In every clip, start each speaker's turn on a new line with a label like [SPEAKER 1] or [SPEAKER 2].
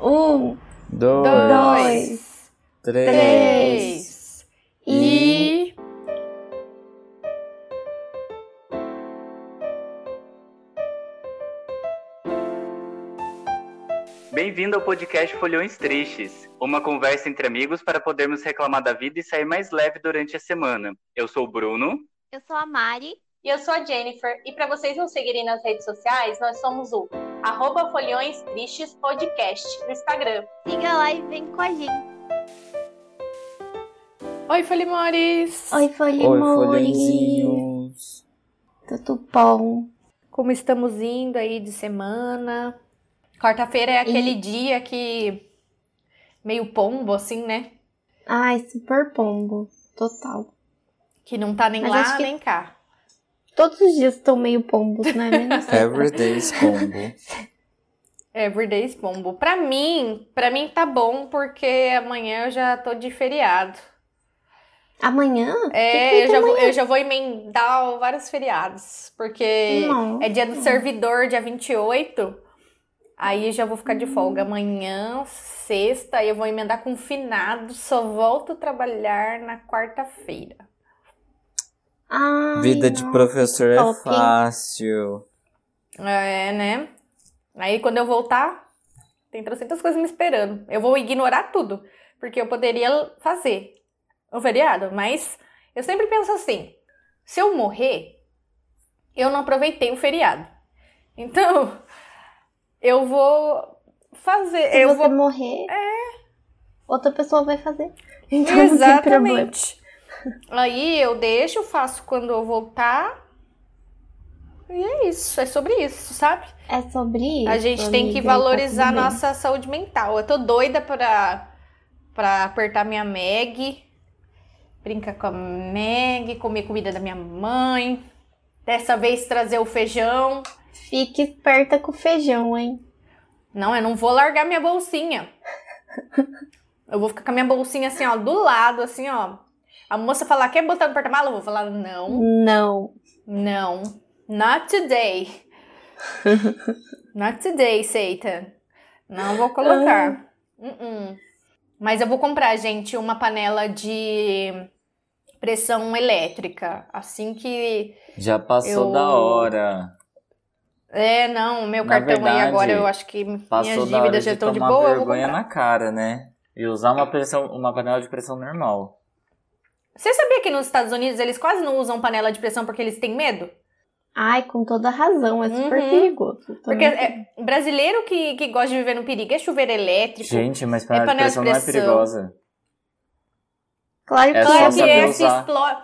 [SPEAKER 1] Um,
[SPEAKER 2] dois,
[SPEAKER 1] dois,
[SPEAKER 2] três.
[SPEAKER 1] três e.
[SPEAKER 3] Bem-vindo ao podcast Folhões Tristes, uma conversa entre amigos para podermos reclamar da vida e sair mais leve durante a semana. Eu sou o Bruno.
[SPEAKER 4] Eu sou a Mari.
[SPEAKER 5] E eu sou a Jennifer, e para vocês nos seguirem nas redes sociais, nós somos o um. arroba Folhões Tristes Podcast no Instagram.
[SPEAKER 4] Siga lá e vem com a gente.
[SPEAKER 1] Oi, Folimores!
[SPEAKER 4] Oi,
[SPEAKER 2] Oi,
[SPEAKER 4] Folhemori.
[SPEAKER 2] folhõezinhos.
[SPEAKER 4] Tudo bom?
[SPEAKER 1] Como estamos indo aí de semana? Quarta-feira é aquele dia que. meio pombo, assim, né?
[SPEAKER 4] Ai, super pombo. Total.
[SPEAKER 1] Que não tá nem
[SPEAKER 4] Mas
[SPEAKER 1] lá
[SPEAKER 4] acho que-
[SPEAKER 1] nem cá.
[SPEAKER 4] Todos os dias estão meio pombos, né? Menos
[SPEAKER 2] Everyday's Combo.
[SPEAKER 1] É, Everyday's pombo. Pra mim, pra mim tá bom, porque amanhã eu já tô de feriado.
[SPEAKER 4] Amanhã?
[SPEAKER 1] É,
[SPEAKER 4] tá
[SPEAKER 1] eu já, vou, eu já vou emendar vários feriados, porque
[SPEAKER 4] Não.
[SPEAKER 1] é dia do servidor, dia 28. Aí eu já vou ficar de folga amanhã, sexta, e eu vou emendar com finado, só volto a trabalhar na quarta-feira.
[SPEAKER 4] Ai,
[SPEAKER 2] Vida de
[SPEAKER 4] não.
[SPEAKER 2] professor é
[SPEAKER 4] Top, hein?
[SPEAKER 2] fácil.
[SPEAKER 1] É, né? Aí quando eu voltar, tem trocentas coisas me esperando. Eu vou ignorar tudo, porque eu poderia fazer o feriado, mas eu sempre penso assim: se eu morrer, eu não aproveitei o feriado. Então, eu vou fazer,
[SPEAKER 4] Se
[SPEAKER 1] eu
[SPEAKER 4] você
[SPEAKER 1] vou É.
[SPEAKER 4] morrer, outra pessoa vai fazer. Então não tem problema.
[SPEAKER 1] Exatamente. Aí eu deixo, faço quando eu voltar. E é isso, é sobre isso, sabe?
[SPEAKER 4] É sobre isso.
[SPEAKER 1] A gente tem que
[SPEAKER 4] amiga, tá
[SPEAKER 1] valorizar a
[SPEAKER 4] tudo bem.
[SPEAKER 1] nossa saúde mental. Eu tô doida pra, pra apertar minha Meg, brincar com a Meg, comer comida da minha mãe. Dessa vez trazer o feijão.
[SPEAKER 4] Fique esperta com o feijão, hein?
[SPEAKER 1] Não, eu não vou largar minha bolsinha. Eu vou ficar com a minha bolsinha assim, ó, do lado, assim, ó. A moça falar, quer botar no porta-malas? Eu vou falar, não,
[SPEAKER 4] Não.
[SPEAKER 1] não. Not today. Not today, Satan. Não vou colocar. Uh-uh. Mas eu vou comprar, gente, uma panela de pressão elétrica. Assim que.
[SPEAKER 2] Já passou
[SPEAKER 1] Eu-
[SPEAKER 2] da hora.
[SPEAKER 1] É, não, meu
[SPEAKER 2] Na
[SPEAKER 1] cartão aí
[SPEAKER 2] verdade,
[SPEAKER 1] agora eu acho que
[SPEAKER 2] Passou
[SPEAKER 1] minhas
[SPEAKER 2] da hora
[SPEAKER 1] dívidas
[SPEAKER 2] de
[SPEAKER 1] já estão de
[SPEAKER 2] tomar
[SPEAKER 1] boa. eu vou
[SPEAKER 2] vergonha
[SPEAKER 1] comprar.
[SPEAKER 2] na cara, né? E usar uma, pressão, uma panela de pressão normal.
[SPEAKER 1] Você sabia que nos Estados Unidos eles quase não usam panela de pressão porque eles têm medo?
[SPEAKER 4] Ai, com toda razão, é super
[SPEAKER 1] Uhum.
[SPEAKER 4] perigoso.
[SPEAKER 1] Porque
[SPEAKER 4] também.
[SPEAKER 1] é, brasileiro que, que gosta de viver no perigo é chuveiro elétrico.
[SPEAKER 2] Gente, mas panela,
[SPEAKER 1] panela de
[SPEAKER 2] de pressão não é
[SPEAKER 1] pressão.
[SPEAKER 2] perigosa.
[SPEAKER 4] Claro que
[SPEAKER 2] é
[SPEAKER 1] claro
[SPEAKER 2] só
[SPEAKER 1] que
[SPEAKER 2] saber
[SPEAKER 1] é, se
[SPEAKER 2] usar.
[SPEAKER 1] explode,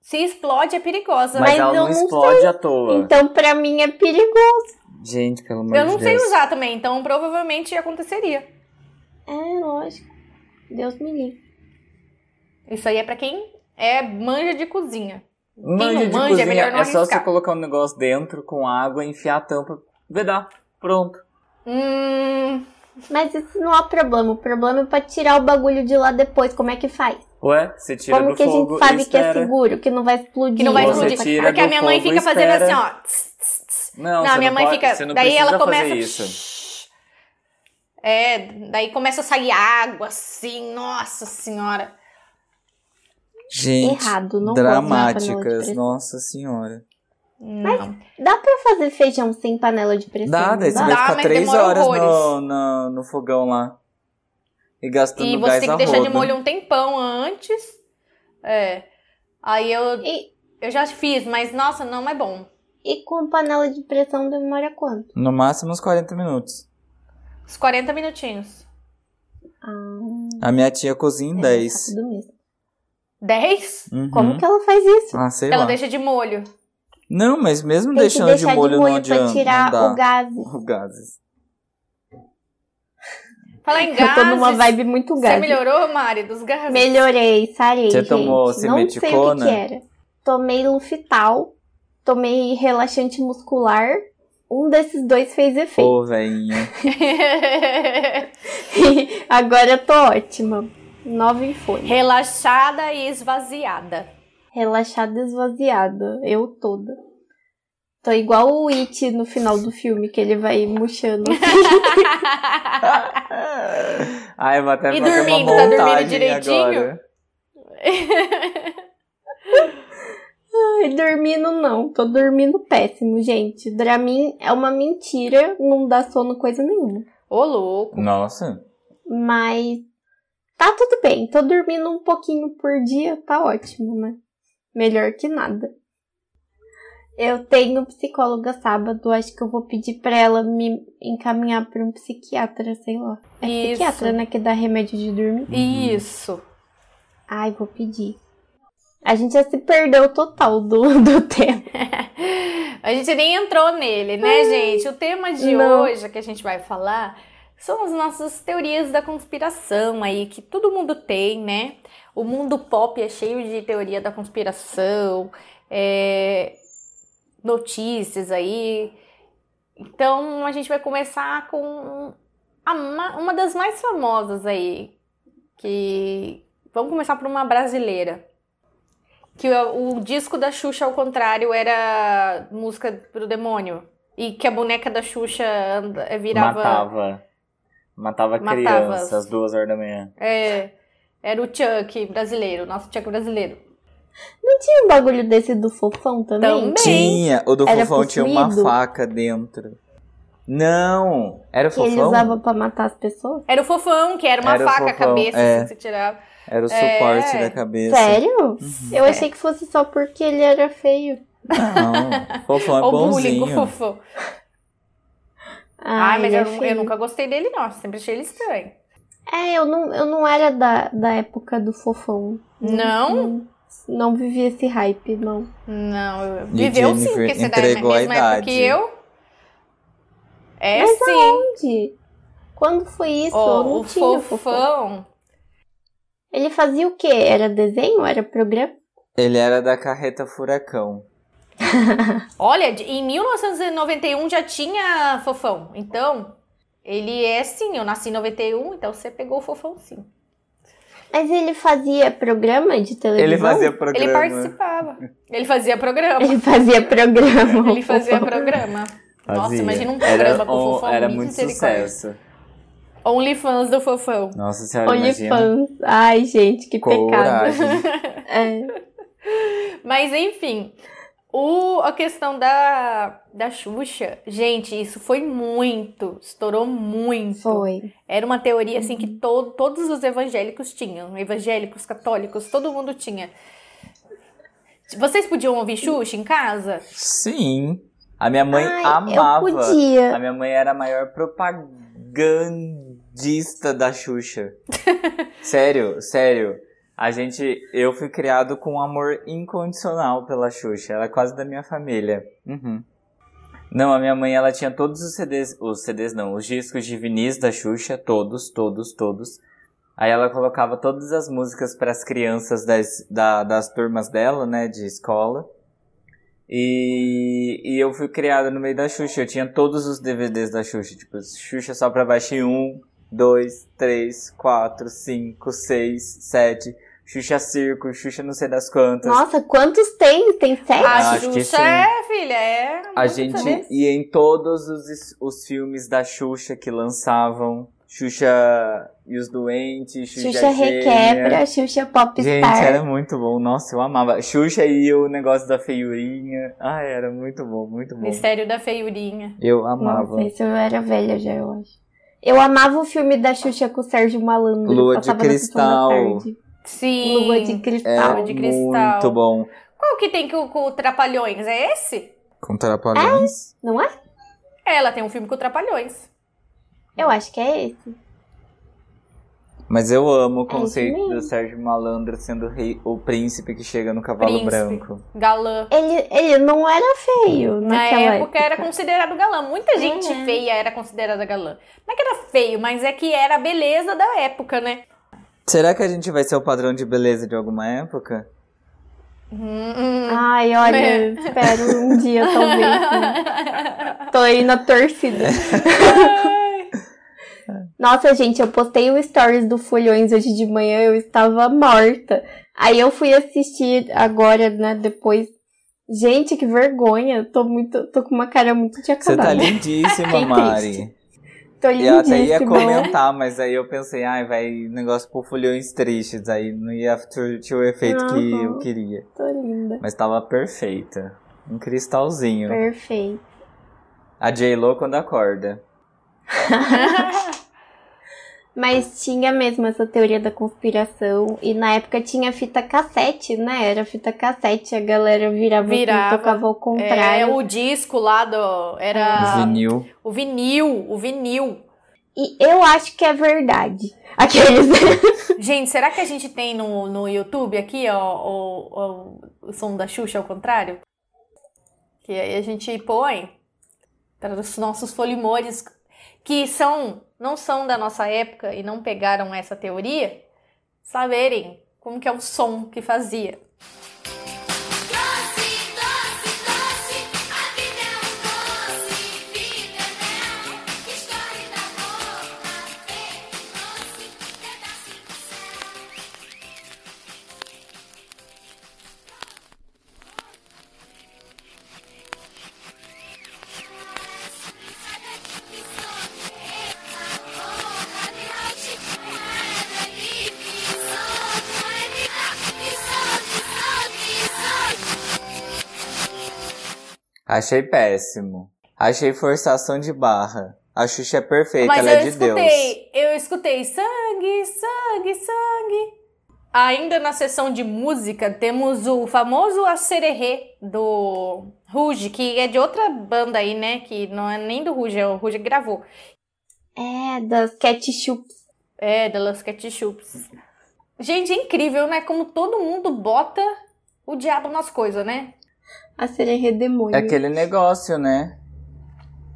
[SPEAKER 1] se explode é perigosa.
[SPEAKER 2] Mas,
[SPEAKER 4] Mas
[SPEAKER 2] ela
[SPEAKER 4] eu
[SPEAKER 2] não
[SPEAKER 4] não
[SPEAKER 2] explode à toa.
[SPEAKER 4] Então, pra mim, é perigoso.
[SPEAKER 2] Gente, pelo amor
[SPEAKER 1] eu
[SPEAKER 2] de
[SPEAKER 1] não
[SPEAKER 2] Deus.
[SPEAKER 1] sei usar também, então provavelmente aconteceria.
[SPEAKER 4] É, lógico. Deus me livre.
[SPEAKER 1] Isso aí é pra quem é manja de cozinha.
[SPEAKER 2] Manja
[SPEAKER 1] não
[SPEAKER 2] de
[SPEAKER 1] manja, é
[SPEAKER 2] cozinha,
[SPEAKER 1] melhor não
[SPEAKER 2] só você
[SPEAKER 1] arriscar.
[SPEAKER 2] colocar um negócio dentro com água, enfiar a tampa, vedar. Pronto.
[SPEAKER 1] Hum,
[SPEAKER 4] Mas isso não é o problema. O problema é pra tirar o bagulho de lá depois. Como é que faz?
[SPEAKER 2] Ué, você tira
[SPEAKER 4] Como
[SPEAKER 2] do
[SPEAKER 4] que a
[SPEAKER 2] fogo
[SPEAKER 4] gente sabe
[SPEAKER 2] e
[SPEAKER 4] que é
[SPEAKER 2] espera.
[SPEAKER 4] seguro, que não vai explodir? Tá
[SPEAKER 1] que não vai
[SPEAKER 2] Você
[SPEAKER 1] explodir.
[SPEAKER 2] tira
[SPEAKER 1] Porque a
[SPEAKER 2] do
[SPEAKER 1] minha mãe
[SPEAKER 2] fogo
[SPEAKER 1] fica
[SPEAKER 2] e
[SPEAKER 1] fazendo
[SPEAKER 2] espera.
[SPEAKER 1] assim, ó. tss, tss, tss.
[SPEAKER 2] Não,
[SPEAKER 1] Não,
[SPEAKER 2] você
[SPEAKER 1] a minha
[SPEAKER 2] não
[SPEAKER 1] mãe
[SPEAKER 2] pode-
[SPEAKER 1] fica.
[SPEAKER 2] Você não
[SPEAKER 1] daí
[SPEAKER 2] precisa
[SPEAKER 1] ela começa.
[SPEAKER 2] fazer isso.
[SPEAKER 1] É, daí começa a sair água, assim, nossa senhora.
[SPEAKER 2] Gente,
[SPEAKER 4] Errado, não gosto de panela de
[SPEAKER 2] dramáticas,
[SPEAKER 4] pressão.
[SPEAKER 2] nossa senhora.
[SPEAKER 1] Não.
[SPEAKER 4] Dá pra fazer feijão sem panela de pressão?
[SPEAKER 2] Dá, daí você
[SPEAKER 4] Dá?
[SPEAKER 2] vai
[SPEAKER 1] Dá,
[SPEAKER 2] ficar
[SPEAKER 1] mas
[SPEAKER 2] três
[SPEAKER 1] demora
[SPEAKER 2] horas no,
[SPEAKER 1] horrores.
[SPEAKER 2] no, no fogão lá. E gastando
[SPEAKER 1] E
[SPEAKER 2] gás
[SPEAKER 1] você tem
[SPEAKER 2] a
[SPEAKER 1] que deixar de
[SPEAKER 2] rodo.
[SPEAKER 1] molho um tempão antes. É. Aí eu,
[SPEAKER 4] E,
[SPEAKER 1] eu já fiz, mas nossa, não é bom.
[SPEAKER 4] e com panela de pressão demora quanto?
[SPEAKER 2] No máximo uns 40 minutos.
[SPEAKER 1] Uns 40 minutinhos.
[SPEAKER 2] A minha tia cozinha em
[SPEAKER 4] É,
[SPEAKER 2] 10.
[SPEAKER 4] rápido mesmo.
[SPEAKER 1] 10?
[SPEAKER 2] Uhum.
[SPEAKER 4] Como que ela faz isso?
[SPEAKER 2] Ah, sei
[SPEAKER 1] Ela
[SPEAKER 2] lá.
[SPEAKER 1] deixa de molho.
[SPEAKER 2] Não, mas mesmo
[SPEAKER 4] Tem que
[SPEAKER 2] deixando
[SPEAKER 4] deixar
[SPEAKER 2] de molho, não adianta.
[SPEAKER 4] pra tirar
[SPEAKER 2] não dá.
[SPEAKER 4] o gás.
[SPEAKER 2] O gás.
[SPEAKER 1] Falar em
[SPEAKER 4] Eu
[SPEAKER 1] gases.
[SPEAKER 4] tô numa vibe muito
[SPEAKER 1] Você
[SPEAKER 4] gás.
[SPEAKER 1] melhorou, Mari, dos gases?
[SPEAKER 4] Melhorei, sarei.
[SPEAKER 2] Você
[SPEAKER 4] gente.
[SPEAKER 2] tomou
[SPEAKER 4] Não sei o que
[SPEAKER 2] simeticona?
[SPEAKER 4] que era. Tomei Lufital, tomei relaxante muscular. Um desses dois fez efeito.
[SPEAKER 2] Ô, velhinha.
[SPEAKER 4] Agora eu tô ótima. Nova em folha.
[SPEAKER 1] Relaxada e esvaziada.
[SPEAKER 4] Relaxada e esvaziada. Eu toda. Tô igual o It no final do filme, que ele vai murchando.
[SPEAKER 2] Ai, vou até
[SPEAKER 1] E
[SPEAKER 2] fazer
[SPEAKER 1] dormindo,
[SPEAKER 2] uma
[SPEAKER 1] tá dormindo
[SPEAKER 2] montagem
[SPEAKER 1] direitinho?
[SPEAKER 2] agora.
[SPEAKER 4] Ai, dormindo não, tô dormindo péssimo, gente. Dramin é uma mentira, não dá sono coisa nenhuma.
[SPEAKER 1] Ô, louco.
[SPEAKER 2] Nossa.
[SPEAKER 4] Mas tá tudo bem, tô dormindo um pouquinho por dia, tá ótimo, né? Melhor que nada. Eu tenho psicóloga sábado, acho que eu vou pedir pra ela me encaminhar pra um psiquiatra, sei lá. É
[SPEAKER 1] Isso.
[SPEAKER 4] psiquiatra, né, que dá remédio de dormir?
[SPEAKER 1] Isso.
[SPEAKER 4] Ai, vou pedir. A gente já se perdeu total do, do tempo.
[SPEAKER 1] A gente nem entrou nele, né, gente? O tema de
[SPEAKER 4] Não.
[SPEAKER 1] hoje que a gente vai falar são as nossas teorias da conspiração aí, que todo mundo tem, né? O mundo pop é cheio de teoria da conspiração, é, notícias aí. Então a gente vai começar com a ma- uma das mais famosas aí, que vamos começar por uma brasileira. Que o, o disco da Xuxa, ao contrário, era música pro demônio. E que a boneca da Xuxa anda- eh, virava.
[SPEAKER 2] Matava. Matava
[SPEAKER 1] Matava.
[SPEAKER 2] criança às duas horas da manhã.
[SPEAKER 1] É, era o Chuck brasileiro, nosso Chuck brasileiro.
[SPEAKER 4] Tinha um bagulho desse do fofão também?
[SPEAKER 1] Também.
[SPEAKER 2] Tinha. O do
[SPEAKER 4] Era
[SPEAKER 2] Fofão tinha uma
[SPEAKER 4] possuído?
[SPEAKER 2] faca dentro. Não. Era o
[SPEAKER 4] Que ele
[SPEAKER 2] Fofão?
[SPEAKER 4] usava pra matar as pessoas?
[SPEAKER 1] Era o fofão, que era uma
[SPEAKER 2] Era o
[SPEAKER 1] faca à
[SPEAKER 2] Fofão,
[SPEAKER 1] cabeça,
[SPEAKER 2] é.
[SPEAKER 1] assim, que você tirava.
[SPEAKER 2] Era o
[SPEAKER 1] É.
[SPEAKER 2] suporte da cabeça.
[SPEAKER 4] Sério? Eu
[SPEAKER 1] É.
[SPEAKER 4] achei que fosse só porque ele era feio.
[SPEAKER 2] Não. Fofão é
[SPEAKER 1] Ou bullying,
[SPEAKER 2] bonzinho.
[SPEAKER 1] o fofão.
[SPEAKER 4] Ah,
[SPEAKER 1] Ai, assim, mas
[SPEAKER 4] ele é
[SPEAKER 1] eu, eu
[SPEAKER 4] feio.
[SPEAKER 1] nunca gostei dele, não. Eu Sempre achei ele estranho.
[SPEAKER 4] É, eu não, eu não era da, da época do fofão.
[SPEAKER 1] Hum, Não?
[SPEAKER 4] Não vivi esse hype, não.
[SPEAKER 1] Não, eu-
[SPEAKER 2] E
[SPEAKER 1] viveu sim,
[SPEAKER 2] Jennifer
[SPEAKER 1] porque você tá na
[SPEAKER 2] entregou a
[SPEAKER 1] mesma época
[SPEAKER 2] idade.
[SPEAKER 1] que eu. É
[SPEAKER 4] Mas
[SPEAKER 1] sim.
[SPEAKER 4] Onde? Quando foi isso?
[SPEAKER 1] Ó,
[SPEAKER 4] eu não
[SPEAKER 1] o
[SPEAKER 4] tinha
[SPEAKER 1] fofão,
[SPEAKER 4] fofão. Ele fazia o quê? Era desenho? Era programa?
[SPEAKER 2] Ele era da carreta Furacão.
[SPEAKER 1] Olha, de- em 1991 já tinha fofão. Então, ele é sim. Eu nasci em 91, então você pegou o fofão sim.
[SPEAKER 4] Mas ele fazia programa de televisão?
[SPEAKER 2] Ele fazia programa.
[SPEAKER 1] Ele participava. Ele fazia programa.
[SPEAKER 4] Ele fazia programa.
[SPEAKER 1] Ele fazia
[SPEAKER 4] fofão.
[SPEAKER 1] programa. Nossa,
[SPEAKER 2] Fazia.
[SPEAKER 1] imagina um programa
[SPEAKER 2] era,
[SPEAKER 1] com o
[SPEAKER 2] um-
[SPEAKER 1] Fofão.
[SPEAKER 2] Era
[SPEAKER 1] Miss
[SPEAKER 2] muito
[SPEAKER 1] Misericórdia.
[SPEAKER 2] sucesso.
[SPEAKER 1] OnlyFans do Fofão.
[SPEAKER 2] Nossa senhora, imagina.
[SPEAKER 4] OnlyFans. Ai, gente, que pecado.
[SPEAKER 2] Coragem.
[SPEAKER 4] É.
[SPEAKER 1] Mas enfim, o, a questão da, da Xuxa, gente, isso foi muito, estourou muito.
[SPEAKER 4] Foi.
[SPEAKER 1] Era uma teoria assim que
[SPEAKER 4] Uhum.
[SPEAKER 1] to- todos os evangélicos tinham, evangélicos, católicos, todo mundo tinha. Vocês podiam ouvir Xuxa em casa?
[SPEAKER 2] Sim. A minha mãe
[SPEAKER 4] Ai,
[SPEAKER 2] amava.
[SPEAKER 4] Eu podia.
[SPEAKER 2] A minha mãe era a maior propagandista da Xuxa. sério, sério. A gente, eu fui criado com um amor incondicional pela Xuxa. Ela é quase da minha família. Uhum. Não, a minha mãe, ela tinha todos os CDs, os CDs não, os discos de vinis da Xuxa, todos, todos, todos. Aí ela colocava todas as músicas para as crianças das, da- das turmas dela, né, de escola. E, e eu fui criado no meio da Xuxa. Eu tinha todos os DVDs da Xuxa. Tipo, Xuxa só pra baixo em 1, 2, 3, 4, 5, 6, 7. Xuxa Circo, Xuxa não sei das quantas.
[SPEAKER 4] Nossa, quantos tem? Tem sete?
[SPEAKER 1] A
[SPEAKER 2] Ah, acho que
[SPEAKER 1] Xuxa
[SPEAKER 2] sim.
[SPEAKER 1] é, filha, é.
[SPEAKER 2] A
[SPEAKER 1] muito
[SPEAKER 2] gente
[SPEAKER 1] saber.
[SPEAKER 2] ia em todos os, os filmes da Xuxa que lançavam. Xuxa e os Doentes, Xuxa,
[SPEAKER 4] Xuxa
[SPEAKER 2] Gêmea.
[SPEAKER 4] Requebra, Xuxa Popstar.
[SPEAKER 2] Gente, era muito bom. Nossa, eu amava. Xuxa e o negócio da feiurinha. Ai, era muito bom, muito bom.
[SPEAKER 1] Mistério da Feiurinha.
[SPEAKER 2] Eu
[SPEAKER 4] Nossa,
[SPEAKER 2] amava.
[SPEAKER 4] isso eu era velha já, eu acho. Eu amava o filme da Xuxa com o Sérgio Malandro.
[SPEAKER 2] Lua de
[SPEAKER 4] passava na sessão da
[SPEAKER 2] Cristal.
[SPEAKER 4] tarde.
[SPEAKER 1] Sim.
[SPEAKER 4] Lua de
[SPEAKER 2] É
[SPEAKER 4] Cristal.
[SPEAKER 1] Água de cristal.
[SPEAKER 2] muito bom.
[SPEAKER 1] Qual que tem com, com o Trapalhões? É esse?
[SPEAKER 2] Com trapalhões?
[SPEAKER 4] Não é?
[SPEAKER 1] Ela tem um filme com o Trapalhões.
[SPEAKER 4] Eu acho que é esse.
[SPEAKER 2] Mas eu amo o
[SPEAKER 4] isso
[SPEAKER 2] conceito
[SPEAKER 4] mesmo.
[SPEAKER 2] do Sérgio Malandro sendo o rei, o príncipe que chega no cavalo
[SPEAKER 1] Príncipe.
[SPEAKER 2] branco.
[SPEAKER 1] Galã.
[SPEAKER 4] Ele, ele não era feio
[SPEAKER 1] Na
[SPEAKER 4] naquela
[SPEAKER 1] época era considerado galã. Muita gente
[SPEAKER 4] Uhum.
[SPEAKER 1] feia era considerada galã. Não é que era feio, mas é que era a beleza da época, né?
[SPEAKER 2] Será que a gente vai ser o padrão de beleza de alguma época?
[SPEAKER 1] Hum, hum.
[SPEAKER 4] Ai, olha,
[SPEAKER 1] É.
[SPEAKER 4] espero um dia Ah, talvez. né? Tô aí na torcida. Nossa, gente, eu postei o stories do Folhões hoje de manhã, eu estava morta. Aí eu fui assistir agora, né, depois Gente, que vergonha. Tô muito, tô com uma cara muito de
[SPEAKER 2] Você tá
[SPEAKER 4] acabada.
[SPEAKER 2] lindíssima,
[SPEAKER 4] Fiquei
[SPEAKER 2] Mari.
[SPEAKER 4] triste. Tô
[SPEAKER 2] Eu até ia
[SPEAKER 4] lindíssima.
[SPEAKER 2] comentar, mas aí eu pensei, ai, vai negócio por folhões tristes, aí não ia ter ter o efeito que
[SPEAKER 4] Uhum.
[SPEAKER 2] eu queria.
[SPEAKER 4] Tô linda.
[SPEAKER 2] Mas tava perfeita. Um cristalzinho.
[SPEAKER 4] Perfeito.
[SPEAKER 2] A J-Lo quando acorda.
[SPEAKER 4] Mas tinha mesmo essa teoria da conspiração. E na época tinha fita cassete, né? Era fita cassete, a galera virava,
[SPEAKER 1] Virava.
[SPEAKER 4] e tocava ao
[SPEAKER 1] É,
[SPEAKER 4] contrário.
[SPEAKER 1] o disco lá do. Era.
[SPEAKER 2] O vinil.
[SPEAKER 1] O vinil. O vinil.
[SPEAKER 4] E eu acho que é verdade. Aqueles.
[SPEAKER 1] Gente, será que a gente tem no, no YouTube aqui, ó, o, o, o som da Xuxa ao contrário? Que aí a gente põe para os nossos folimores que são, não são da nossa época e não pegaram essa teoria, saberem como que é o som que fazia.
[SPEAKER 2] Achei péssimo. Achei forçação de barra. A Xuxa é perfeita,
[SPEAKER 1] Mas
[SPEAKER 2] ela
[SPEAKER 1] eu
[SPEAKER 2] é de
[SPEAKER 1] escutei,
[SPEAKER 2] Deus.
[SPEAKER 1] eu escutei sangue, sangue, sangue. Ainda na sessão de música, temos o famoso Acererê do Ruge, que é de outra banda aí, né? Que não é nem do Ruge, é o Ruge que gravou.
[SPEAKER 4] é, das ketchup.
[SPEAKER 1] É, da Las Ketchups. Gente, é incrível, né? Como todo mundo bota o diabo nas coisas, né?
[SPEAKER 4] A sererê demônio.
[SPEAKER 2] É aquele negócio, né?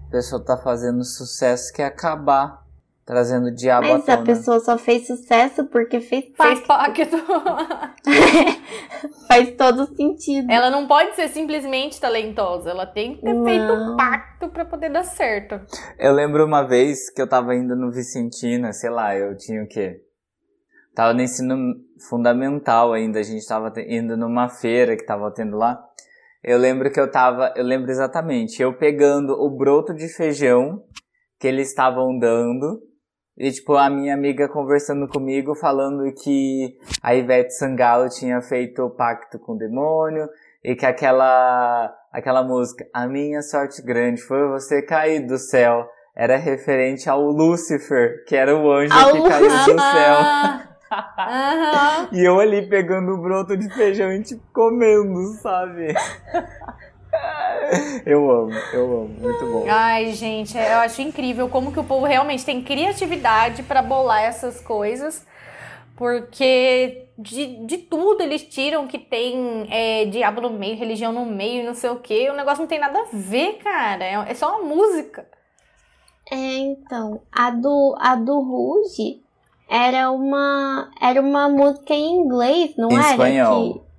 [SPEAKER 2] A pessoa tá fazendo sucesso que é acabar. Trazendo o diabo à
[SPEAKER 4] Mas a
[SPEAKER 2] tona.
[SPEAKER 4] pessoa só fez sucesso porque fez
[SPEAKER 1] Fez
[SPEAKER 4] pacto.
[SPEAKER 1] pacto.
[SPEAKER 4] Faz todo sentido.
[SPEAKER 1] ela não pode ser simplesmente talentosa, ela tem que ter feito um
[SPEAKER 4] Não.
[SPEAKER 1] pacto pra poder dar certo.
[SPEAKER 2] Eu lembro uma vez que eu tava indo no Vicentina, sei lá, eu tinha o quê? Tava no ensino fundamental ainda, a gente tava te- indo numa feira que tava tendo lá. Eu lembro que eu tava, eu lembro exatamente, eu pegando o broto de feijão que eles estavam dando e tipo a minha amiga conversando comigo falando que a Ivete Sangalo tinha feito o pacto com o demônio e que aquela aquela música A minha sorte grande foi você cair do céu era referente ao Lúcifer, que era o anjo
[SPEAKER 4] Ao
[SPEAKER 2] que caiu do céu.
[SPEAKER 1] Aham.
[SPEAKER 2] E eu ali pegando o broto de feijão e tipo comendo, sabe? Eu amo, eu amo, muito bom.
[SPEAKER 1] Ai, gente, é, eu acho incrível como que o povo realmente tem criatividade pra bolar essas coisas, porque de, de tudo eles tiram que tem é, diabo no meio, religião no meio, não sei o quê. O negócio não tem nada a ver, cara. É, é só uma música.
[SPEAKER 4] É, então, a do, a do Ruge era uma, era uma música em inglês, não
[SPEAKER 2] Em
[SPEAKER 4] era?
[SPEAKER 2] espanhol.
[SPEAKER 4] Que-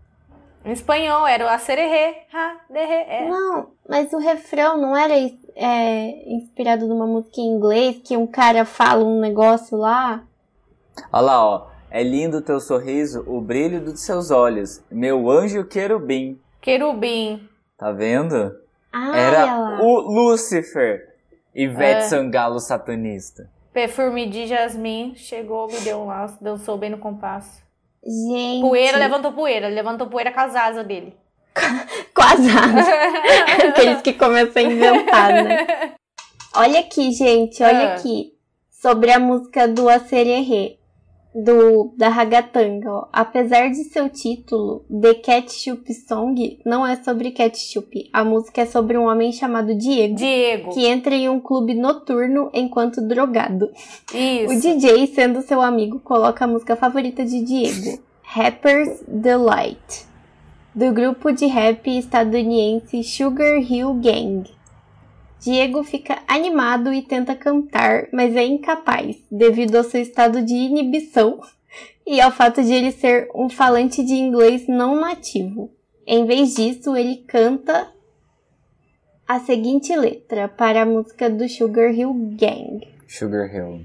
[SPEAKER 1] Em espanhol era o acererê, ha, derê, é.
[SPEAKER 4] Não, mas o refrão não era é, inspirado numa música em inglês, que um cara fala um negócio lá.
[SPEAKER 2] Olha lá, ó. É lindo o teu sorriso, o brilho dos seus olhos. Meu anjo querubim.
[SPEAKER 1] Querubim.
[SPEAKER 2] Tá vendo?
[SPEAKER 4] Ah, olha
[SPEAKER 2] Era
[SPEAKER 4] lá.
[SPEAKER 2] o Lúcifer. Ivete
[SPEAKER 1] É.
[SPEAKER 2] Sangalo satanista.
[SPEAKER 1] Perfume de jasmim chegou, me deu um laço, dançou bem no compasso.
[SPEAKER 4] Gente,
[SPEAKER 1] Poeira levantou poeira, levantou poeira com as asas dele.
[SPEAKER 4] quase aqueles que começam a inventar, né? Olha aqui, gente, olha
[SPEAKER 1] Ah.
[SPEAKER 4] aqui. Sobre a música do Acererê, do, da Ragatanga. ó. Apesar de seu título, The Ketchup Song, não é sobre ketchup. A música é sobre um homem chamado Diego,
[SPEAKER 1] Diego.
[SPEAKER 4] que entra em um clube noturno enquanto drogado. O
[SPEAKER 1] Isso.
[SPEAKER 4] DJ, sendo seu amigo, coloca a música favorita de Diego, Rapper's Delight, do grupo de rap estadunidense Sugar Hill Gang. Diego fica animado e tenta cantar, mas é incapaz, devido ao seu estado de inibição e ao fato de ele ser um falante de inglês não nativo. Em vez disso, ele canta a seguinte letra para a música do Sugar Hill Gang.
[SPEAKER 2] Sugar Hill.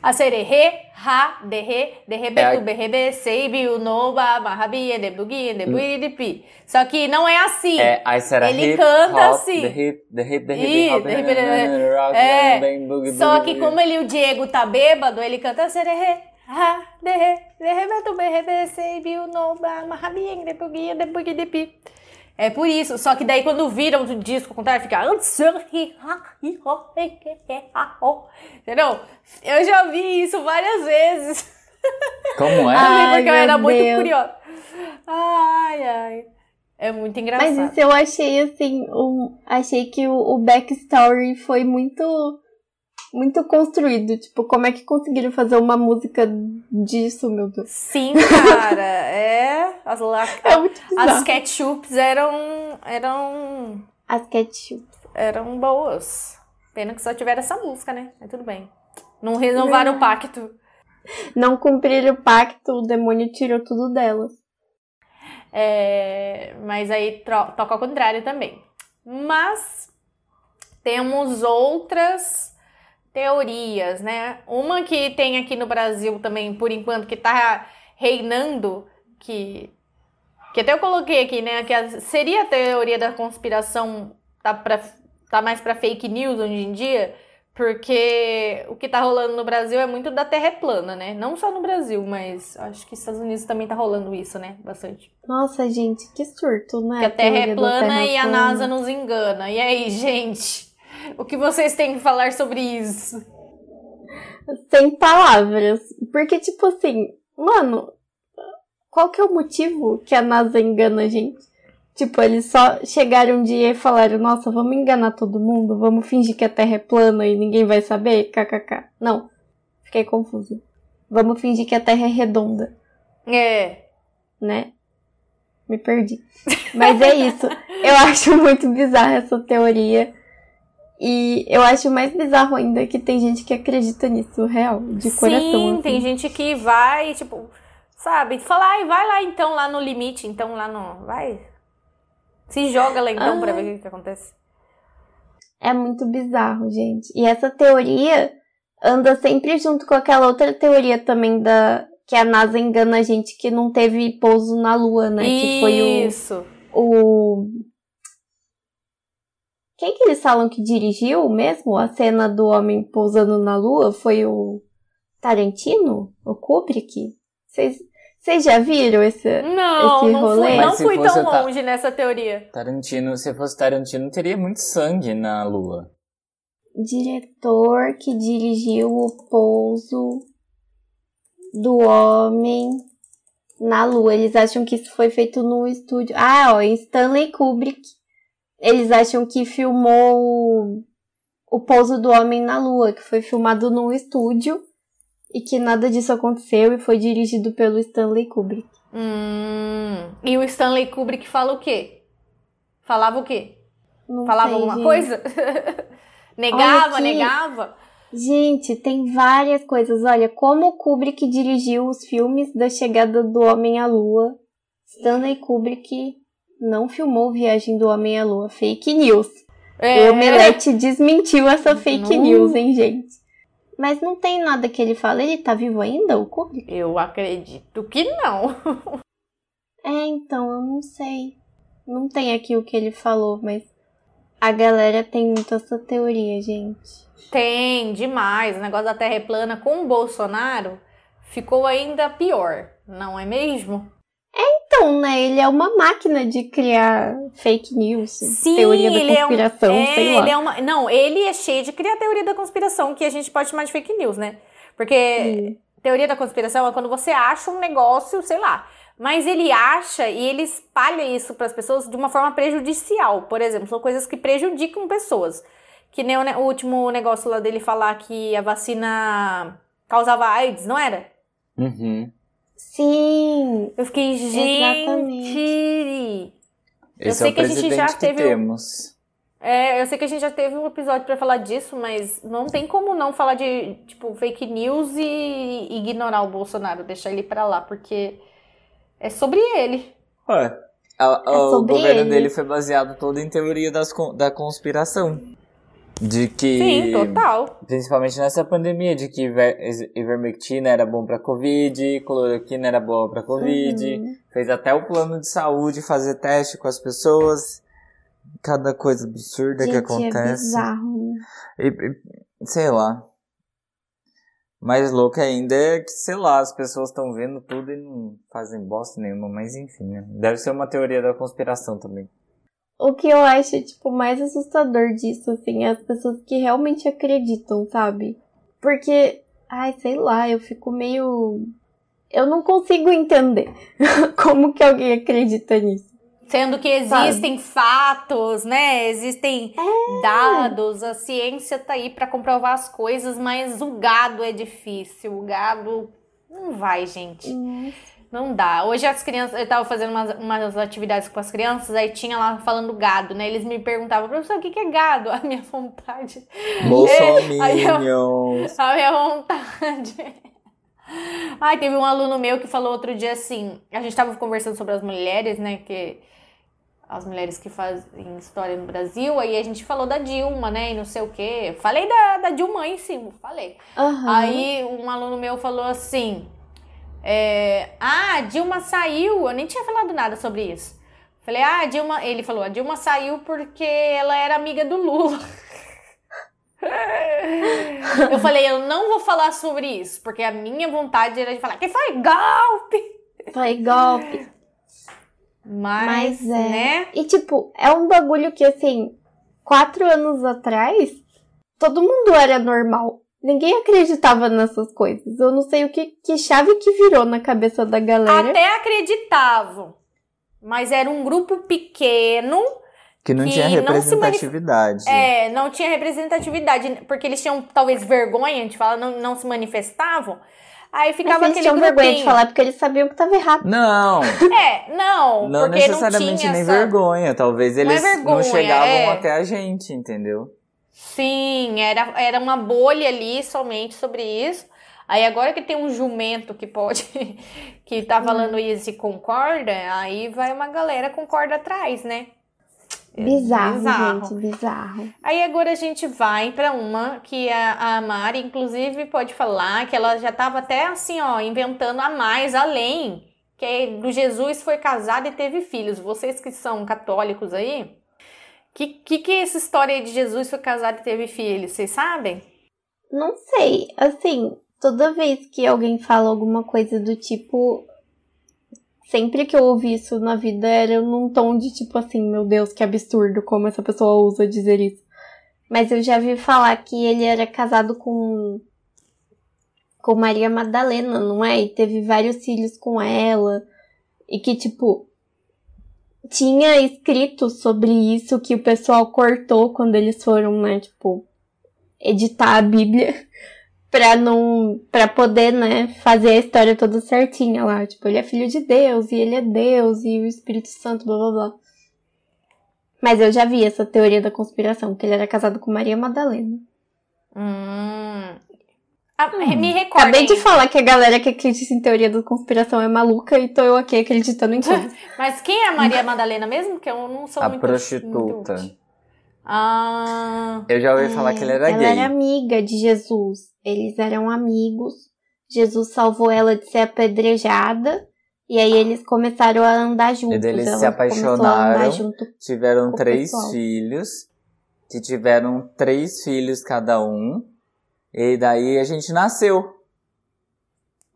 [SPEAKER 1] A sererê, ha, derê,
[SPEAKER 2] É
[SPEAKER 1] derrebetu,
[SPEAKER 2] a-
[SPEAKER 1] berrebe, seibi, unoba, mahabi, endebugi, endebuiripi. Só que não é assim.
[SPEAKER 2] É, aí será
[SPEAKER 1] Ele
[SPEAKER 2] hip,
[SPEAKER 1] canta
[SPEAKER 2] hop,
[SPEAKER 1] assim.
[SPEAKER 2] The hip, the hip, the
[SPEAKER 1] Ih,
[SPEAKER 2] hip, hop,
[SPEAKER 1] the hip, the hip.
[SPEAKER 2] rock,
[SPEAKER 1] É.
[SPEAKER 2] bang, boogie,
[SPEAKER 1] Só
[SPEAKER 2] boogie, boogie.
[SPEAKER 1] que como ele, o Diego tá bêbado, ele canta sererê, ha, derê, derrebetu, berrebe, seibi, unoba, mahabi, endebugi, endebuiripi. É por isso, só que daí quando viram o disco ao contrário, fica. Entendeu? Eu já ouvi isso várias vezes.
[SPEAKER 2] Como é?
[SPEAKER 4] Ah,
[SPEAKER 1] Ai, porque eu
[SPEAKER 4] meu
[SPEAKER 1] era muito
[SPEAKER 4] Deus.
[SPEAKER 1] curiosa. Ai, ai. É muito engraçado.
[SPEAKER 4] Mas isso eu achei assim, um- achei que o, o backstory foi muito muito construído, tipo, como é que conseguiram fazer uma música disso, meu Deus?
[SPEAKER 1] Sim, cara. é. As, la...
[SPEAKER 4] É muito
[SPEAKER 1] as
[SPEAKER 4] bizarro.
[SPEAKER 1] ketchups eram. eram.
[SPEAKER 4] As ketchup.
[SPEAKER 1] eram boas. Pena que só tiveram essa música, né? Mas tudo bem. Não renovaram o pacto.
[SPEAKER 4] Não cumpriram o pacto, o demônio tirou tudo delas.
[SPEAKER 1] É, Mas aí tro- toca ao contrário também. Mas temos outras teorias, né? Uma que tem aqui no Brasil também, por enquanto, que tá reinando, que, que até eu coloquei aqui, né? Que a- seria a teoria da conspiração, tá, pra, tá mais pra fake news hoje em dia, porque o que tá rolando no Brasil é muito da terra é plana, né? Não só no Brasil, mas acho que nos Estados Unidos também tá rolando isso, né? Bastante.
[SPEAKER 4] Nossa, gente, que surto, né?
[SPEAKER 1] Que a Terra é
[SPEAKER 4] teoria da
[SPEAKER 1] plana
[SPEAKER 4] Terra
[SPEAKER 1] e a
[SPEAKER 4] plana.
[SPEAKER 1] NASA nos engana. E aí, gente? O que vocês têm que falar sobre isso?
[SPEAKER 4] Sem palavras. Porque, tipo assim, mano, qual que é o motivo que a NASA engana a gente? Tipo, eles só chegaram um dia e falaram, nossa, vamos enganar todo mundo, vamos fingir que a Terra é plana e ninguém vai saber, kkk. Não, fiquei confusa. Vamos fingir que a Terra é redonda,
[SPEAKER 1] É.
[SPEAKER 4] né? Me perdi. Mas é isso. Eu acho muito bizarra essa teoria. E eu acho mais bizarro ainda que tem gente que acredita nisso, real, de coração.
[SPEAKER 1] Sim,
[SPEAKER 4] assim.
[SPEAKER 1] tem gente que vai, tipo, sabe? Fala, ai, vai lá então, lá no limite, então lá no. Vai. Se joga lá então pra
[SPEAKER 4] Ai.
[SPEAKER 1] ver o que, que acontece.
[SPEAKER 4] É muito bizarro, gente. E essa teoria anda sempre junto com aquela outra teoria também da que a NASA engana a gente que não teve pouso na Lua, né? Que foi
[SPEAKER 1] Isso.
[SPEAKER 4] o, o quem que eles falam que dirigiu mesmo a cena do homem pousando na Lua? Foi o Tarantino, o Kubrick. Vocês vocês já viram esse?
[SPEAKER 1] Não,
[SPEAKER 4] Esse
[SPEAKER 1] não
[SPEAKER 4] rolê.
[SPEAKER 1] fui,
[SPEAKER 4] Mas
[SPEAKER 1] não
[SPEAKER 2] se
[SPEAKER 1] fui
[SPEAKER 2] fosse,
[SPEAKER 1] tão
[SPEAKER 2] eu tá-
[SPEAKER 1] longe nessa teoria.
[SPEAKER 2] Tarantino, se fosse Tarantino, teria muito sangue na lua.
[SPEAKER 4] diretor que dirigiu o pouso do homem na Lua. Eles acham que isso foi feito no estúdio. Ah, ó, em Stanley Kubrick. Eles acham que filmou o, o pouso do homem na Lua, que foi filmado num estúdio e que nada disso aconteceu e foi dirigido pelo Stanley Kubrick.
[SPEAKER 1] Hum. E o Stanley Kubrick fala o quê? Falava o quê?
[SPEAKER 4] Não
[SPEAKER 1] Falava
[SPEAKER 4] sei,
[SPEAKER 1] alguma
[SPEAKER 4] gente.
[SPEAKER 1] coisa? negava,
[SPEAKER 4] aqui.
[SPEAKER 1] negava?
[SPEAKER 4] Gente, tem várias coisas. Olha, como o Kubrick dirigiu os filmes da chegada do Homem à Lua. Stanley Kubrick não filmou Viagem do Homem à Lua. Fake news.
[SPEAKER 1] É,
[SPEAKER 4] O Omelete desmentiu essa fake
[SPEAKER 1] Não.
[SPEAKER 4] news, hein, gente? Mas não tem nada que ele fala. Ele tá vivo ainda, o Kubrick?
[SPEAKER 1] Eu acredito que não.
[SPEAKER 4] É, então, eu não sei. Não tem aqui o que ele falou, mas a galera tem muito essa teoria, gente.
[SPEAKER 1] Tem, demais. O negócio da terra é plana com o Bolsonaro ficou ainda pior, não é mesmo?
[SPEAKER 4] Então, né? Ele é uma máquina de criar fake news,
[SPEAKER 1] Sim,
[SPEAKER 4] teoria da
[SPEAKER 1] ele é um-
[SPEAKER 4] conspiração,
[SPEAKER 1] é,
[SPEAKER 4] sei lá.
[SPEAKER 1] ele é uma. Não, ele é cheio de criar teoria da conspiração, que a gente pode chamar de fake news, né? Porque
[SPEAKER 4] Sim.
[SPEAKER 1] teoria da conspiração é quando você acha um negócio, sei lá. Mas ele acha e ele espalha isso para as pessoas de uma forma prejudicial. Por exemplo, são coisas que prejudicam pessoas. Que nem o, ne- o último negócio lá dele falar que a vacina causava AIDS, não era?
[SPEAKER 2] Uhum.
[SPEAKER 4] Sim.
[SPEAKER 1] Eu fiquei,
[SPEAKER 4] Exatamente.
[SPEAKER 1] gente. Eu
[SPEAKER 2] Esse
[SPEAKER 1] sei
[SPEAKER 2] é o
[SPEAKER 1] que a gente
[SPEAKER 2] presidente
[SPEAKER 1] já
[SPEAKER 2] que
[SPEAKER 1] teve um o-
[SPEAKER 2] temos.
[SPEAKER 1] É, eu sei que a gente já teve um episódio pra falar disso, mas não tem como não falar de, tipo, fake news e ignorar o Bolsonaro, deixar ele pra lá, porque é sobre ele.
[SPEAKER 2] Ué, a- a- o
[SPEAKER 1] É
[SPEAKER 4] sobre
[SPEAKER 2] governo
[SPEAKER 4] ele.
[SPEAKER 2] dele foi baseado todo em teoria das con- da conspiração. De que.
[SPEAKER 1] Sim, total.
[SPEAKER 2] Principalmente nessa pandemia, de que iver- is- ivermectina era bom pra Covid, cloroquina era boa pra Covid.
[SPEAKER 4] Uhum.
[SPEAKER 2] Fez até o plano de saúde fazer teste com as pessoas. Cada coisa absurda
[SPEAKER 4] Gente,
[SPEAKER 2] que
[SPEAKER 4] é
[SPEAKER 2] acontece.
[SPEAKER 4] bizarro, né?
[SPEAKER 2] E- e- sei lá. Mais louco ainda é que, sei lá, as pessoas estão vendo tudo e não fazem bosta nenhuma, mas enfim, né? Deve ser uma teoria da conspiração também.
[SPEAKER 4] O que eu acho, tipo, mais assustador disso, assim, é as pessoas que realmente acreditam, sabe? Porque, ai, sei lá, eu fico meio. Eu não consigo entender como que alguém acredita nisso.
[SPEAKER 1] Sendo que
[SPEAKER 4] Sabe?
[SPEAKER 1] existem fatos, né? Existem dados, a ciência tá aí pra comprovar as coisas, mas o gado é difícil. O gado não vai, gente. Não dá. Hoje as crianças, eu tava fazendo umas, umas atividades com as crianças, aí tinha lá falando gado, né? Eles me perguntavam, professor, o que que é gado? A minha vontade.
[SPEAKER 2] Bolsominions!
[SPEAKER 1] A minha vontade. Ai, teve um aluno meu que falou outro dia assim. A gente tava conversando sobre as mulheres, né? Que. As mulheres que fazem história no Brasil. Aí a gente falou da Dilma, né? E não sei o quê. Falei da, da Dilma em cima, falei.
[SPEAKER 4] Aham.
[SPEAKER 1] Aí um aluno meu falou assim: é, Ah, a Dilma saiu. Eu nem tinha falado nada sobre isso. Falei, ah, a Dilma. Ele falou, a Dilma saiu porque ela era amiga do Lula. Eu falei, eu não vou falar sobre isso, porque a minha vontade era de falar que foi golpe.
[SPEAKER 4] Foi golpe.
[SPEAKER 1] Mas,
[SPEAKER 4] Mas é.
[SPEAKER 1] né?
[SPEAKER 4] E, tipo, é um bagulho que, assim, quatro anos atrás, todo mundo era normal. Ninguém acreditava nessas coisas. Eu não sei o que, que chave que virou na cabeça da galera.
[SPEAKER 1] Até acreditavam. Mas era um grupo pequeno
[SPEAKER 2] Que não
[SPEAKER 1] Que
[SPEAKER 2] tinha
[SPEAKER 1] não se manif-
[SPEAKER 2] representatividade.
[SPEAKER 1] É, não tinha representatividade, porque eles tinham talvez vergonha, a gente fala, não, não se manifestavam. Aí
[SPEAKER 4] Mas
[SPEAKER 1] ficava
[SPEAKER 4] eles
[SPEAKER 1] aquele
[SPEAKER 4] tinham vergonha de
[SPEAKER 1] grupinho.
[SPEAKER 4] falar porque eles sabiam que tava errado.
[SPEAKER 2] Não,
[SPEAKER 1] É, não,
[SPEAKER 2] não
[SPEAKER 1] porque não
[SPEAKER 2] necessariamente
[SPEAKER 1] tinha
[SPEAKER 2] nem
[SPEAKER 1] essa...
[SPEAKER 2] vergonha. Talvez
[SPEAKER 1] Não é
[SPEAKER 2] eles não,
[SPEAKER 1] vergonha,
[SPEAKER 2] chegavam
[SPEAKER 1] é.
[SPEAKER 2] até a gente, entendeu?
[SPEAKER 1] Sim, era, era uma bolha ali somente sobre isso. Aí agora que tem um jumento que pode, que tá
[SPEAKER 4] Hum.
[SPEAKER 1] falando isso e concorda, aí vai uma galera concorda atrás, né? É
[SPEAKER 4] Bizarro,
[SPEAKER 1] bizarro.
[SPEAKER 4] gente, bizarro.
[SPEAKER 1] Aí agora a gente vai pra uma que a, a Mari, inclusive, pode falar que ela já tava até assim, ó, inventando a mais, além. Que é do Jesus foi casado e teve filhos. Vocês que são católicos aí, que que, que é essa história aí de Jesus foi casado e teve filhos? Vocês sabem?
[SPEAKER 4] Não sei, assim, toda vez que alguém fala alguma coisa do tipo. Sempre que eu ouvi isso na vida era num tom de tipo assim, meu Deus, que absurdo, como essa pessoa ousa dizer isso. Mas eu já vi falar que ele era casado com. com Maria Madalena, não é? E teve vários filhos com ela. E que, tipo. Tinha escrito sobre isso que o pessoal cortou quando eles foram, né? Tipo, editar a Bíblia pra não para poder, né, fazer a história toda certinha lá, tipo, ele é filho de Deus e ele é Deus e o Espírito Santo, blá blá blá. Mas eu já vi essa teoria da conspiração, que ele era casado com Maria Madalena.
[SPEAKER 1] Hum. Ah, me recordem.
[SPEAKER 4] Hum, Acabei de falar que a galera que acredita em teoria da conspiração é maluca e tô eu aqui acreditando em tudo.
[SPEAKER 1] Mas quem é a
[SPEAKER 4] Hum.
[SPEAKER 1] Maria Madalena mesmo? Que eu não sou
[SPEAKER 2] a
[SPEAKER 1] muito.
[SPEAKER 2] prostituta.
[SPEAKER 1] muito- Ah.
[SPEAKER 2] Eu já ouvi falar que ele era
[SPEAKER 4] É, ela
[SPEAKER 2] gay.
[SPEAKER 4] era amiga de Jesus. Eles eram amigos. Jesus salvou ela de ser apedrejada. E aí eles começaram a andar juntos.
[SPEAKER 2] eles
[SPEAKER 4] ela
[SPEAKER 2] se
[SPEAKER 4] começou a andar
[SPEAKER 2] apaixonaram.
[SPEAKER 4] junto.
[SPEAKER 2] Tiveram
[SPEAKER 4] com o
[SPEAKER 2] três
[SPEAKER 4] pessoal.
[SPEAKER 2] filhos, que tiveram três filhos cada um. E daí a gente nasceu.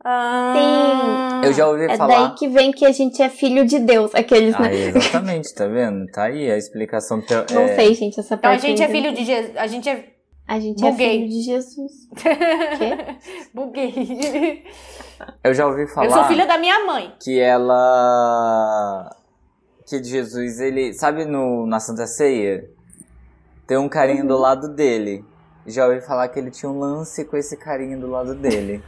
[SPEAKER 1] Ah.
[SPEAKER 2] Eu já ouvi
[SPEAKER 4] É
[SPEAKER 2] falar.
[SPEAKER 4] daí que vem que a gente é filho de Deus. Aqueles, né?
[SPEAKER 2] Aí, exatamente, tá vendo? Tá aí a explicação. teo-
[SPEAKER 4] Não
[SPEAKER 2] é,
[SPEAKER 4] sei, gente, essa
[SPEAKER 1] Então a
[SPEAKER 4] parte.
[SPEAKER 1] gente é
[SPEAKER 4] eu não
[SPEAKER 1] filho
[SPEAKER 4] entendi.
[SPEAKER 1] de Jesus. A gente é.
[SPEAKER 4] A gente é
[SPEAKER 1] Buguei.
[SPEAKER 4] filho de Jesus. Quê?
[SPEAKER 1] Buguei.
[SPEAKER 2] Eu já ouvi falar
[SPEAKER 1] Eu sou filha da minha mãe.
[SPEAKER 2] que ela. Que Jesus, ele. Sabe no, na Santa Ceia? Tem um carinha
[SPEAKER 4] Uhum.
[SPEAKER 2] do lado dele. Já ouvi falar que ele tinha um lance com esse carinha do lado dele.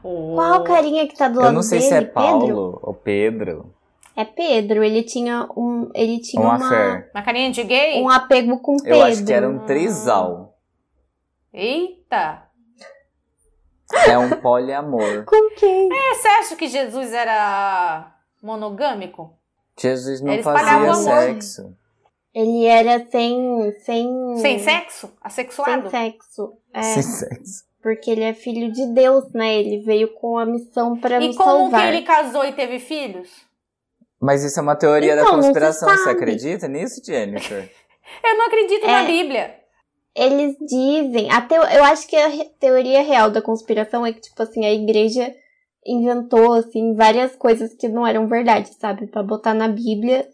[SPEAKER 4] Qual
[SPEAKER 1] é?
[SPEAKER 4] carinha que tá do lado
[SPEAKER 2] Eu não sei
[SPEAKER 4] dele?
[SPEAKER 2] se é
[SPEAKER 4] Pedro?
[SPEAKER 2] Paulo ou Pedro.
[SPEAKER 4] É Pedro. Ele tinha um. Ele tinha
[SPEAKER 2] uma
[SPEAKER 4] uma-
[SPEAKER 2] fé.
[SPEAKER 1] Uma carinha de gay?
[SPEAKER 4] um apego com Pedro.
[SPEAKER 2] Eu acho que era um trisal.
[SPEAKER 1] Eita!
[SPEAKER 2] É um poliamor.
[SPEAKER 4] Com quem?
[SPEAKER 1] É, Você acha que Jesus era monogâmico?
[SPEAKER 2] Jesus não
[SPEAKER 1] Eles
[SPEAKER 2] fazia
[SPEAKER 1] pagavam
[SPEAKER 4] amor.
[SPEAKER 2] sexo.
[SPEAKER 4] Ele era sem. sem.
[SPEAKER 1] Sem sexo? Assexuado?
[SPEAKER 4] Hum. sem sexo. É,
[SPEAKER 2] Sem sexo.
[SPEAKER 4] porque ele é filho de Deus, né? Ele veio com a missão pra
[SPEAKER 1] E
[SPEAKER 4] nos
[SPEAKER 1] como que
[SPEAKER 4] salvar.
[SPEAKER 1] ele casou e teve filhos?
[SPEAKER 2] Mas isso é uma teoria
[SPEAKER 4] Então,
[SPEAKER 2] da
[SPEAKER 4] não se
[SPEAKER 2] conspiração. Você
[SPEAKER 4] sabe.
[SPEAKER 2] acredita nisso, Jennifer?
[SPEAKER 1] Eu não acredito na
[SPEAKER 4] É.
[SPEAKER 1] Bíblia.
[SPEAKER 4] Eles dizem. A teo- Eu acho que a re- teoria real da conspiração é que, tipo assim, a igreja inventou, assim, várias coisas que não eram verdade, sabe? Pra botar na Bíblia,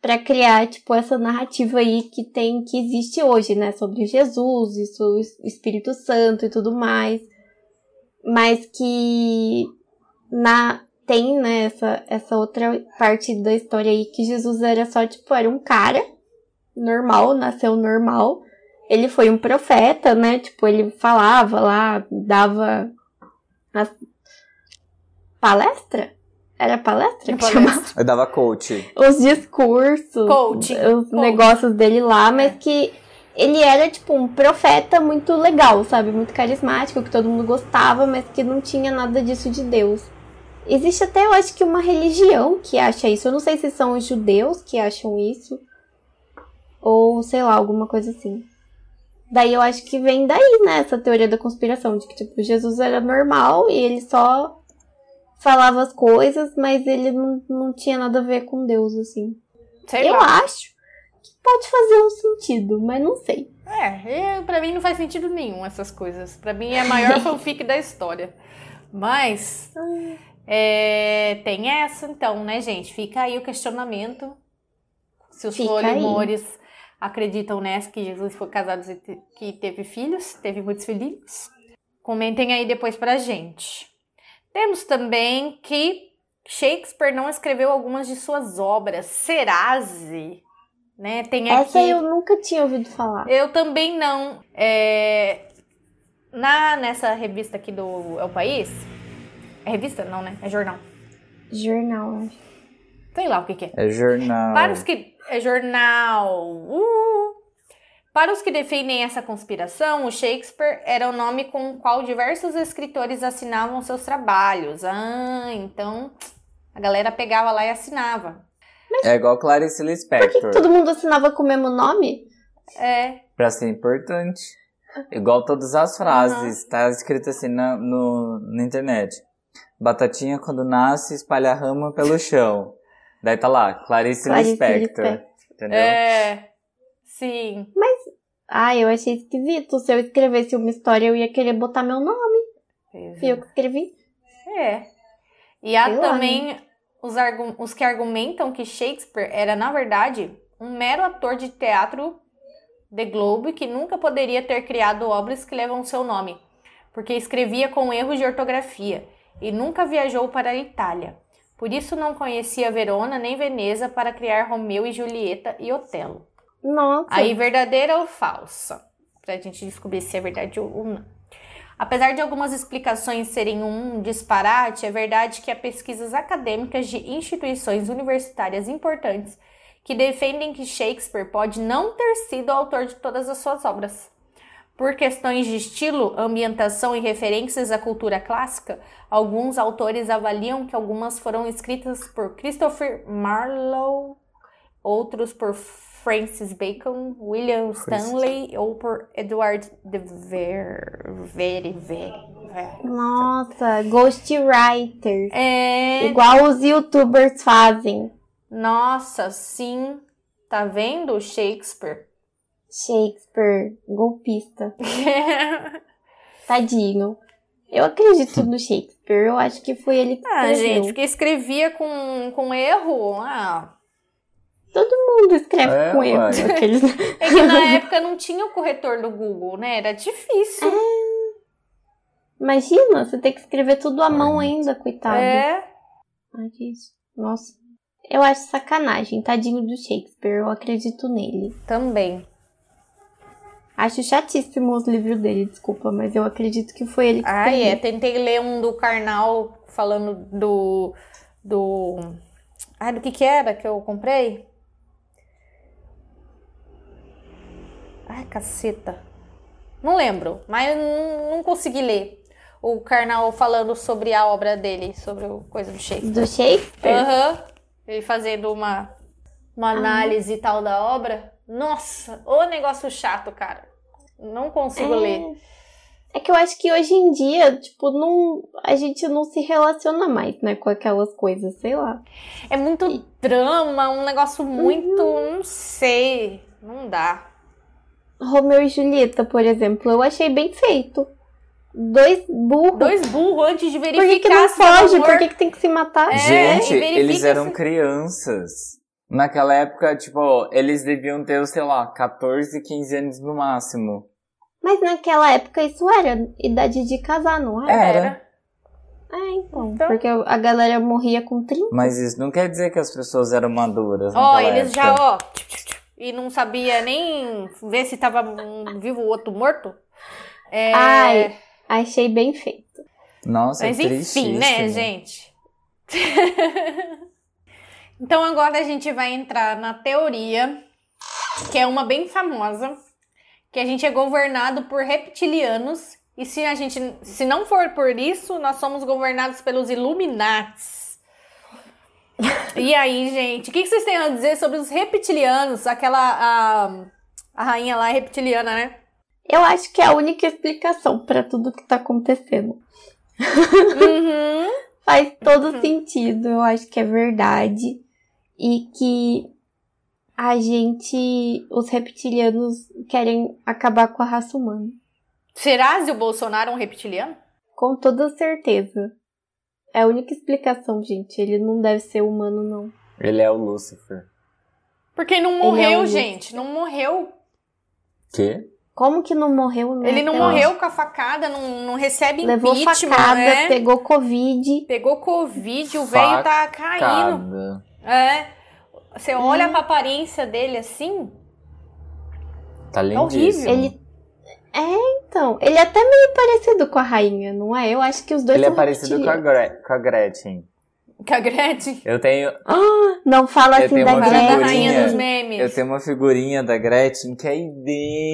[SPEAKER 4] pra criar, tipo, essa narrativa aí que tem, que existe hoje, né? Sobre Jesus, isso, o Espírito Santo e tudo mais. Mas que na tem, né, essa, essa outra parte da história aí que Jesus era só, tipo, era um cara normal, nasceu normal ele foi um profeta, né? Tipo, ele falava lá, dava as- palestra? Era palestra? Que
[SPEAKER 1] Palestra.
[SPEAKER 4] chamava?
[SPEAKER 2] Eu dava coach.
[SPEAKER 4] Os discursos,
[SPEAKER 1] Coaching,
[SPEAKER 4] os
[SPEAKER 1] coaching.
[SPEAKER 4] negócios dele lá, mas que ele era tipo um profeta muito legal, sabe? Muito carismático, que todo mundo gostava, mas que não tinha nada disso de Deus. Existe até, eu acho que uma religião que acha isso. Eu não sei se são os judeus que acham isso. Ou, sei lá, alguma coisa assim. Daí eu acho que vem daí, né, essa teoria da conspiração, de que, tipo, Jesus era normal e ele só falava as coisas, mas ele não, não tinha nada a ver com Deus, assim.
[SPEAKER 1] Sei
[SPEAKER 4] eu
[SPEAKER 1] lá.
[SPEAKER 4] acho que pode fazer um sentido, mas não sei.
[SPEAKER 1] É, eu, pra mim não faz sentido nenhum essas coisas. Pra mim é a maior fanfic da história. Mas é, tem essa então, né, gente? Fica aí o questionamento. Se os
[SPEAKER 4] Fica
[SPEAKER 1] polimores acreditam nessa que Jesus foi casado e te- que teve filhos, teve muitos filhinhos. Comentem aí depois pra gente. Temos também que Shakespeare não escreveu algumas de suas obras. Serase, né? Tem aqui...
[SPEAKER 4] Essa eu nunca tinha ouvido falar.
[SPEAKER 1] Eu também não. É, na nessa revista aqui do É o País. É revista? Não, né? É jornal.
[SPEAKER 4] Jornal, né? eu acho.
[SPEAKER 1] Sei lá o que, que é.
[SPEAKER 2] É jornal.
[SPEAKER 1] Para os que. É jornal. Uh! Para os que defendem essa conspiração, o Shakespeare era o nome com o qual diversos escritores assinavam seus trabalhos. Ah, então a galera pegava lá e assinava.
[SPEAKER 2] É igual Clarice Lispector.
[SPEAKER 4] Por que, que todo mundo assinava com o mesmo nome?
[SPEAKER 1] É,
[SPEAKER 2] Pra ser importante. Igual todas as frases, tá escrito assim na, no, na internet. Batatinha quando nasce espalha rama pelo chão. Daí tá lá, Clarice,
[SPEAKER 4] Clarice
[SPEAKER 2] Lispector.
[SPEAKER 4] Lispector.
[SPEAKER 2] Entendeu?
[SPEAKER 1] é. Sim.
[SPEAKER 4] Ah, eu achei esquisito. Se eu escrevesse uma história, eu ia querer botar meu nome. E eu que escrevi.
[SPEAKER 1] É. E há
[SPEAKER 4] Sei lá,
[SPEAKER 1] também os, argu- os que argumentam que Shakespeare era, na verdade, um mero ator de teatro de Globo que nunca poderia ter criado obras que levam seu nome, porque escrevia com erros de ortografia e nunca viajou para a Itália. Por isso não conhecia Verona nem Veneza para criar Romeu e Julieta e Otelo.
[SPEAKER 4] Nossa.
[SPEAKER 1] Aí, verdadeira ou falsa? Pra gente descobrir se é verdade ou ou não. Apesar de algumas explicações serem um disparate, é verdade que há pesquisas acadêmicas de instituições universitárias importantes que defendem que Shakespeare pode não ter sido o autor de todas as suas obras. Por questões de estilo, ambientação e referências à cultura clássica, alguns autores avaliam que algumas foram escritas por Christopher Marlowe, outros por Francis Bacon, William
[SPEAKER 2] Francis.
[SPEAKER 1] Stanley ou por Edward de Ver... Vere, Vere, Vere.
[SPEAKER 4] Nossa, ghostwriters.
[SPEAKER 1] É,
[SPEAKER 4] Igual os youtubers fazem.
[SPEAKER 1] nossa, sim. Tá vendo Shakespeare?
[SPEAKER 4] Shakespeare, golpista. Tadinho. Eu acredito no Shakespeare. Eu acho que foi ele que
[SPEAKER 1] Ah,
[SPEAKER 4] escreveu.
[SPEAKER 1] gente, porque escrevia com, com erro. Ah,
[SPEAKER 4] Todo mundo escreve
[SPEAKER 2] É,
[SPEAKER 4] com erro.
[SPEAKER 2] uai.
[SPEAKER 4] Aqueles...
[SPEAKER 1] é que na época não tinha o corretor do Google, né? Era difícil.
[SPEAKER 4] Imagina, você tem que escrever tudo à mão ainda, coitado.
[SPEAKER 1] É.
[SPEAKER 4] Ai, que isso. Nossa. Eu acho sacanagem. Tadinho do Shakespeare. Eu acredito nele.
[SPEAKER 1] Também.
[SPEAKER 4] Acho chatíssimo os livros dele, desculpa, mas eu acredito que foi ele que
[SPEAKER 1] Ah,
[SPEAKER 4] escreveu.
[SPEAKER 1] é. Tentei ler um do Karnal falando do. Do. Ah, do que que era que eu comprei? Ai, caceta. Não lembro, mas não, não consegui ler. O Karnal falando sobre a obra dele, sobre o coisa do Shakespeare.
[SPEAKER 4] Do Shakespeare? Ah.
[SPEAKER 1] Aham. Ele fazendo uma, uma análise e tal da obra. Nossa, ô negócio chato, cara. Não consigo
[SPEAKER 4] É.
[SPEAKER 1] ler.
[SPEAKER 4] É que eu acho que hoje em dia, tipo, não, a gente não se relaciona mais, né, com aquelas coisas, sei lá.
[SPEAKER 1] É muito drama, um negócio muito.
[SPEAKER 4] Uhum.
[SPEAKER 1] Não sei. Não dá.
[SPEAKER 4] Romeu e Julieta, por exemplo, eu achei bem feito. Dois burros.
[SPEAKER 1] Dois burros antes de
[SPEAKER 4] Por
[SPEAKER 1] verificar
[SPEAKER 4] que, que não
[SPEAKER 1] se era
[SPEAKER 4] foge?
[SPEAKER 1] amor.
[SPEAKER 4] Por que, que tem que se matar?
[SPEAKER 1] É,
[SPEAKER 2] Gente,
[SPEAKER 1] e verifica
[SPEAKER 2] eles eram
[SPEAKER 1] se-
[SPEAKER 2] crianças. Naquela época, tipo, eles deviam ter, sei lá, 14, 15 anos no máximo.
[SPEAKER 4] Mas naquela época isso era idade de casar, não era?
[SPEAKER 2] É.
[SPEAKER 1] Era.
[SPEAKER 4] É, então.
[SPEAKER 1] Então.
[SPEAKER 4] Porque a galera morria com 30.
[SPEAKER 2] Mas isso não quer dizer que as pessoas eram maduras.
[SPEAKER 1] Ó,
[SPEAKER 2] naquela
[SPEAKER 1] eles
[SPEAKER 2] época.
[SPEAKER 1] já, ó. tch, tch, tch, E não sabia nem ver se tava um vivo o outro morto. É,
[SPEAKER 4] Ai, achei bem feito.
[SPEAKER 2] Nossa,
[SPEAKER 1] mas
[SPEAKER 2] é
[SPEAKER 1] enfim, né,
[SPEAKER 2] tristíssimo.
[SPEAKER 1] gente? então agora a gente vai entrar na teoria, que é uma bem famosa, que a gente é governado por reptilianos. E se a gente, se não for por isso, nós somos governados pelos Illuminatis. E aí, gente, o que que vocês têm a dizer sobre os reptilianos? Aquela a, a rainha lá é reptiliana, né?
[SPEAKER 4] Eu acho que é a única explicação pra tudo que tá acontecendo.
[SPEAKER 1] Uhum.
[SPEAKER 4] Faz todo
[SPEAKER 1] Uhum.
[SPEAKER 4] sentido, eu acho que é verdade. E que a gente, os reptilianos, querem acabar com a raça humana.
[SPEAKER 1] Será se o Bolsonaro é um reptiliano?
[SPEAKER 4] Com toda certeza. É a única explicação, gente. Ele não deve ser humano, não.
[SPEAKER 2] Ele é o Lúcifer.
[SPEAKER 1] Porque não
[SPEAKER 4] é
[SPEAKER 1] morreu,
[SPEAKER 4] um-
[SPEAKER 1] gente. Não morreu.
[SPEAKER 2] Quê?
[SPEAKER 4] Como que não morreu, né?
[SPEAKER 1] Ele não
[SPEAKER 4] Sei lá.
[SPEAKER 1] morreu com a facada, não, não recebe
[SPEAKER 4] Levou
[SPEAKER 1] impeachment,
[SPEAKER 4] facada,
[SPEAKER 1] né?
[SPEAKER 4] pegou covid.
[SPEAKER 1] Pegou Covid, o velho tá caindo.
[SPEAKER 2] Cada.
[SPEAKER 1] É. Você
[SPEAKER 4] Hum.
[SPEAKER 1] olha pra aparência dele assim.
[SPEAKER 2] Tá
[SPEAKER 1] horrível.
[SPEAKER 2] lindíssimo.
[SPEAKER 4] Ele. É, então. Ele é até meio parecido com a rainha, não é? Eu acho que os dois
[SPEAKER 2] Ele é
[SPEAKER 4] são
[SPEAKER 2] parecido com a,
[SPEAKER 4] reptilianos.
[SPEAKER 2] Gre- com a Gretchen.
[SPEAKER 1] Com a Gretchen.
[SPEAKER 2] Eu tenho,
[SPEAKER 4] Ah, não fala
[SPEAKER 2] Eu
[SPEAKER 4] assim
[SPEAKER 2] tenho
[SPEAKER 4] da
[SPEAKER 2] uma
[SPEAKER 1] Fala da rainha
[SPEAKER 2] figurinha.
[SPEAKER 1] dos
[SPEAKER 4] Gretchen.
[SPEAKER 2] eu
[SPEAKER 1] memes.
[SPEAKER 2] tenho uma figurinha da Gretchen que é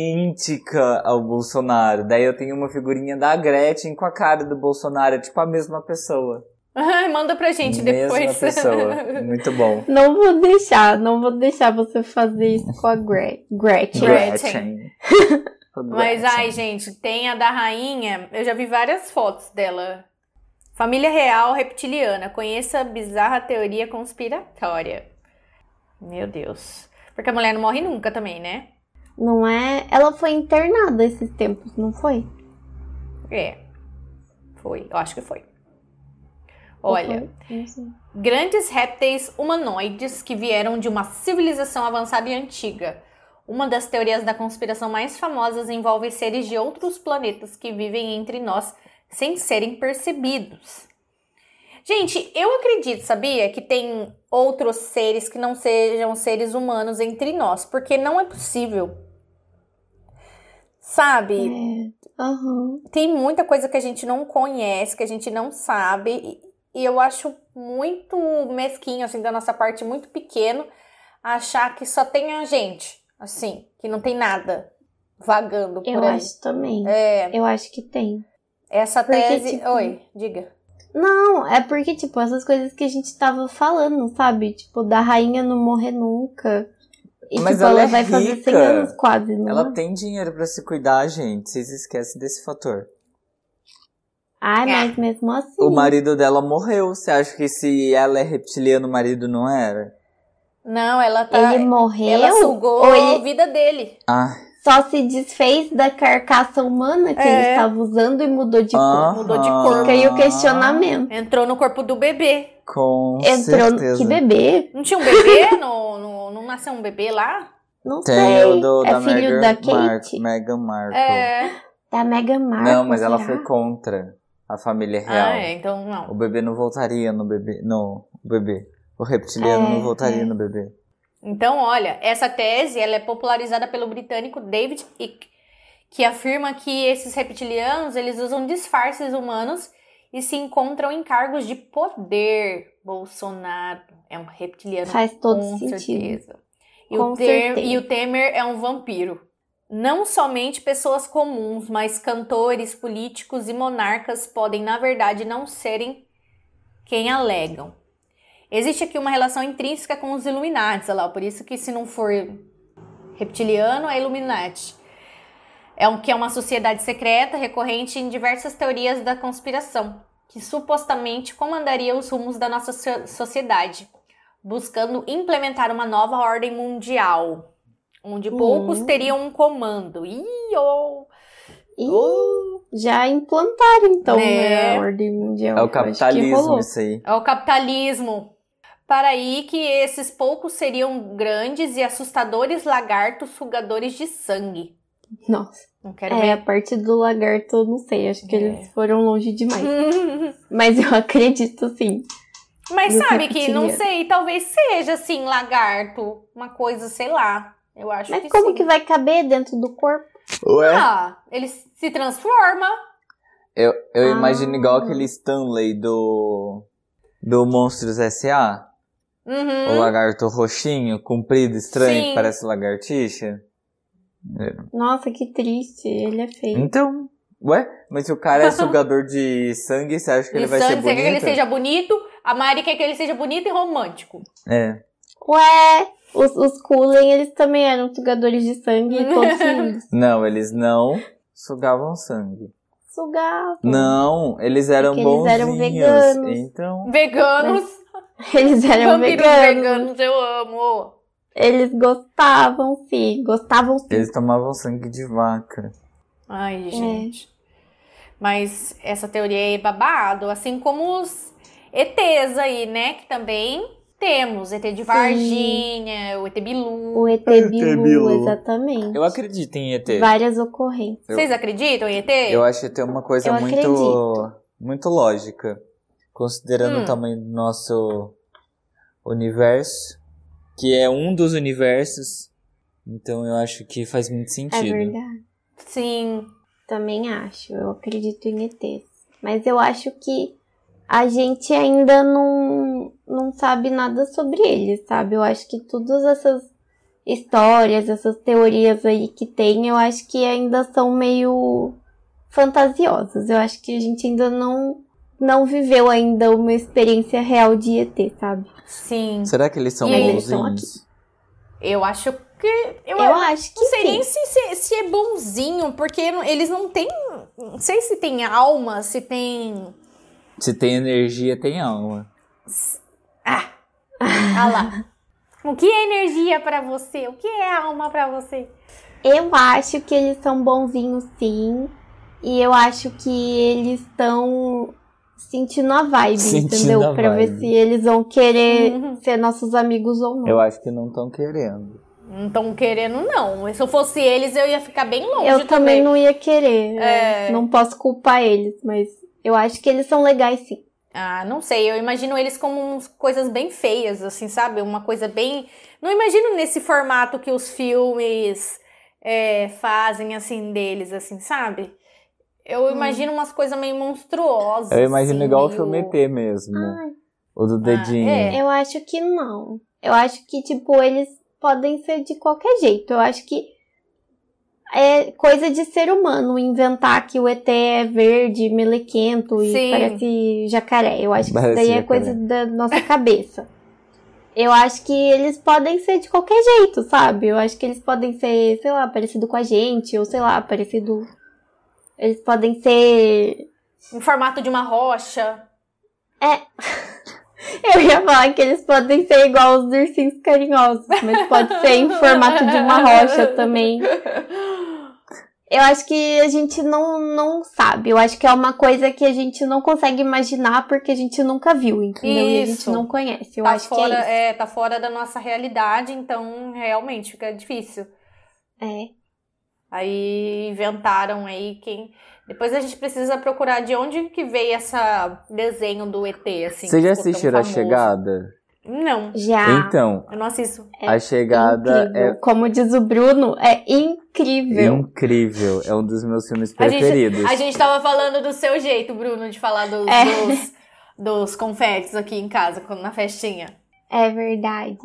[SPEAKER 2] idêntica ao Bolsonaro. Daí eu tenho uma figurinha da Gretchen com a cara do Bolsonaro. É tipo a mesma pessoa.
[SPEAKER 1] Ai, Manda pra gente
[SPEAKER 2] mesma
[SPEAKER 1] depois.
[SPEAKER 2] pessoa. Muito bom.
[SPEAKER 4] Não vou deixar, não vou deixar você fazer isso com a Gre- Gretchen.
[SPEAKER 1] Gre-
[SPEAKER 2] Gretchen.
[SPEAKER 1] Mas, ai, gente, tem a da rainha. Eu já vi várias fotos dela. Família real reptiliana. Conheça a bizarra teoria conspiratória. Meu Deus. Porque a mulher não morre nunca também, né?
[SPEAKER 4] Não é? Ela foi internada esses tempos, não foi?
[SPEAKER 1] É. Foi. Eu acho que foi.
[SPEAKER 4] Ou
[SPEAKER 1] Olha,
[SPEAKER 4] foi? Não sei.
[SPEAKER 1] Grandes répteis humanoides que vieram de uma civilização avançada e antiga. Uma das teorias da conspiração mais famosas envolve seres de outros planetas que vivem entre nós sem serem percebidos. Gente, eu acredito, sabia, que tem outros seres que não sejam seres humanos entre nós, porque não é possível. Sabe?
[SPEAKER 4] É. Aham.
[SPEAKER 1] tem muita coisa que a gente não conhece, que a gente não sabe, e e eu acho muito mesquinho, assim, da nossa parte, muito pequeno, achar que só tem a gente, assim, que não tem nada vagando
[SPEAKER 4] Eu
[SPEAKER 1] por aí.
[SPEAKER 4] acho também.
[SPEAKER 1] É,
[SPEAKER 4] Eu acho que tem.
[SPEAKER 1] essa
[SPEAKER 4] Porque,
[SPEAKER 1] tese.
[SPEAKER 4] tipo,
[SPEAKER 1] Oi, diga.
[SPEAKER 4] Não, é porque, tipo, essas coisas que a gente tava falando, sabe? Tipo, da rainha não morrer nunca. E,
[SPEAKER 2] Mas
[SPEAKER 4] tipo,
[SPEAKER 2] ela
[SPEAKER 4] ela,
[SPEAKER 2] é
[SPEAKER 4] vai fazer 100
[SPEAKER 2] rica.
[SPEAKER 4] anos quase, não é?
[SPEAKER 2] Ela tem dinheiro pra se cuidar, gente. Vocês esquecem desse fator.
[SPEAKER 4] Ai,
[SPEAKER 1] É.
[SPEAKER 4] mas mesmo assim.
[SPEAKER 2] O marido dela morreu. Você acha que se ela é reptiliana, o marido não era?
[SPEAKER 1] Não, ela tá.
[SPEAKER 4] Ele morreu?
[SPEAKER 1] ela sugou
[SPEAKER 4] Ou
[SPEAKER 1] a
[SPEAKER 4] ele
[SPEAKER 1] vida dele.
[SPEAKER 2] Ah,
[SPEAKER 4] só se desfez da carcaça humana que
[SPEAKER 1] É.
[SPEAKER 4] ele estava usando e mudou de
[SPEAKER 2] ah,
[SPEAKER 4] cor?
[SPEAKER 1] Tipo, mudou de cor.
[SPEAKER 4] Fica aí o questionamento.
[SPEAKER 1] Entrou no corpo do bebê.
[SPEAKER 2] Com
[SPEAKER 4] Entrou.
[SPEAKER 2] certeza.
[SPEAKER 4] Que bebê?
[SPEAKER 1] Não tinha um bebê? no, no- não nasceu um bebê lá?
[SPEAKER 4] Não
[SPEAKER 2] Tem
[SPEAKER 4] sei.
[SPEAKER 2] o do,
[SPEAKER 4] é
[SPEAKER 2] da
[SPEAKER 4] filho
[SPEAKER 2] Meghan
[SPEAKER 4] da Kate?
[SPEAKER 2] Mar- Meghan Markle.
[SPEAKER 1] É.
[SPEAKER 4] Da Meghan Markle.
[SPEAKER 2] Não, mas ela
[SPEAKER 4] será?
[SPEAKER 2] foi contra a família real.
[SPEAKER 1] Ah, é, então
[SPEAKER 2] O
[SPEAKER 1] não.
[SPEAKER 2] bebê não voltaria no bebê. Não, o bebê. O reptiliano
[SPEAKER 4] É,
[SPEAKER 2] não voltaria
[SPEAKER 4] é.
[SPEAKER 2] no bebê.
[SPEAKER 1] Então, olha, essa tese ela é popularizada pelo britânico David Icke, que afirma que esses reptilianos eles usam disfarces humanos e se encontram em cargos de poder. Bolsonaro é um reptiliano
[SPEAKER 4] Faz todo
[SPEAKER 1] com
[SPEAKER 4] sentido.
[SPEAKER 1] certeza. E,
[SPEAKER 4] Com
[SPEAKER 1] o Ter-
[SPEAKER 4] certeza.
[SPEAKER 1] e o Temer é um vampiro. Não somente pessoas comuns, mas cantores, políticos e monarcas podem, na verdade, não serem quem alegam. Existe aqui uma relação intrínseca com os Illuminati, olha lá, por isso que se não for reptiliano a Illuminati. É um, que é uma sociedade secreta recorrente em diversas teorias da conspiração, que supostamente comandaria os rumos da nossa so- sociedade, buscando implementar uma nova ordem mundial, onde
[SPEAKER 4] Hum.
[SPEAKER 1] poucos teriam um comando. Ih, oh,
[SPEAKER 4] E
[SPEAKER 1] oh.
[SPEAKER 4] já implantaram, então,
[SPEAKER 1] Né?
[SPEAKER 4] né, a ordem mundial.
[SPEAKER 2] É
[SPEAKER 4] Eu
[SPEAKER 2] o
[SPEAKER 4] acho que rolou.
[SPEAKER 2] capitalismo isso aí.
[SPEAKER 1] É o capitalismo. Para aí que esses poucos seriam grandes e assustadores lagartos sugadores de sangue.
[SPEAKER 4] Nossa.
[SPEAKER 1] Não quero
[SPEAKER 4] É, a
[SPEAKER 1] ver.
[SPEAKER 4] parte do lagarto, eu não sei. Acho que
[SPEAKER 1] É. Uhum.
[SPEAKER 4] eles foram longe demais. Mas eu acredito, sim.
[SPEAKER 1] Mas
[SPEAKER 4] E o
[SPEAKER 1] sabe que não
[SPEAKER 4] reptiliano?
[SPEAKER 1] sei, talvez seja assim, lagarto, uma coisa, sei lá. Eu acho
[SPEAKER 4] Mas
[SPEAKER 1] que
[SPEAKER 4] como
[SPEAKER 1] sim.
[SPEAKER 4] que vai caber dentro do corpo?
[SPEAKER 2] Ué?
[SPEAKER 1] Ah, ele se transforma.
[SPEAKER 2] Eu, eu
[SPEAKER 4] Ah.
[SPEAKER 2] imagino igual aquele Stanley do. Do Monstros S.A. O
[SPEAKER 1] Uhum.
[SPEAKER 2] lagarto roxinho, comprido, estranho,
[SPEAKER 1] Sim.
[SPEAKER 2] que parece lagartixa.
[SPEAKER 4] Nossa, que triste. Ele é
[SPEAKER 1] Hum.
[SPEAKER 4] feio.
[SPEAKER 2] Então, ué? Mas se o cara é sugador de sangue, você acha que ele
[SPEAKER 1] De
[SPEAKER 2] vai
[SPEAKER 1] sangue,
[SPEAKER 2] ser
[SPEAKER 1] você quer
[SPEAKER 2] bonito?
[SPEAKER 1] que ele seja bonito. A Mari quer que ele seja bonito e romântico.
[SPEAKER 2] É.
[SPEAKER 4] Ué, os, os Cullen, eles também eram sugadores de sangue e todos eles
[SPEAKER 2] Não, eles não sugavam sangue.
[SPEAKER 4] sugavam.
[SPEAKER 1] Hum.
[SPEAKER 2] Não, eles
[SPEAKER 1] É
[SPEAKER 2] eram
[SPEAKER 4] Porque eles eram
[SPEAKER 2] bonzinhos.
[SPEAKER 4] veganos.
[SPEAKER 2] Então,
[SPEAKER 1] Veganos,
[SPEAKER 4] Eles eram
[SPEAKER 1] vampiros
[SPEAKER 4] veganos.
[SPEAKER 1] veganos. eu amo.
[SPEAKER 4] Eles gostavam, sim. Gostavam, sim.
[SPEAKER 2] eles tomavam sangue de vaca.
[SPEAKER 1] Ai,
[SPEAKER 4] É.
[SPEAKER 1] gente. Mas essa teoria é babado, assim como os ETs aí, né? Que também temos. ET de Varginha, o ET Bilu.
[SPEAKER 4] O ET Bilu, exatamente.
[SPEAKER 2] Eu acredito em ET.
[SPEAKER 4] Várias ocorrências.
[SPEAKER 2] Eu-
[SPEAKER 1] Vocês acreditam em ET?
[SPEAKER 2] Eu acho que tem uma coisa
[SPEAKER 4] Eu
[SPEAKER 2] muito,
[SPEAKER 4] acredito.
[SPEAKER 2] muito lógica, considerando
[SPEAKER 1] Hum.
[SPEAKER 2] o tamanho do nosso universo, que é um dos universos. Então eu acho que faz muito
[SPEAKER 4] É
[SPEAKER 2] sentido.
[SPEAKER 4] verdade.
[SPEAKER 1] Sim.
[SPEAKER 4] Também acho. Eu acredito em ETs. Mas eu acho que a gente ainda não, não sabe nada sobre eles, sabe? Eu acho que todas essas histórias, essas teorias aí que tem, eu acho que ainda são meio fantasiosas. Eu acho que a gente ainda não, não viveu ainda uma experiência real de ET, sabe?
[SPEAKER 1] Sim.
[SPEAKER 2] Será que eles são
[SPEAKER 1] E
[SPEAKER 4] eles estão
[SPEAKER 2] bonzinhos?
[SPEAKER 1] Eu acho que. Eu,
[SPEAKER 4] Eu acho que
[SPEAKER 1] não sei
[SPEAKER 4] sim.
[SPEAKER 1] nem se, se, se é bonzinho, porque não- eles não têm. Não sei se tem alma, se tem.
[SPEAKER 2] Se tem energia, tem alma.
[SPEAKER 1] Ah! Ah lá. O que é energia pra você? O que é alma pra você?
[SPEAKER 4] Eu acho que eles são bonzinhos, sim. E eu acho que eles estão sentindo a vibe,
[SPEAKER 2] Sentindo
[SPEAKER 4] entendeu?
[SPEAKER 2] a
[SPEAKER 4] Pra ver
[SPEAKER 2] vibe.
[SPEAKER 4] se eles vão querer
[SPEAKER 1] Uhum.
[SPEAKER 4] ser nossos amigos ou não.
[SPEAKER 2] Eu acho que não estão querendo.
[SPEAKER 1] Não estão querendo, não. Se eu fosse eles, eu ia ficar bem longe.
[SPEAKER 4] Eu também não ia querer. eu
[SPEAKER 1] É.
[SPEAKER 4] Não posso culpar eles, mas eu acho que eles são legais, sim.
[SPEAKER 1] Ah, não sei. Eu imagino eles como uns coisas bem feias, assim, sabe? Uma coisa bem. Não imagino nesse formato que os filmes é, fazem, assim, deles, assim, sabe? Eu imagino umas coisas meio monstruosas.
[SPEAKER 2] Hum. Eu imagino
[SPEAKER 1] assim,
[SPEAKER 2] igual o
[SPEAKER 1] meio-
[SPEAKER 2] filme ET mesmo.
[SPEAKER 4] Ai,
[SPEAKER 2] O do dedinho.
[SPEAKER 1] é.
[SPEAKER 4] eu acho que não. Eu acho que, tipo, eles podem ser de qualquer jeito. Eu acho que é coisa de ser humano inventar que o ET é verde, melequento e
[SPEAKER 1] Sim.
[SPEAKER 4] parece jacaré. Eu acho que
[SPEAKER 2] Parece
[SPEAKER 4] isso daí é
[SPEAKER 2] jacaré.
[SPEAKER 4] coisa da nossa cabeça. Eu acho que eles podem ser de qualquer jeito, sabe? Eu acho que eles podem ser, sei lá, parecido com a gente, ou sei lá, parecido. Eles podem ser
[SPEAKER 1] Em formato de uma rocha.
[SPEAKER 4] Eu ia falar que eles podem ser igual os ursinhos carinhosos, mas pode ser em formato de uma rocha também. Eu acho que a gente não, não sabe. Eu acho que é uma coisa que a gente não consegue imaginar porque a gente nunca viu, entendeu? E a gente
[SPEAKER 1] Isso.
[SPEAKER 4] não conhece. Eu
[SPEAKER 1] tá
[SPEAKER 4] acho
[SPEAKER 1] fora,
[SPEAKER 4] que é,
[SPEAKER 1] é, tá fora da nossa realidade, então realmente fica difícil. é
[SPEAKER 4] isso.
[SPEAKER 1] Aí inventaram aí quem. Depois a gente precisa procurar de onde que veio essa desenho do ET, assim.
[SPEAKER 2] Vocês já
[SPEAKER 1] que ficou tão
[SPEAKER 2] assistiram A
[SPEAKER 1] famoso.
[SPEAKER 2] Chegada?
[SPEAKER 1] Não,
[SPEAKER 4] É. Já.
[SPEAKER 2] Então,
[SPEAKER 1] eu não assisto.
[SPEAKER 4] É
[SPEAKER 2] A Chegada
[SPEAKER 4] incrível. Como diz o Bruno, é
[SPEAKER 2] é
[SPEAKER 4] incrível.
[SPEAKER 2] incrível. É um dos meus filmes
[SPEAKER 1] A gente-
[SPEAKER 2] preferidos.
[SPEAKER 1] A gente tava falando do seu jeito, Bruno, de falar dos,
[SPEAKER 4] É.
[SPEAKER 1] dos, dos confetes aqui em casa, quando na festinha.
[SPEAKER 4] É verdade.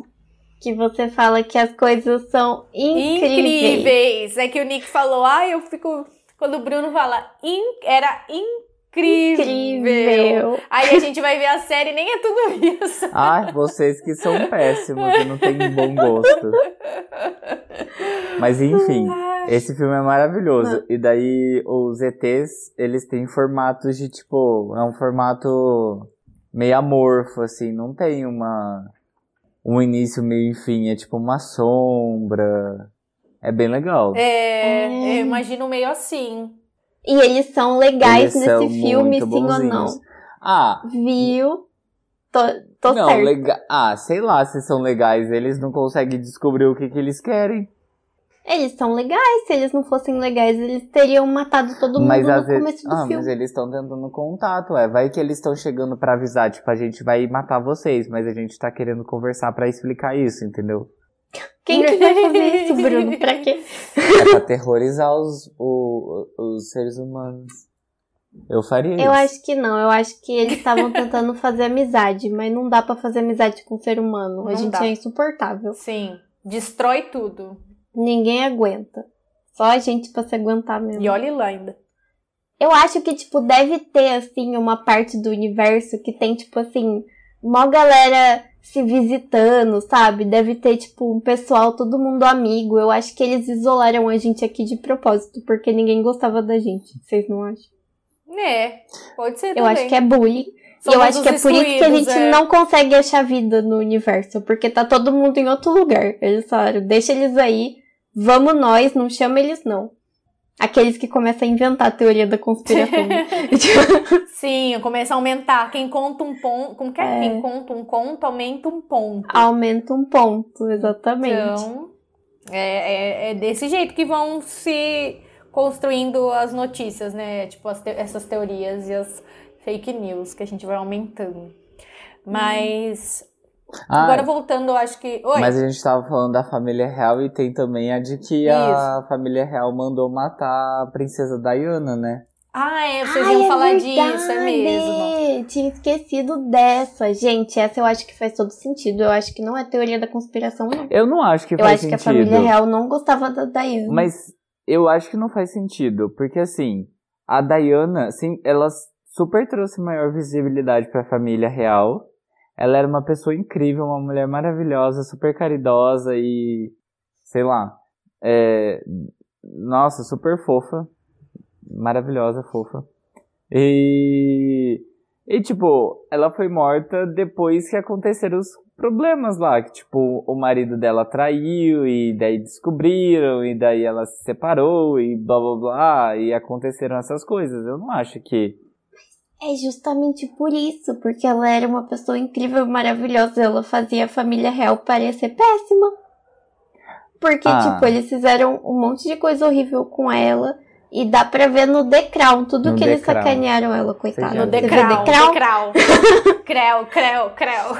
[SPEAKER 4] Que você fala que as coisas são incríveis.
[SPEAKER 1] Incríveis! É que o Nick falou, ah, eu fico. Quando o Bruno fala, "In- era incrível.
[SPEAKER 4] Incrível.
[SPEAKER 1] Aí a gente vai ver a série, nem é tudo isso.
[SPEAKER 2] Ai, vocês que são péssimos e não têm bom gosto. Mas enfim, esse filme é maravilhoso. E daí os ETs, eles têm formatos de tipo. É um formato meio amorfo, assim. Não tem uma. Um início, meio e fim. É tipo uma sombra. É bem legal.
[SPEAKER 1] É,
[SPEAKER 4] É.
[SPEAKER 1] eu imagino meio assim.
[SPEAKER 4] E eles são legais
[SPEAKER 2] Eles são
[SPEAKER 4] nesse filme,
[SPEAKER 2] muito
[SPEAKER 4] sim ou não.
[SPEAKER 2] bonzinhos. Ah,
[SPEAKER 4] Viu? Tô, tô
[SPEAKER 2] não,
[SPEAKER 4] certa.
[SPEAKER 2] lega- Ah, sei lá se são legais. Eles não conseguem descobrir o que, que eles querem.
[SPEAKER 4] Eles são legais. Se eles não fossem legais, eles teriam matado todo mundo
[SPEAKER 2] mas
[SPEAKER 4] no
[SPEAKER 2] às vezes.
[SPEAKER 4] começo do
[SPEAKER 2] ah,
[SPEAKER 4] filme.
[SPEAKER 2] mas eles estão tentando contato, é. Vai que eles estão chegando pra avisar, tipo, a gente vai matar vocês, mas a gente tá querendo conversar pra explicar isso, entendeu?
[SPEAKER 4] Quem que vai fazer isso, Bruno? Pra quê?
[SPEAKER 2] É pra aterrorizar os, o- os seres humanos. Eu faria isso.
[SPEAKER 4] Eu acho que não. Eu acho que eles estavam tentando fazer amizade, mas não dá pra fazer amizade com o ser humano. a
[SPEAKER 1] Não
[SPEAKER 4] gente
[SPEAKER 1] dá.
[SPEAKER 4] é insuportável.
[SPEAKER 1] Sim. Destrói tudo.
[SPEAKER 4] Ninguém aguenta. Só a gente pra se aguentar mesmo.
[SPEAKER 1] E olhe lá ainda.
[SPEAKER 4] Eu acho que, tipo, deve ter, assim, uma parte do universo que tem, tipo, assim, mó galera se visitando, sabe? Deve ter, tipo, um pessoal, todo mundo amigo. Eu acho que eles isolaram a gente aqui de propósito, porque ninguém gostava da gente. Vocês não acham?
[SPEAKER 1] É, pode ser
[SPEAKER 4] Eu
[SPEAKER 1] também.
[SPEAKER 4] acho que é bullying. E
[SPEAKER 1] Somos
[SPEAKER 4] eu acho que é
[SPEAKER 1] os
[SPEAKER 4] por isso que a
[SPEAKER 1] excluídos,
[SPEAKER 4] gente
[SPEAKER 1] é.
[SPEAKER 4] não consegue achar vida no universo, porque tá todo mundo em outro lugar. Eles falaram, deixa eles aí, vamos nós, não chama eles não. Aqueles que começam a inventar a teoria da conspiração. né?
[SPEAKER 1] Sim, começa a aumentar. Quem conta um ponto. Como que é?
[SPEAKER 4] É.
[SPEAKER 1] Quem conta um conto, aumenta um ponto.
[SPEAKER 4] Aumenta um ponto, exatamente.
[SPEAKER 1] Então, é, é- é desse jeito que vão se construindo as notícias, né? Tipo, as te- essas teorias e as fake news que a gente vai aumentando. Mas,
[SPEAKER 4] Hum.
[SPEAKER 2] Ah,
[SPEAKER 1] agora voltando, eu acho que. Oi!
[SPEAKER 2] Mas a gente tava falando da família real e tem também a de que a família real mandou matar a princesa Diana, né?
[SPEAKER 1] Ah, é, vocês
[SPEAKER 4] Ai,
[SPEAKER 1] iam
[SPEAKER 4] é
[SPEAKER 1] falar disso, é
[SPEAKER 4] verdade!
[SPEAKER 1] mesmo.
[SPEAKER 4] Tinha esquecido dessa. Gente, essa eu acho que faz todo sentido. Eu acho que não é teoria da conspiração, não.
[SPEAKER 2] Eu não acho que
[SPEAKER 4] Eu
[SPEAKER 2] faz
[SPEAKER 4] acho
[SPEAKER 2] sentido.
[SPEAKER 4] que a família real não gostava da Diana.
[SPEAKER 2] Mas eu acho que não faz sentido, porque assim, a Diana, sim, ela super trouxe maior visibilidade pra família real. Ela era uma pessoa incrível, uma mulher maravilhosa, super caridosa e sei lá, é, nossa, super fofa, maravilhosa, fofa. E e tipo, ela foi morta depois que aconteceram os problemas lá, que tipo, o marido dela traiu e daí descobriram e daí ela se separou e blá blá blá e aconteceram essas coisas. Eu não acho que
[SPEAKER 4] É justamente por isso, porque ela era uma pessoa incrível, maravilhosa. Ela fazia a família real parecer péssima. Porque,
[SPEAKER 2] Ah.
[SPEAKER 4] tipo, eles fizeram um monte de coisa horrível com ela. E dá pra ver no The Crown tudo
[SPEAKER 2] No
[SPEAKER 4] que
[SPEAKER 2] The
[SPEAKER 4] eles
[SPEAKER 2] Crown.
[SPEAKER 4] sacanearam ela, coitada.
[SPEAKER 2] já
[SPEAKER 1] No
[SPEAKER 2] viu?
[SPEAKER 4] Você vê
[SPEAKER 1] decral,
[SPEAKER 4] The Crown,
[SPEAKER 1] decral. creu, creu, creu.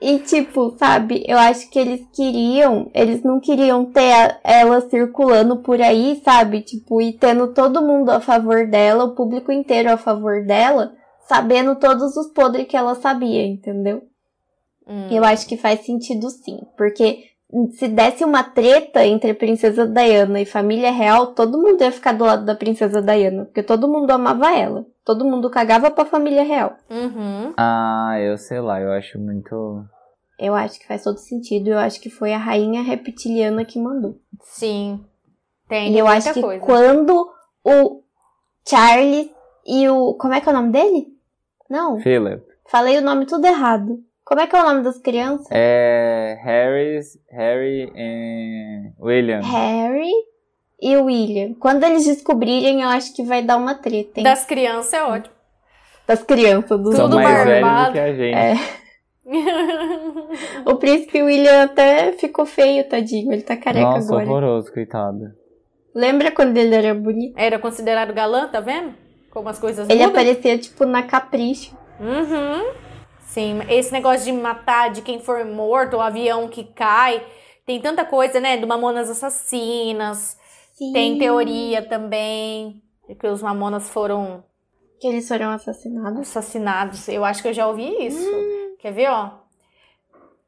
[SPEAKER 4] E tipo, sabe, eu acho que eles queriam, eles não queriam ter a- ela circulando por aí, sabe? Tipo, e tendo todo mundo a favor dela, o público inteiro a favor dela, sabendo todos os podres que ela sabia, entendeu?
[SPEAKER 1] Hum.
[SPEAKER 4] Eu acho que faz sentido sim, porque se desse uma treta entre a princesa Diana e família real, todo mundo ia ficar do lado da princesa Diana, porque todo mundo amava ela, todo mundo cagava pra família real.
[SPEAKER 1] Uhum.
[SPEAKER 2] Ah, eu sei lá, eu acho muito
[SPEAKER 4] Eu acho que faz todo sentido. Eu acho que foi a rainha reptiliana que mandou.
[SPEAKER 1] Sim. Tem
[SPEAKER 4] E eu
[SPEAKER 1] muita
[SPEAKER 4] acho que
[SPEAKER 1] coisa.
[SPEAKER 4] quando o Charles e o. Como é que é o nome dele? Não,
[SPEAKER 2] Philip.
[SPEAKER 4] falei o nome tudo errado. Como é que é o nome das crianças?
[SPEAKER 2] É Harry, Harry e William.
[SPEAKER 4] Harry e o William. Quando eles descobrirem, eu acho que vai dar uma treta, hein?
[SPEAKER 1] Das crianças é ótimo.
[SPEAKER 4] Das crianças, dos
[SPEAKER 2] São
[SPEAKER 1] tudo
[SPEAKER 2] mais velhos do
[SPEAKER 1] barbado.
[SPEAKER 2] que a gente.
[SPEAKER 4] É. O príncipe William até ficou feio, tadinho. Ele tá careca
[SPEAKER 2] Nossa,
[SPEAKER 4] agora.
[SPEAKER 2] horroroso, coitado.
[SPEAKER 4] Lembra quando ele era bonito?
[SPEAKER 1] Era considerado galã, tá vendo? Como as coisas
[SPEAKER 4] Ele
[SPEAKER 1] mudam.
[SPEAKER 4] aparecia, tipo, na capricho.
[SPEAKER 1] Uhum. Sim, esse negócio de matar de quem for morto, o avião que cai. Tem tanta coisa, né? Do Mamonas Assassinas.
[SPEAKER 4] Sim.
[SPEAKER 1] Tem teoria também. de Que os mamonas foram
[SPEAKER 4] Que eles foram assassinados.
[SPEAKER 1] assassinados. Eu acho que eu já ouvi isso. Quer ver, ó?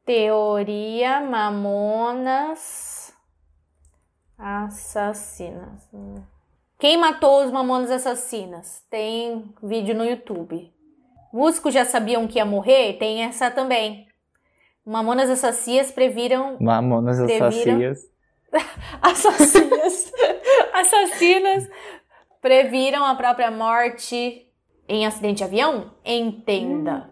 [SPEAKER 1] Teoria Mamonas Assassinas. Quem matou os Mamonas Assassinas? Tem vídeo no YouTube. Músicos já sabiam que ia morrer? Tem essa também. Mamonas assassias previram
[SPEAKER 2] Mamonas
[SPEAKER 1] Deviram.
[SPEAKER 2] assassias.
[SPEAKER 1] assassinas, assassinas previram a própria morte em acidente de avião? Entenda.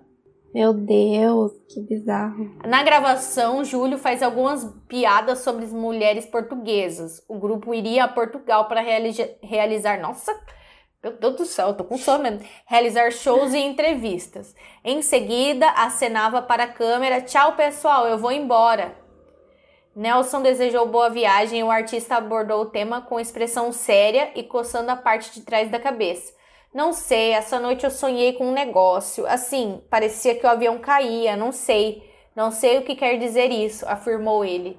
[SPEAKER 4] Meu Deus, que bizarro.
[SPEAKER 1] Na gravação, Júlio faz algumas piadas sobre as mulheres portuguesas. O grupo iria a Portugal para realiza- realizar. Nossa! Meu Deus do céu, eu tô com sono mesmo. Realizar shows e entrevistas. Em seguida, acenava para a câmera: Tchau, pessoal, eu vou embora. Nelson desejou boa viagem e o artista abordou o tema com expressão séria e coçando a parte de trás da cabeça. Não sei, essa noite eu sonhei com um negócio. Assim, parecia que o avião caía, não sei. Não sei o que quer dizer isso, afirmou ele.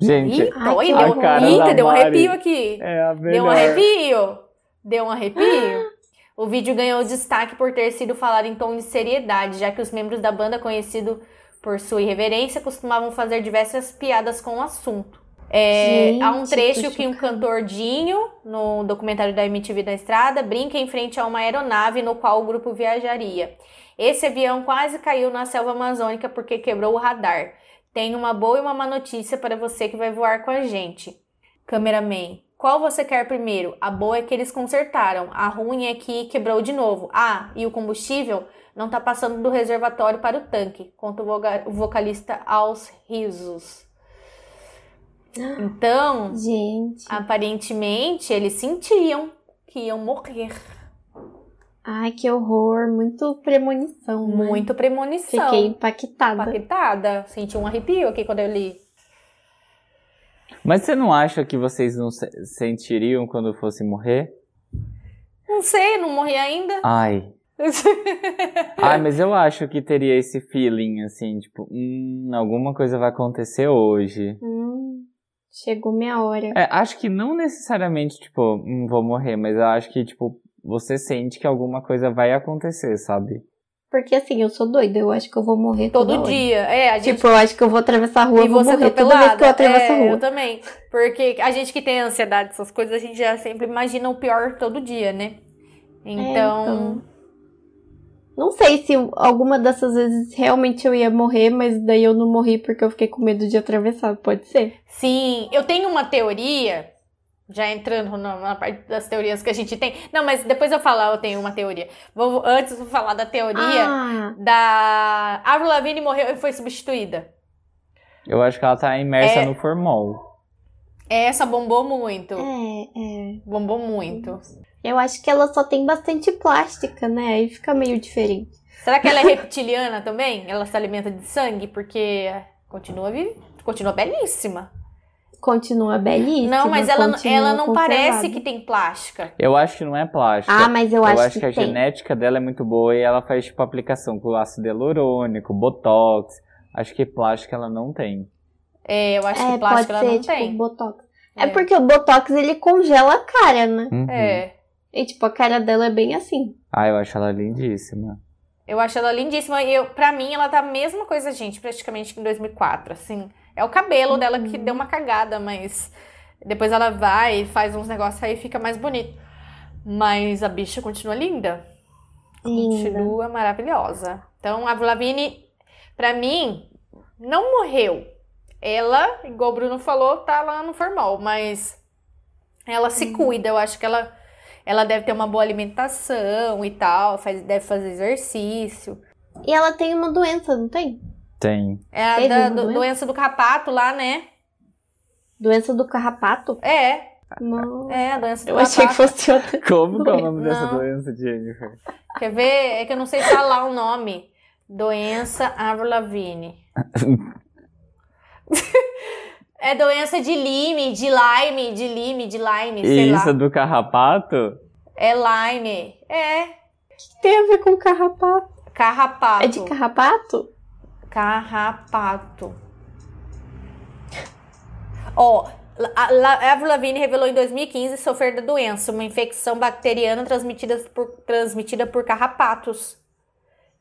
[SPEAKER 2] Gente,
[SPEAKER 1] Eita, oi,
[SPEAKER 4] que
[SPEAKER 1] deu,
[SPEAKER 4] horror. A cara
[SPEAKER 1] eita,
[SPEAKER 2] da
[SPEAKER 1] deu um
[SPEAKER 2] Mari.
[SPEAKER 1] arrepio aqui.
[SPEAKER 2] é a melhor.
[SPEAKER 1] Deu um arrepio. Deu um arrepio. O vídeo ganhou destaque por ter sido falado em tom de seriedade, já que os membros da banda, conhecido por sua irreverência, costumavam fazer diversas piadas com o assunto. É,
[SPEAKER 4] Gente,
[SPEAKER 1] há um trecho
[SPEAKER 4] tô
[SPEAKER 1] que um cantor Dinho, no documentário da MTV da Estrada, brinca em frente a uma aeronave no qual o grupo viajaria. Esse avião quase caiu na selva amazônica porque quebrou o radar. Tenho uma boa e uma má notícia para você que vai voar com a gente. Cameraman, qual você quer primeiro? A boa é que eles consertaram, a ruim é que quebrou de novo. Ah, e o combustível não tá passando do reservatório para o tanque, conta o voga- o vocalista aos risos. Então,
[SPEAKER 4] Gente.
[SPEAKER 1] aparentemente, eles sentiam que iam morrer.
[SPEAKER 4] Ai, que horror. Muito premonição. né?
[SPEAKER 1] Muito premonição.
[SPEAKER 4] Fiquei impactada.
[SPEAKER 1] impactada. Senti um arrepio aqui quando eu li.
[SPEAKER 2] Mas você não acha que vocês não se- sentiriam quando fosse morrer?
[SPEAKER 1] Não sei, não morri ainda.
[SPEAKER 2] Ai. Ai, mas eu acho que teria esse feeling, assim, tipo, hum, alguma coisa vai acontecer hoje.
[SPEAKER 4] Hum, chegou minha hora.
[SPEAKER 2] É, acho que não necessariamente, tipo, hum, vou morrer, mas eu acho que, tipo, você sente que alguma coisa vai acontecer, sabe?
[SPEAKER 4] Porque assim, eu sou doida. Eu acho que eu vou morrer toda
[SPEAKER 1] Todo
[SPEAKER 4] hora.
[SPEAKER 1] dia. É, a gente
[SPEAKER 4] Tipo, eu acho que eu vou atravessar a rua,
[SPEAKER 1] E
[SPEAKER 4] Tipo, eu vou
[SPEAKER 1] você
[SPEAKER 4] morrer toda vez que eu
[SPEAKER 1] atropelada.
[SPEAKER 4] atravesso a
[SPEAKER 1] É,
[SPEAKER 4] rua.
[SPEAKER 1] eu também. Porque a gente que tem ansiedade, essas coisas, a gente já sempre imagina o pior todo dia, né?
[SPEAKER 4] É,
[SPEAKER 1] Então.
[SPEAKER 4] Não sei se alguma dessas vezes realmente eu ia morrer, mas daí eu não morri porque eu fiquei com medo de atravessar. Pode ser?
[SPEAKER 1] Sim, eu tenho uma teoria. Já entrando na, na parte das teorias que a gente tem. Não, mas depois eu falar, eu tenho uma teoria. Vou, antes, vou falar da teoria
[SPEAKER 4] Ah,
[SPEAKER 1] da. Avril Lavigne morreu e foi substituída.
[SPEAKER 2] Eu acho que ela tá imersa
[SPEAKER 1] É.
[SPEAKER 2] no formol.
[SPEAKER 1] Essa bombou muito.
[SPEAKER 4] é, é.
[SPEAKER 1] Bombou muito.
[SPEAKER 4] Eu acho que ela só tem bastante plástica, né? Aí fica meio diferente.
[SPEAKER 1] Será que ela é reptiliana também? Ela se alimenta de sangue? Porque continua, vi- continua belíssima.
[SPEAKER 4] Continua belíssima.
[SPEAKER 1] Não, mas ela, não-
[SPEAKER 4] continua
[SPEAKER 1] ela não parece
[SPEAKER 4] conservada.
[SPEAKER 1] que tá. tem plástica.
[SPEAKER 2] Eu acho que não é plástico.
[SPEAKER 4] Ah, mas eu,
[SPEAKER 2] eu
[SPEAKER 4] acho,
[SPEAKER 2] acho que, a
[SPEAKER 4] tem.
[SPEAKER 2] genética dela é muito boa e ela faz, tipo, aplicação com ácido hialurônico, botox. Acho que plástica ela não tem.
[SPEAKER 1] É, eu acho
[SPEAKER 4] É,
[SPEAKER 1] que
[SPEAKER 4] pode
[SPEAKER 1] plástica
[SPEAKER 4] ser,
[SPEAKER 1] ela não
[SPEAKER 4] tipo,
[SPEAKER 1] tem.
[SPEAKER 4] botox. É. porque o botox, ele congela a cara, né?
[SPEAKER 2] Uhum.
[SPEAKER 1] É.
[SPEAKER 4] E, tipo, a cara dela é bem assim.
[SPEAKER 2] Ah, eu acho ela lindíssima.
[SPEAKER 1] Eu acho ela lindíssima. E Eu, pra mim, ela tá a mesma coisa, gente, praticamente que em 2004, assim. É o cabelo dela que deu uma cagada, mas depois ela vai e faz uns negócios aí e fica mais bonito. Mas a bicha continua linda.
[SPEAKER 4] né? Linda.
[SPEAKER 1] Continua maravilhosa. Então, a Avril Lavigne, pra mim, não morreu. Ela, igual o Bruno falou, tá lá no formal, mas ela se cuida. Eu acho que ela, ela deve ter uma boa alimentação e tal, faz, deve fazer exercício.
[SPEAKER 4] E ela tem uma doença, não tem?
[SPEAKER 2] Tem.
[SPEAKER 1] É a
[SPEAKER 4] Teve
[SPEAKER 1] da-
[SPEAKER 4] uma
[SPEAKER 1] do-
[SPEAKER 4] doença?
[SPEAKER 1] doença do carrapato lá, né?
[SPEAKER 4] Doença do carrapato?
[SPEAKER 1] É,
[SPEAKER 4] Não.
[SPEAKER 1] é a doença do
[SPEAKER 4] Eu achei que
[SPEAKER 1] carrapato.
[SPEAKER 4] fosse outra.
[SPEAKER 2] Como que é o nome dessa
[SPEAKER 1] Não.
[SPEAKER 2] doença, Jennifer?
[SPEAKER 1] Quer ver? É que eu não sei falar o nome. Doença Avril Lavigne. É doença de Lyme, de Lyme, de Lyme, de Lyme, sei
[SPEAKER 2] e
[SPEAKER 1] lá.
[SPEAKER 2] isso é do carrapato?
[SPEAKER 1] É Lyme. É.
[SPEAKER 4] Tem a ver com carrapato.
[SPEAKER 1] Carrapato.
[SPEAKER 4] É de carrapato?
[SPEAKER 1] Carrapato. Ó, a La- Avril Lavigne revelou em 2015 sofrer da doença, uma infecção bacteriana transmitida por, transmitida por carrapatos,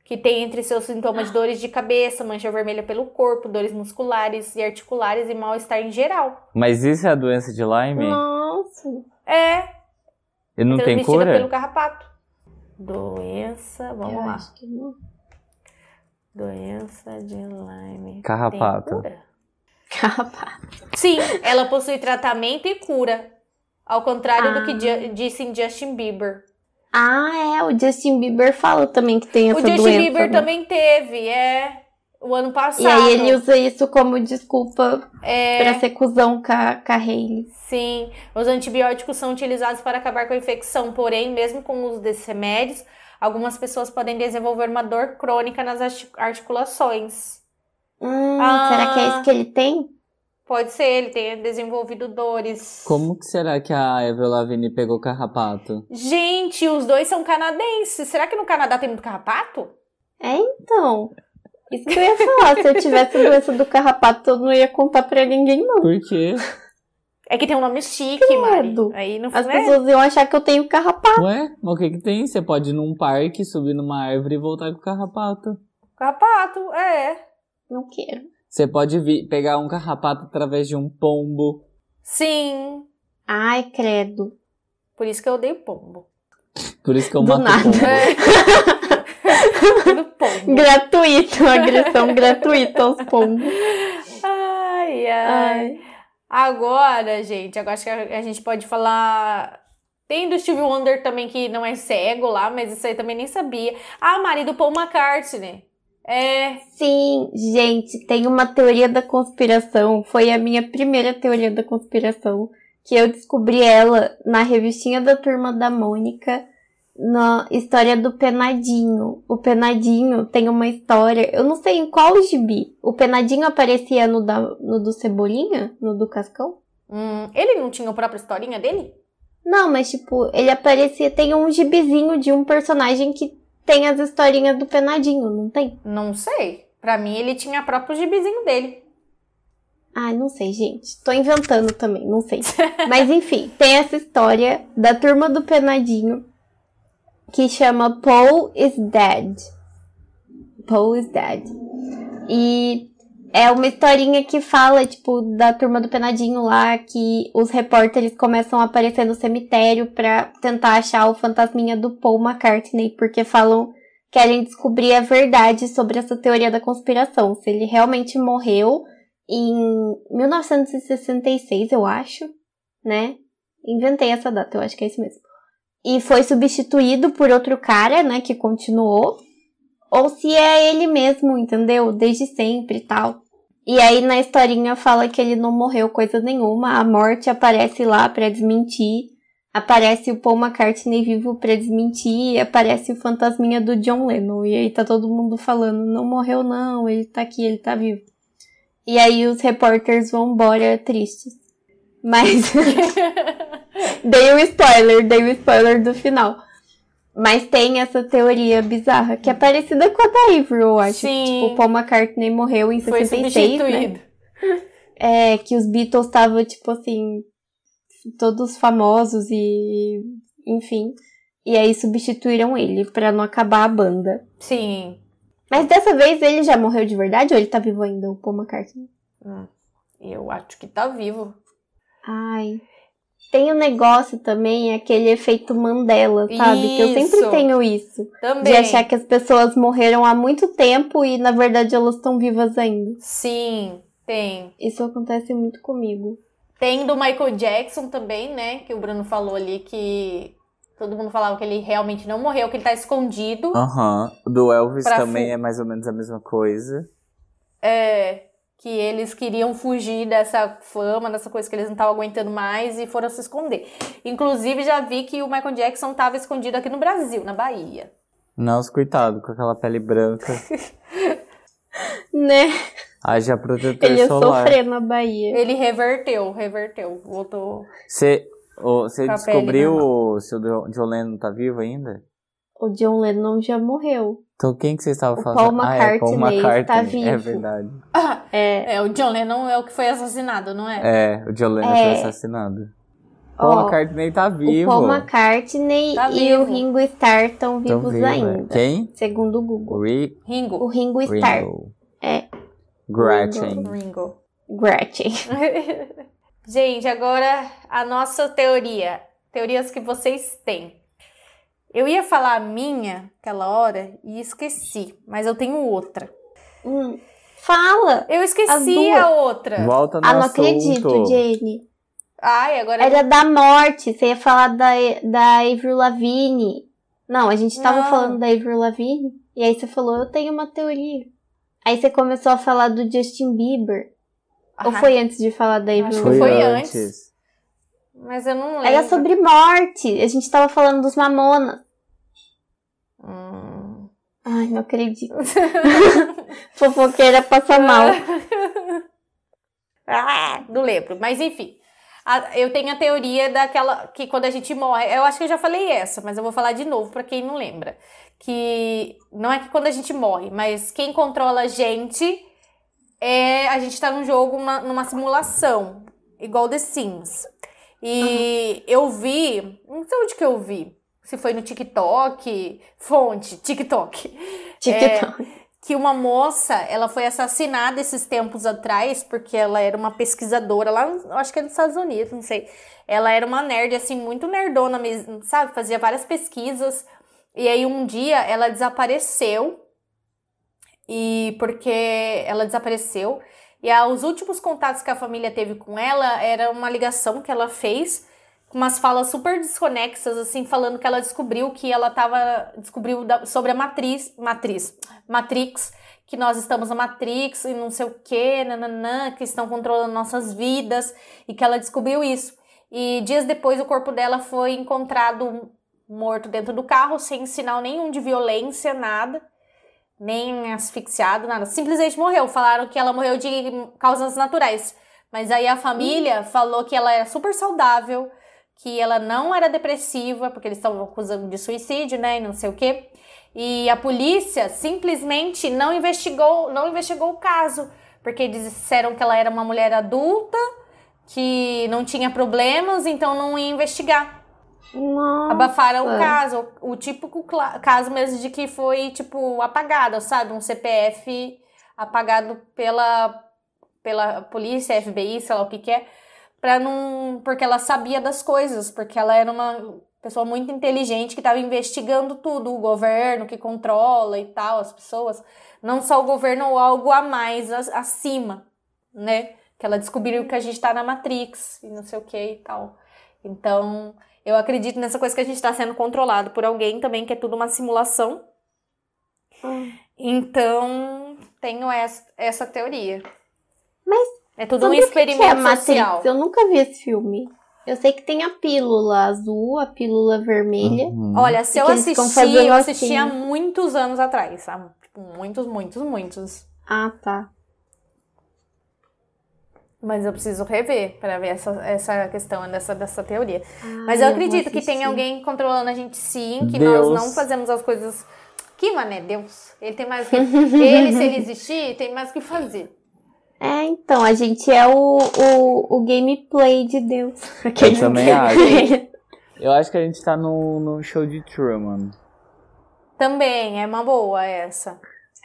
[SPEAKER 1] que tem entre seus sintomas dores de cabeça, mancha vermelha pelo corpo, dores musculares e articulares e mal-estar em geral.
[SPEAKER 2] Mas isso é a doença de Lyme?
[SPEAKER 4] Nossa.
[SPEAKER 1] É,
[SPEAKER 2] E não tem
[SPEAKER 1] transmitida
[SPEAKER 2] cura?
[SPEAKER 1] pelo carrapato. Doença, vamos
[SPEAKER 4] Eu
[SPEAKER 1] lá.
[SPEAKER 4] acho que não.
[SPEAKER 1] Doença de Lyme.
[SPEAKER 2] Carrapato.
[SPEAKER 1] Tem cura?
[SPEAKER 4] Capaz.
[SPEAKER 1] Sim, ela possui tratamento e cura. Ao contrário do que
[SPEAKER 4] Ah.
[SPEAKER 1] Ju- disse em Justin Bieber.
[SPEAKER 4] Ah, é. O Justin Bieber fala também que tem essa
[SPEAKER 1] o Justin
[SPEAKER 4] doença.
[SPEAKER 1] Bieber
[SPEAKER 4] né?
[SPEAKER 1] também teve, é. O ano passado.
[SPEAKER 4] E aí ele usa isso como desculpa
[SPEAKER 1] É,
[SPEAKER 4] pra ser cuzão com a, com a Hailey.
[SPEAKER 1] Sim, os antibióticos são utilizados para acabar com a infecção, porém, mesmo com o uso desses remédios, algumas pessoas podem desenvolver uma dor crônica nas arti- articulações.
[SPEAKER 4] Hum,
[SPEAKER 1] Ah.
[SPEAKER 4] será que é isso que ele tem?
[SPEAKER 1] Pode ser, ele tenha desenvolvido dores.
[SPEAKER 2] Como que será que a Avril Lavigne pegou carrapato?
[SPEAKER 1] Gente, os dois são canadenses. Será que no Canadá tem muito carrapato?
[SPEAKER 4] É, então. Isso que eu ia falar. Se eu tivesse a doença do carrapato, eu não ia contar pra ninguém, não.
[SPEAKER 2] Por quê?
[SPEAKER 1] É que tem um nome chique, Mari.
[SPEAKER 4] Credo.
[SPEAKER 1] Aí não
[SPEAKER 4] As
[SPEAKER 1] né?
[SPEAKER 4] pessoas iam achar que eu tenho carrapato.
[SPEAKER 2] Ué, mas o que que tem? Você pode ir num parque, subir numa árvore e voltar com o carrapato.
[SPEAKER 1] Carrapato, é.
[SPEAKER 4] Não quero.
[SPEAKER 2] Você pode vir, pegar um carrapato através de um pombo.
[SPEAKER 1] Sim,
[SPEAKER 4] Ai, credo.
[SPEAKER 1] por isso que eu odeio pombo.
[SPEAKER 2] Por isso que eu
[SPEAKER 4] Do
[SPEAKER 2] mato
[SPEAKER 4] nada.
[SPEAKER 2] o pombo.
[SPEAKER 1] É. Tudo pombo.
[SPEAKER 4] Gratuito, uma agressão gratuita aos pombos.
[SPEAKER 1] Ai, ai.
[SPEAKER 4] Ai.
[SPEAKER 1] Agora, gente, agora acho que a a gente pode falar. Tem do Steve Wonder também que não é cego lá, mas isso aí também nem sabia. Ah, Mari do Paul McCartney. É.
[SPEAKER 4] Sim, gente, tem uma teoria da conspiração. Foi a minha primeira teoria da conspiração. Que eu descobri ela na revistinha da Turma da Mônica, na história do Penadinho. O Penadinho tem uma história, eu não sei em qual gibi. O Penadinho aparecia no, da, no do Cebolinha? No do Cascão?
[SPEAKER 1] Hum, ele não tinha a própria historinha dele?
[SPEAKER 4] Não, mas tipo, ele aparecia, tem um gibizinho de um personagem que tem as historinhas do Penadinho, não tem?
[SPEAKER 1] Não sei. Pra mim, ele tinha o próprio gibizinho dele.
[SPEAKER 4] Ai, não sei, gente. Tô inventando também, não sei. Mas enfim, tem essa história da turma do Penadinho que chama Paul is Dead. Paul is Dead. E é uma historinha que fala, tipo, da turma do Penadinho lá, que os repórteres começam a aparecer no cemitério pra tentar achar o fantasminha do Paul McCartney, porque falam. Querem descobrir a verdade sobre essa teoria da conspiração. Se ele realmente morreu em 1966, eu acho, né? Inventei essa data, eu acho que é isso mesmo. E foi substituído por outro cara, né, que continuou. Ou se é ele mesmo, entendeu? Desde sempre e tal. E aí na historinha fala que ele não morreu coisa nenhuma, a morte aparece lá pra desmentir, aparece o Paul McCartney vivo pra desmentir, e aparece o fantasminha do John Lennon. E aí tá todo mundo falando, não morreu não, ele tá aqui, ele tá vivo. E aí os repórteres vão embora tristes. Mas dei um spoiler, dei um spoiler do final. Mas tem essa teoria bizarra, que é parecida com a da Avril, eu acho.
[SPEAKER 1] Sim.
[SPEAKER 4] Que, tipo, o Paul McCartney morreu em
[SPEAKER 1] Foi
[SPEAKER 4] 66, né?
[SPEAKER 1] substituído.
[SPEAKER 4] É, que os Beatles estavam, tipo assim, todos famosos e. Enfim. E aí substituíram ele pra não acabar a banda.
[SPEAKER 1] Sim.
[SPEAKER 4] Mas dessa vez ele já morreu de verdade ou ele tá vivo ainda, o Paul McCartney?
[SPEAKER 1] Hum, Eu acho que tá vivo.
[SPEAKER 4] Ai. Tem um negócio também, é aquele efeito Mandela, sabe? Que eu
[SPEAKER 1] Isso.
[SPEAKER 4] sempre tenho isso.
[SPEAKER 1] Também.
[SPEAKER 4] De achar que as pessoas morreram há muito tempo e na verdade elas estão vivas ainda.
[SPEAKER 1] Sim, tem.
[SPEAKER 4] Isso acontece muito comigo.
[SPEAKER 1] Tem do Michael Jackson também, né? Que o Bruno falou ali que todo mundo falava que ele realmente não morreu, que ele tá escondido.
[SPEAKER 2] Aham. Do Elvis
[SPEAKER 1] Pra
[SPEAKER 2] também
[SPEAKER 1] fu-
[SPEAKER 2] é mais ou menos a mesma coisa.
[SPEAKER 1] É, que eles queriam fugir dessa fama, dessa coisa que eles não estavam aguentando mais e foram se esconder. Inclusive, já vi que o Michael Jackson tava escondido aqui no Brasil, na Bahia.
[SPEAKER 2] Nossa, coitado, com aquela pele branca.
[SPEAKER 4] Né?
[SPEAKER 2] Haja protetor
[SPEAKER 4] Ele ia
[SPEAKER 2] solar.
[SPEAKER 4] sofrer na Bahia.
[SPEAKER 1] Ele reverteu, reverteu, voltou.
[SPEAKER 2] Você ô, você
[SPEAKER 4] Tá
[SPEAKER 1] Com a pele
[SPEAKER 2] descobriu se o Jo- John Lennon tá vivo ainda?
[SPEAKER 4] O John Lennon já morreu.
[SPEAKER 2] Então quem que vocês estavam
[SPEAKER 4] O
[SPEAKER 2] falando?
[SPEAKER 4] Paul
[SPEAKER 2] ah, é, Paul
[SPEAKER 4] McCartney
[SPEAKER 2] McCartney.
[SPEAKER 4] tá vivo.
[SPEAKER 2] É verdade.
[SPEAKER 1] Ah,
[SPEAKER 4] É.
[SPEAKER 1] é, o John Lennon é o que foi assassinado, não é?
[SPEAKER 2] É, o John Lennon
[SPEAKER 4] É.
[SPEAKER 2] foi assassinado. Paul
[SPEAKER 4] ó,
[SPEAKER 2] McCartney tá
[SPEAKER 4] o
[SPEAKER 2] vivo.
[SPEAKER 4] Paul McCartney
[SPEAKER 1] Tá
[SPEAKER 4] e
[SPEAKER 1] vivo.
[SPEAKER 4] o Ringo Starr estão
[SPEAKER 2] Tão
[SPEAKER 4] vivos
[SPEAKER 2] vivo, é.
[SPEAKER 4] ainda.
[SPEAKER 2] Quem?
[SPEAKER 4] Segundo o Google.
[SPEAKER 2] Ri...
[SPEAKER 4] O
[SPEAKER 1] Ringo.
[SPEAKER 4] Ringo Starr.
[SPEAKER 2] Ringo.
[SPEAKER 4] É.
[SPEAKER 2] Gretchen.
[SPEAKER 1] Ringo.
[SPEAKER 4] Gretchen.
[SPEAKER 1] Gente, agora a nossa teoria. Teorias que vocês têm. Eu ia falar a minha aquela hora e esqueci, mas eu tenho outra.
[SPEAKER 4] Hum, fala!
[SPEAKER 1] Eu
[SPEAKER 4] As
[SPEAKER 1] esqueci
[SPEAKER 4] duas.
[SPEAKER 1] a outra.
[SPEAKER 2] Volta no
[SPEAKER 4] Ah, não
[SPEAKER 2] assunto.
[SPEAKER 4] acredito, Jenny.
[SPEAKER 1] Ai, agora
[SPEAKER 4] Era da morte. Você ia falar da, da Avril Lavigne. Não, a gente tava
[SPEAKER 1] Não.
[SPEAKER 4] falando da Avril Lavigne. E aí você falou, eu tenho uma teoria. Aí você começou a falar do Justin Bieber.
[SPEAKER 1] Ah,
[SPEAKER 4] Ou foi antes de falar da Avril
[SPEAKER 1] Acho que
[SPEAKER 4] Lavigne?
[SPEAKER 1] foi antes. Mas eu não lembro.
[SPEAKER 4] Era é sobre morte. A gente tava falando dos mamonas.
[SPEAKER 1] Hum.
[SPEAKER 4] Ai, não acredito. Fofoqueira passa mal.
[SPEAKER 1] É. Ah, não lembro, mas enfim. A- eu tenho a teoria daquela que quando a gente morre, eu acho que eu já falei essa, mas eu vou falar de novo pra quem não lembra, que não é que quando a gente morre, mas quem controla a gente é a gente tá num jogo, uma- numa simulação, igual The Sims. E eu vi, não sei onde que eu vi, se foi no TikTok, fonte, TikTok
[SPEAKER 4] TikTok.
[SPEAKER 1] que uma moça, ela foi assassinada esses tempos atrás, porque ela era uma pesquisadora lá, no- eu acho que é nos Estados Unidos, não sei. Ela era uma nerd, assim, muito nerdona mesmo, sabe? Fazia várias pesquisas. E aí um dia ela desapareceu. E porque ela desapareceu. E ah, os últimos contatos que a família teve com ela era uma ligação que ela fez com umas falas super desconexas, assim, falando que ela descobriu que ela tava. Descobriu da- sobre a matriz. Matriz. Matrix, que nós estamos na Matrix e não sei o que, nananã, que estão controlando nossas vidas e que ela descobriu isso. E dias depois o corpo dela foi encontrado morto dentro do carro, sem sinal nenhum de violência, nada, nem asfixiado, nada. Simplesmente morreu. Falaram que ela morreu de causas naturais. Mas aí a família falou que ela era super saudável, que ela não era depressiva, porque eles estavam acusando de suicídio, né, e não sei o quê. E a polícia simplesmente não investigou, não investigou o caso, porque disseram que ela era uma mulher adulta, que não tinha problemas, então não ia investigar.
[SPEAKER 4] Nossa.
[SPEAKER 1] Abafaram o
[SPEAKER 4] Nossa.
[SPEAKER 1] caso, o típico cla- caso mesmo de que foi tipo apagado, sabe? Um CPF apagado pela pela polícia, FBI, sei lá o que que é, para não, porque ela sabia das coisas, porque ela era uma pessoa muito inteligente que estava investigando tudo, o governo que controla e tal, as pessoas, não só o governo ou algo a mais a- acima, né? Que ela descobriu que a gente tá na Matrix e não sei o que e tal. Então, eu acredito nessa coisa que a gente está sendo controlado por alguém também, que é tudo uma simulação.
[SPEAKER 4] Hum.
[SPEAKER 1] Então, tenho essa, essa teoria.
[SPEAKER 4] Mas
[SPEAKER 1] é tudo um
[SPEAKER 4] sobre o que que
[SPEAKER 1] experimento
[SPEAKER 4] é Matrix?
[SPEAKER 1] social.
[SPEAKER 4] Eu nunca vi esse filme. Eu sei que tem a pílula azul, a pílula vermelha.
[SPEAKER 2] Uhum.
[SPEAKER 1] Olha, se eu
[SPEAKER 4] Que eles ficam
[SPEAKER 1] assisti,
[SPEAKER 4] fazendo
[SPEAKER 1] eu assisti há
[SPEAKER 4] assim.
[SPEAKER 1] muitos anos atrás, sabe? Tipo, muitos, muitos, muitos.
[SPEAKER 4] Ah, tá.
[SPEAKER 1] Mas eu preciso rever para ver essa, essa questão dessa, dessa teoria.
[SPEAKER 4] Ah,
[SPEAKER 1] Mas eu
[SPEAKER 4] vou
[SPEAKER 1] acredito que
[SPEAKER 4] assistir.
[SPEAKER 1] tem alguém controlando a gente sim, que
[SPEAKER 2] Deus.
[SPEAKER 1] nós não fazemos as coisas. Que mané, Deus. Ele tem mais. o que- ele, se ele existir, tem mais o que fazer.
[SPEAKER 4] É, então, a gente é o, o, o gameplay de Deus. Aquele-
[SPEAKER 2] também acho. Eu acho que a gente tá num, num show de Truman.
[SPEAKER 1] Também, é uma boa essa.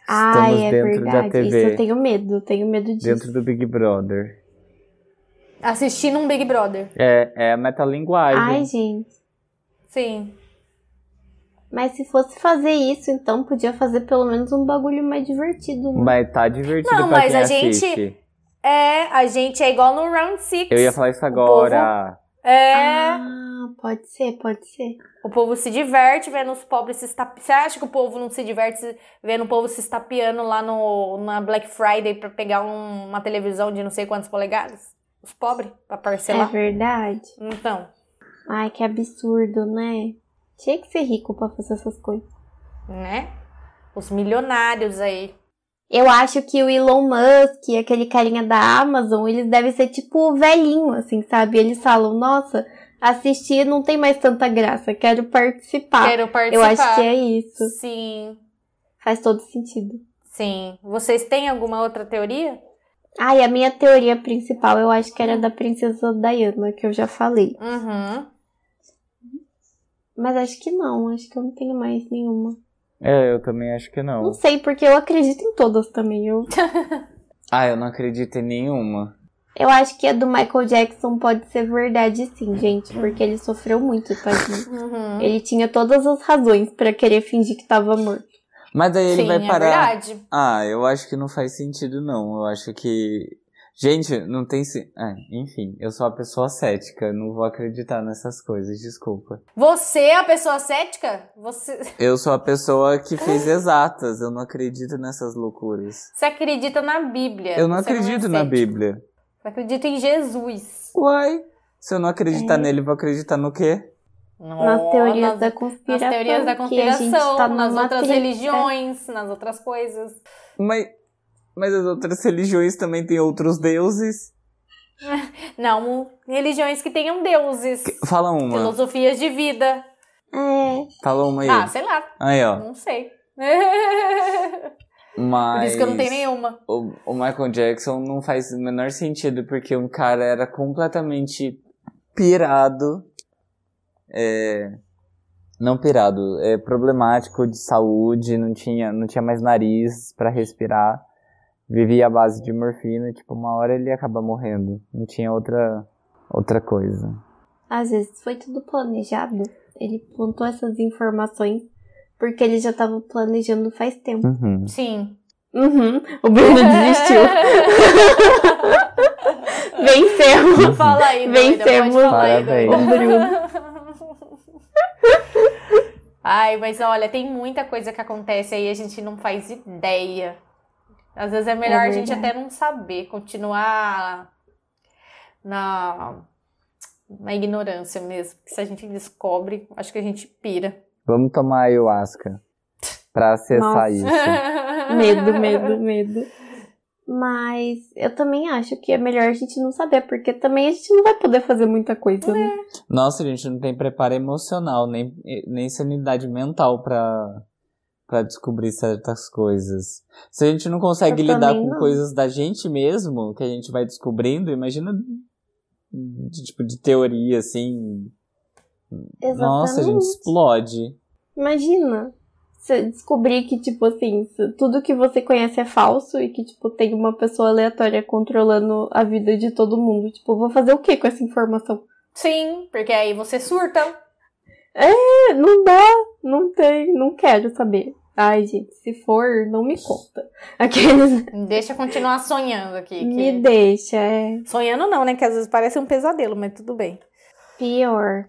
[SPEAKER 4] Ai, é
[SPEAKER 2] dentro da
[SPEAKER 4] verdade. Isso
[SPEAKER 2] TV.
[SPEAKER 4] eu tenho medo, eu tenho medo disso.
[SPEAKER 2] Dentro do Big Brother.
[SPEAKER 1] Assistindo um Big Brother.
[SPEAKER 2] É, é a metalinguagem.
[SPEAKER 4] Ai, gente.
[SPEAKER 1] Sim.
[SPEAKER 4] Mas se fosse fazer isso, então podia fazer pelo menos um bagulho mais divertido, né?
[SPEAKER 2] Mas tá divertido
[SPEAKER 1] Não,
[SPEAKER 2] pra
[SPEAKER 1] mas
[SPEAKER 2] quem
[SPEAKER 1] a gente-
[SPEAKER 2] assiste.
[SPEAKER 1] É, a gente é igual no Round Six.
[SPEAKER 2] Eu ia falar isso agora.
[SPEAKER 1] É,
[SPEAKER 4] Ah, pode ser, pode ser.
[SPEAKER 1] o povo se diverte vendo os pobres se estapeando. Você acha que o povo não se diverte se- vendo o povo se estapeando lá no, na Black Friday pra pegar um- uma televisão de não sei quantos polegadas? Os pobres, pra
[SPEAKER 4] é
[SPEAKER 1] parcelar?
[SPEAKER 4] verdade.
[SPEAKER 1] Então,
[SPEAKER 4] Ai, que absurdo, né? Tinha que ser rico pra fazer essas coisas.
[SPEAKER 1] né? Os milionários aí.
[SPEAKER 4] Eu acho que o Elon Musk e aquele carinha da Amazon, eles devem ser tipo velhinho, assim, sabe? Eles falam, nossa, assistir não tem mais tanta graça, quero participar.
[SPEAKER 1] Quero participar.
[SPEAKER 4] Ah, Eu acho que é isso.
[SPEAKER 1] Sim,
[SPEAKER 4] Faz todo sentido.
[SPEAKER 1] sim. Vocês têm alguma outra teoria?
[SPEAKER 4] Ah, e a minha teoria principal, eu acho que era da princesa Diana, que eu já falei.
[SPEAKER 1] Uhum.
[SPEAKER 4] Mas acho que não, acho que eu não tenho mais nenhuma.
[SPEAKER 2] É, eu também acho que não.
[SPEAKER 4] Não sei, porque eu acredito em todas também. Eu,
[SPEAKER 2] Ah, eu não acredito em nenhuma.
[SPEAKER 4] Eu acho que a do Michael Jackson pode ser verdade sim, gente, porque ele sofreu muito, tadinho.
[SPEAKER 1] Uhum.
[SPEAKER 4] Ele tinha todas as razões pra querer fingir que tava morto.
[SPEAKER 2] Mas daí ele
[SPEAKER 1] Sim,
[SPEAKER 2] vai parar.
[SPEAKER 1] é verdade.
[SPEAKER 2] Ah, eu acho que não faz sentido, não. Eu acho que. Gente, não tem. se- Ah, enfim, eu sou uma pessoa cética, eu não vou acreditar nessas coisas, desculpa.
[SPEAKER 1] Você é a pessoa cética? Você,
[SPEAKER 2] Eu sou a pessoa que fez exatas, eu não acredito nessas loucuras.
[SPEAKER 1] você acredita na Bíblia.
[SPEAKER 2] Eu não
[SPEAKER 1] você é
[SPEAKER 2] acredito na
[SPEAKER 1] cético.
[SPEAKER 2] Bíblia.
[SPEAKER 1] Você acredita em Jesus.
[SPEAKER 2] Uai, se eu não acreditar
[SPEAKER 4] É.
[SPEAKER 2] nele, eu vou acreditar no quê?
[SPEAKER 4] nas
[SPEAKER 1] Nó,
[SPEAKER 4] teorias
[SPEAKER 1] nas-
[SPEAKER 4] da conspiração.
[SPEAKER 1] nas teorias da
[SPEAKER 4] que a
[SPEAKER 1] conspiração,
[SPEAKER 4] gente tá
[SPEAKER 1] nas
[SPEAKER 4] numa
[SPEAKER 1] outras
[SPEAKER 4] treta.
[SPEAKER 1] religiões, nas outras coisas.
[SPEAKER 2] Mas, mas as outras religiões também têm outros deuses.
[SPEAKER 1] Não, religiões que tenham deuses,
[SPEAKER 2] Fala uma,
[SPEAKER 1] filosofias de vida.
[SPEAKER 4] É,
[SPEAKER 2] fala uma aí.
[SPEAKER 1] Ah, sei lá,
[SPEAKER 2] Aí, ó.
[SPEAKER 1] não sei.
[SPEAKER 2] Mas...
[SPEAKER 1] Por isso que eu não tenho nenhuma.
[SPEAKER 2] o, o Michael Jackson não faz o menor sentido, porque um cara era completamente pirado. É, não pirado, é problemático de saúde, não tinha, não tinha mais nariz pra respirar. Vivia à base de morfina, tipo, uma hora ele ia acabar morrendo. Não tinha outra, outra coisa.
[SPEAKER 4] às vezes foi tudo planejado. Ele plantou essas informações porque ele já tava planejando faz tempo.
[SPEAKER 2] Uhum.
[SPEAKER 1] Sim.
[SPEAKER 4] Uhum, o Bruno desistiu. Vencemos.
[SPEAKER 1] Fala aí, doida,
[SPEAKER 4] Vencemos.
[SPEAKER 1] pode falar aí,
[SPEAKER 2] Parabéns.
[SPEAKER 1] doida.
[SPEAKER 4] Bruno.
[SPEAKER 1] Ai, mas olha, tem muita coisa que acontece aí, a gente não faz ideia. Às vezes é melhor a gente
[SPEAKER 4] verdade.
[SPEAKER 1] até não saber, continuar na, na ignorância mesmo. Porque se a gente descobre, acho que a gente pira.
[SPEAKER 2] Vamos tomar ayahuasca pra acessar
[SPEAKER 4] Nossa.
[SPEAKER 2] isso.
[SPEAKER 4] Medo, medo, medo. Mas eu também acho que é melhor a gente não saber, porque também a gente não vai poder fazer muita coisa. né?
[SPEAKER 2] Nossa, gente, não tem preparo emocional, nem, nem sanidade mental pra, pra descobrir certas coisas. Se a gente não consegue
[SPEAKER 4] Eu
[SPEAKER 2] lidar
[SPEAKER 4] também
[SPEAKER 2] com
[SPEAKER 4] não.
[SPEAKER 2] coisas da gente mesmo, que a gente vai descobrindo, imagina de, tipo de teoria, assim.
[SPEAKER 1] É.
[SPEAKER 2] Nossa, a gente explode.
[SPEAKER 4] Imagina você descobrir que, tipo assim, se- tudo que você conhece é falso e que, tipo, tem uma pessoa aleatória controlando a vida de todo mundo. Tipo, vou fazer o que com essa informação?
[SPEAKER 1] Sim, porque aí você surta.
[SPEAKER 4] É, não dá, não tem, não quero saber. Ai, gente, se for, não me conta. Aqueles
[SPEAKER 1] Deixa eu continuar sonhando aqui. que-
[SPEAKER 4] me deixa, é
[SPEAKER 1] Sonhando não, né? Que às vezes parece um pesadelo, mas tudo bem.
[SPEAKER 4] pior.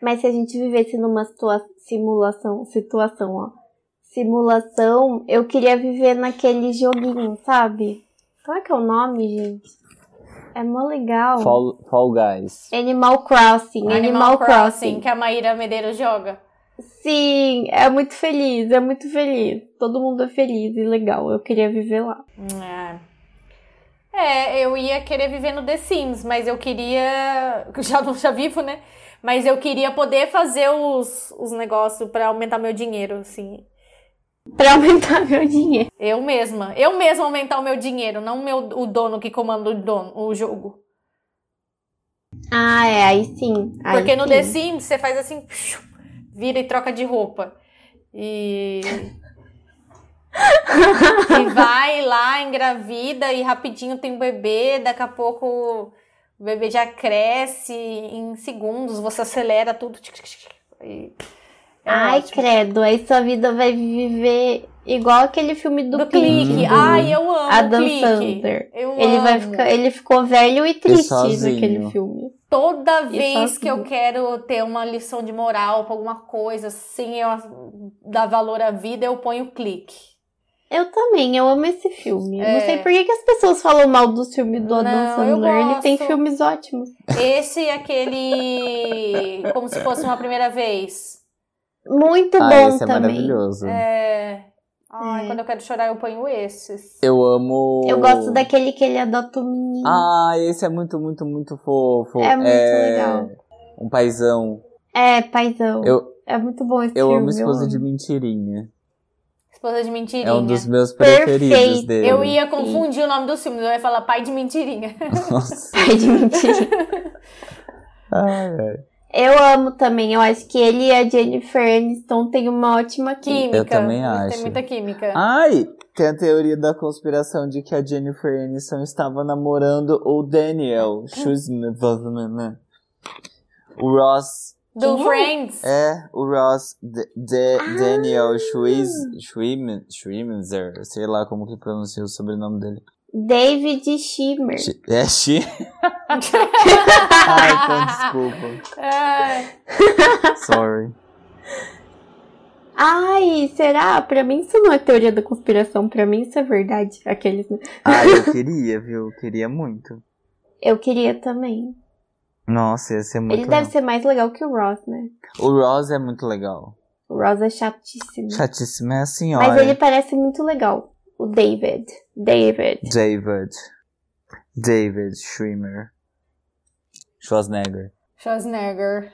[SPEAKER 4] Mas se a gente vivesse numa situa- simulação, situação, ó. Simulação, eu queria viver naquele joguinho, sabe? Qual é que é o nome, gente? É mó legal.
[SPEAKER 2] Fall, Fall Guys.
[SPEAKER 4] Animal Crossing, Animal, Crossing.
[SPEAKER 1] que a Maíra Medeiros joga.
[SPEAKER 4] Sim, é muito feliz, é muito feliz. Todo mundo é feliz e legal. Eu queria viver lá.
[SPEAKER 1] É. É, eu ia querer viver no The Sims, mas eu queria. Já não já vivo, né? Mas eu queria poder fazer os, os negócios pra aumentar meu dinheiro, assim.
[SPEAKER 4] Pra aumentar meu dinheiro.
[SPEAKER 1] Eu mesma. Eu mesma aumentar o meu dinheiro, não meu, o dono que comanda o, dono, o jogo.
[SPEAKER 4] Ah, é, aí sim. aí
[SPEAKER 1] Porque no
[SPEAKER 4] sim.
[SPEAKER 1] The Sims você faz assim, vira e troca de roupa. E. e vai lá, engravida e rapidinho tem um bebê, daqui a pouco o bebê já cresce em segundos, você acelera tudo. tic, tic, tic, e- é
[SPEAKER 4] Ai,
[SPEAKER 1] ótimo.
[SPEAKER 4] credo, aí sua vida vai viver igual aquele filme do,
[SPEAKER 1] do clique.
[SPEAKER 2] clique.
[SPEAKER 1] Ai, eu amo
[SPEAKER 4] Adam
[SPEAKER 1] o clique.
[SPEAKER 4] Sandler.
[SPEAKER 1] Eu
[SPEAKER 4] Ele, vai
[SPEAKER 1] amo.
[SPEAKER 4] ficar, ele ficou velho e triste
[SPEAKER 2] sozinho.
[SPEAKER 4] naquele filme.
[SPEAKER 1] Toda vez
[SPEAKER 4] assim-
[SPEAKER 1] que eu quero ter uma lição de moral pra alguma coisa, assim, eu dar valor à vida, eu ponho clique.
[SPEAKER 4] Eu também, eu amo esse filme. Eu Não
[SPEAKER 1] É.
[SPEAKER 4] sei por que, que as pessoas falam mal dos filmes do Adam
[SPEAKER 1] Não, eu
[SPEAKER 4] Sandler. Ele tem
[SPEAKER 1] gosto.
[SPEAKER 4] filmes ótimos.
[SPEAKER 1] Esse e aquele. Como se fosse uma primeira vez.
[SPEAKER 4] Muito
[SPEAKER 2] Ah,
[SPEAKER 4] bom
[SPEAKER 2] esse é
[SPEAKER 4] também.
[SPEAKER 2] maravilhoso.
[SPEAKER 1] É. Ai,
[SPEAKER 4] É.
[SPEAKER 1] quando eu quero chorar, eu ponho esses.
[SPEAKER 2] Hum. Eu amo.
[SPEAKER 4] eu gosto daquele que ele adota o menino.
[SPEAKER 2] Ah, esse é muito, muito, muito fofo.
[SPEAKER 4] Uhum. É muito legal.
[SPEAKER 2] Um paizão.
[SPEAKER 4] É, paizão.
[SPEAKER 2] Eu,
[SPEAKER 4] É muito bom esse
[SPEAKER 2] Eu
[SPEAKER 4] filme.
[SPEAKER 2] amo Esposa
[SPEAKER 4] eu
[SPEAKER 2] de
[SPEAKER 4] amo.
[SPEAKER 2] Mentirinha.
[SPEAKER 1] Esposa de mentirinha.
[SPEAKER 2] É um dos meus
[SPEAKER 4] Perfeito.
[SPEAKER 2] preferidos dele.
[SPEAKER 1] Eu ia confundir o nome dos filmes, eu ia falar pai de mentirinha.
[SPEAKER 2] Nossa.
[SPEAKER 4] Pai de mentira.
[SPEAKER 2] Ai, ai.
[SPEAKER 4] Eu amo também. Eu acho que ele e a Jennifer Aniston têm uma ótima química.
[SPEAKER 1] Química.
[SPEAKER 2] Eu também
[SPEAKER 1] Eles têm
[SPEAKER 2] acho. Ah,
[SPEAKER 1] muita química.
[SPEAKER 2] Ai, tem a teoria da conspiração de que a Jennifer Aniston estava namorando o Daniel
[SPEAKER 4] Ah.
[SPEAKER 2] Schwartzman. O Ross,
[SPEAKER 1] Do
[SPEAKER 4] Quem é?
[SPEAKER 1] Friends.
[SPEAKER 2] uh! é, o Ross D- D-
[SPEAKER 4] Ah!
[SPEAKER 2] Daniel Schwiz- Schwimen- Schwimenzer, sei lá como que pronuncia o sobrenome dele.
[SPEAKER 4] David Schimmer.
[SPEAKER 2] Sch- É Shi? Ai, então desculpa.
[SPEAKER 1] Ai,
[SPEAKER 2] Sorry.
[SPEAKER 4] Ai, será? Pra mim isso não é teoria da conspiração. Pra mim isso é verdade. Aqueles. né?
[SPEAKER 2] Ai, eu queria, viu? Eu queria muito.
[SPEAKER 4] Eu queria também.
[SPEAKER 2] Nossa, ia ser muito
[SPEAKER 4] ele
[SPEAKER 2] legal.
[SPEAKER 4] deve ser mais legal que o Ross, né?
[SPEAKER 2] O Ross é muito legal.
[SPEAKER 4] O Ross é chatíssimo.
[SPEAKER 2] Chatíssima é a senhora.
[SPEAKER 4] Mas ele parece muito legal. O David. David.
[SPEAKER 2] David. David Schwimmer. Schwarzenegger.
[SPEAKER 1] Schwarzenegger.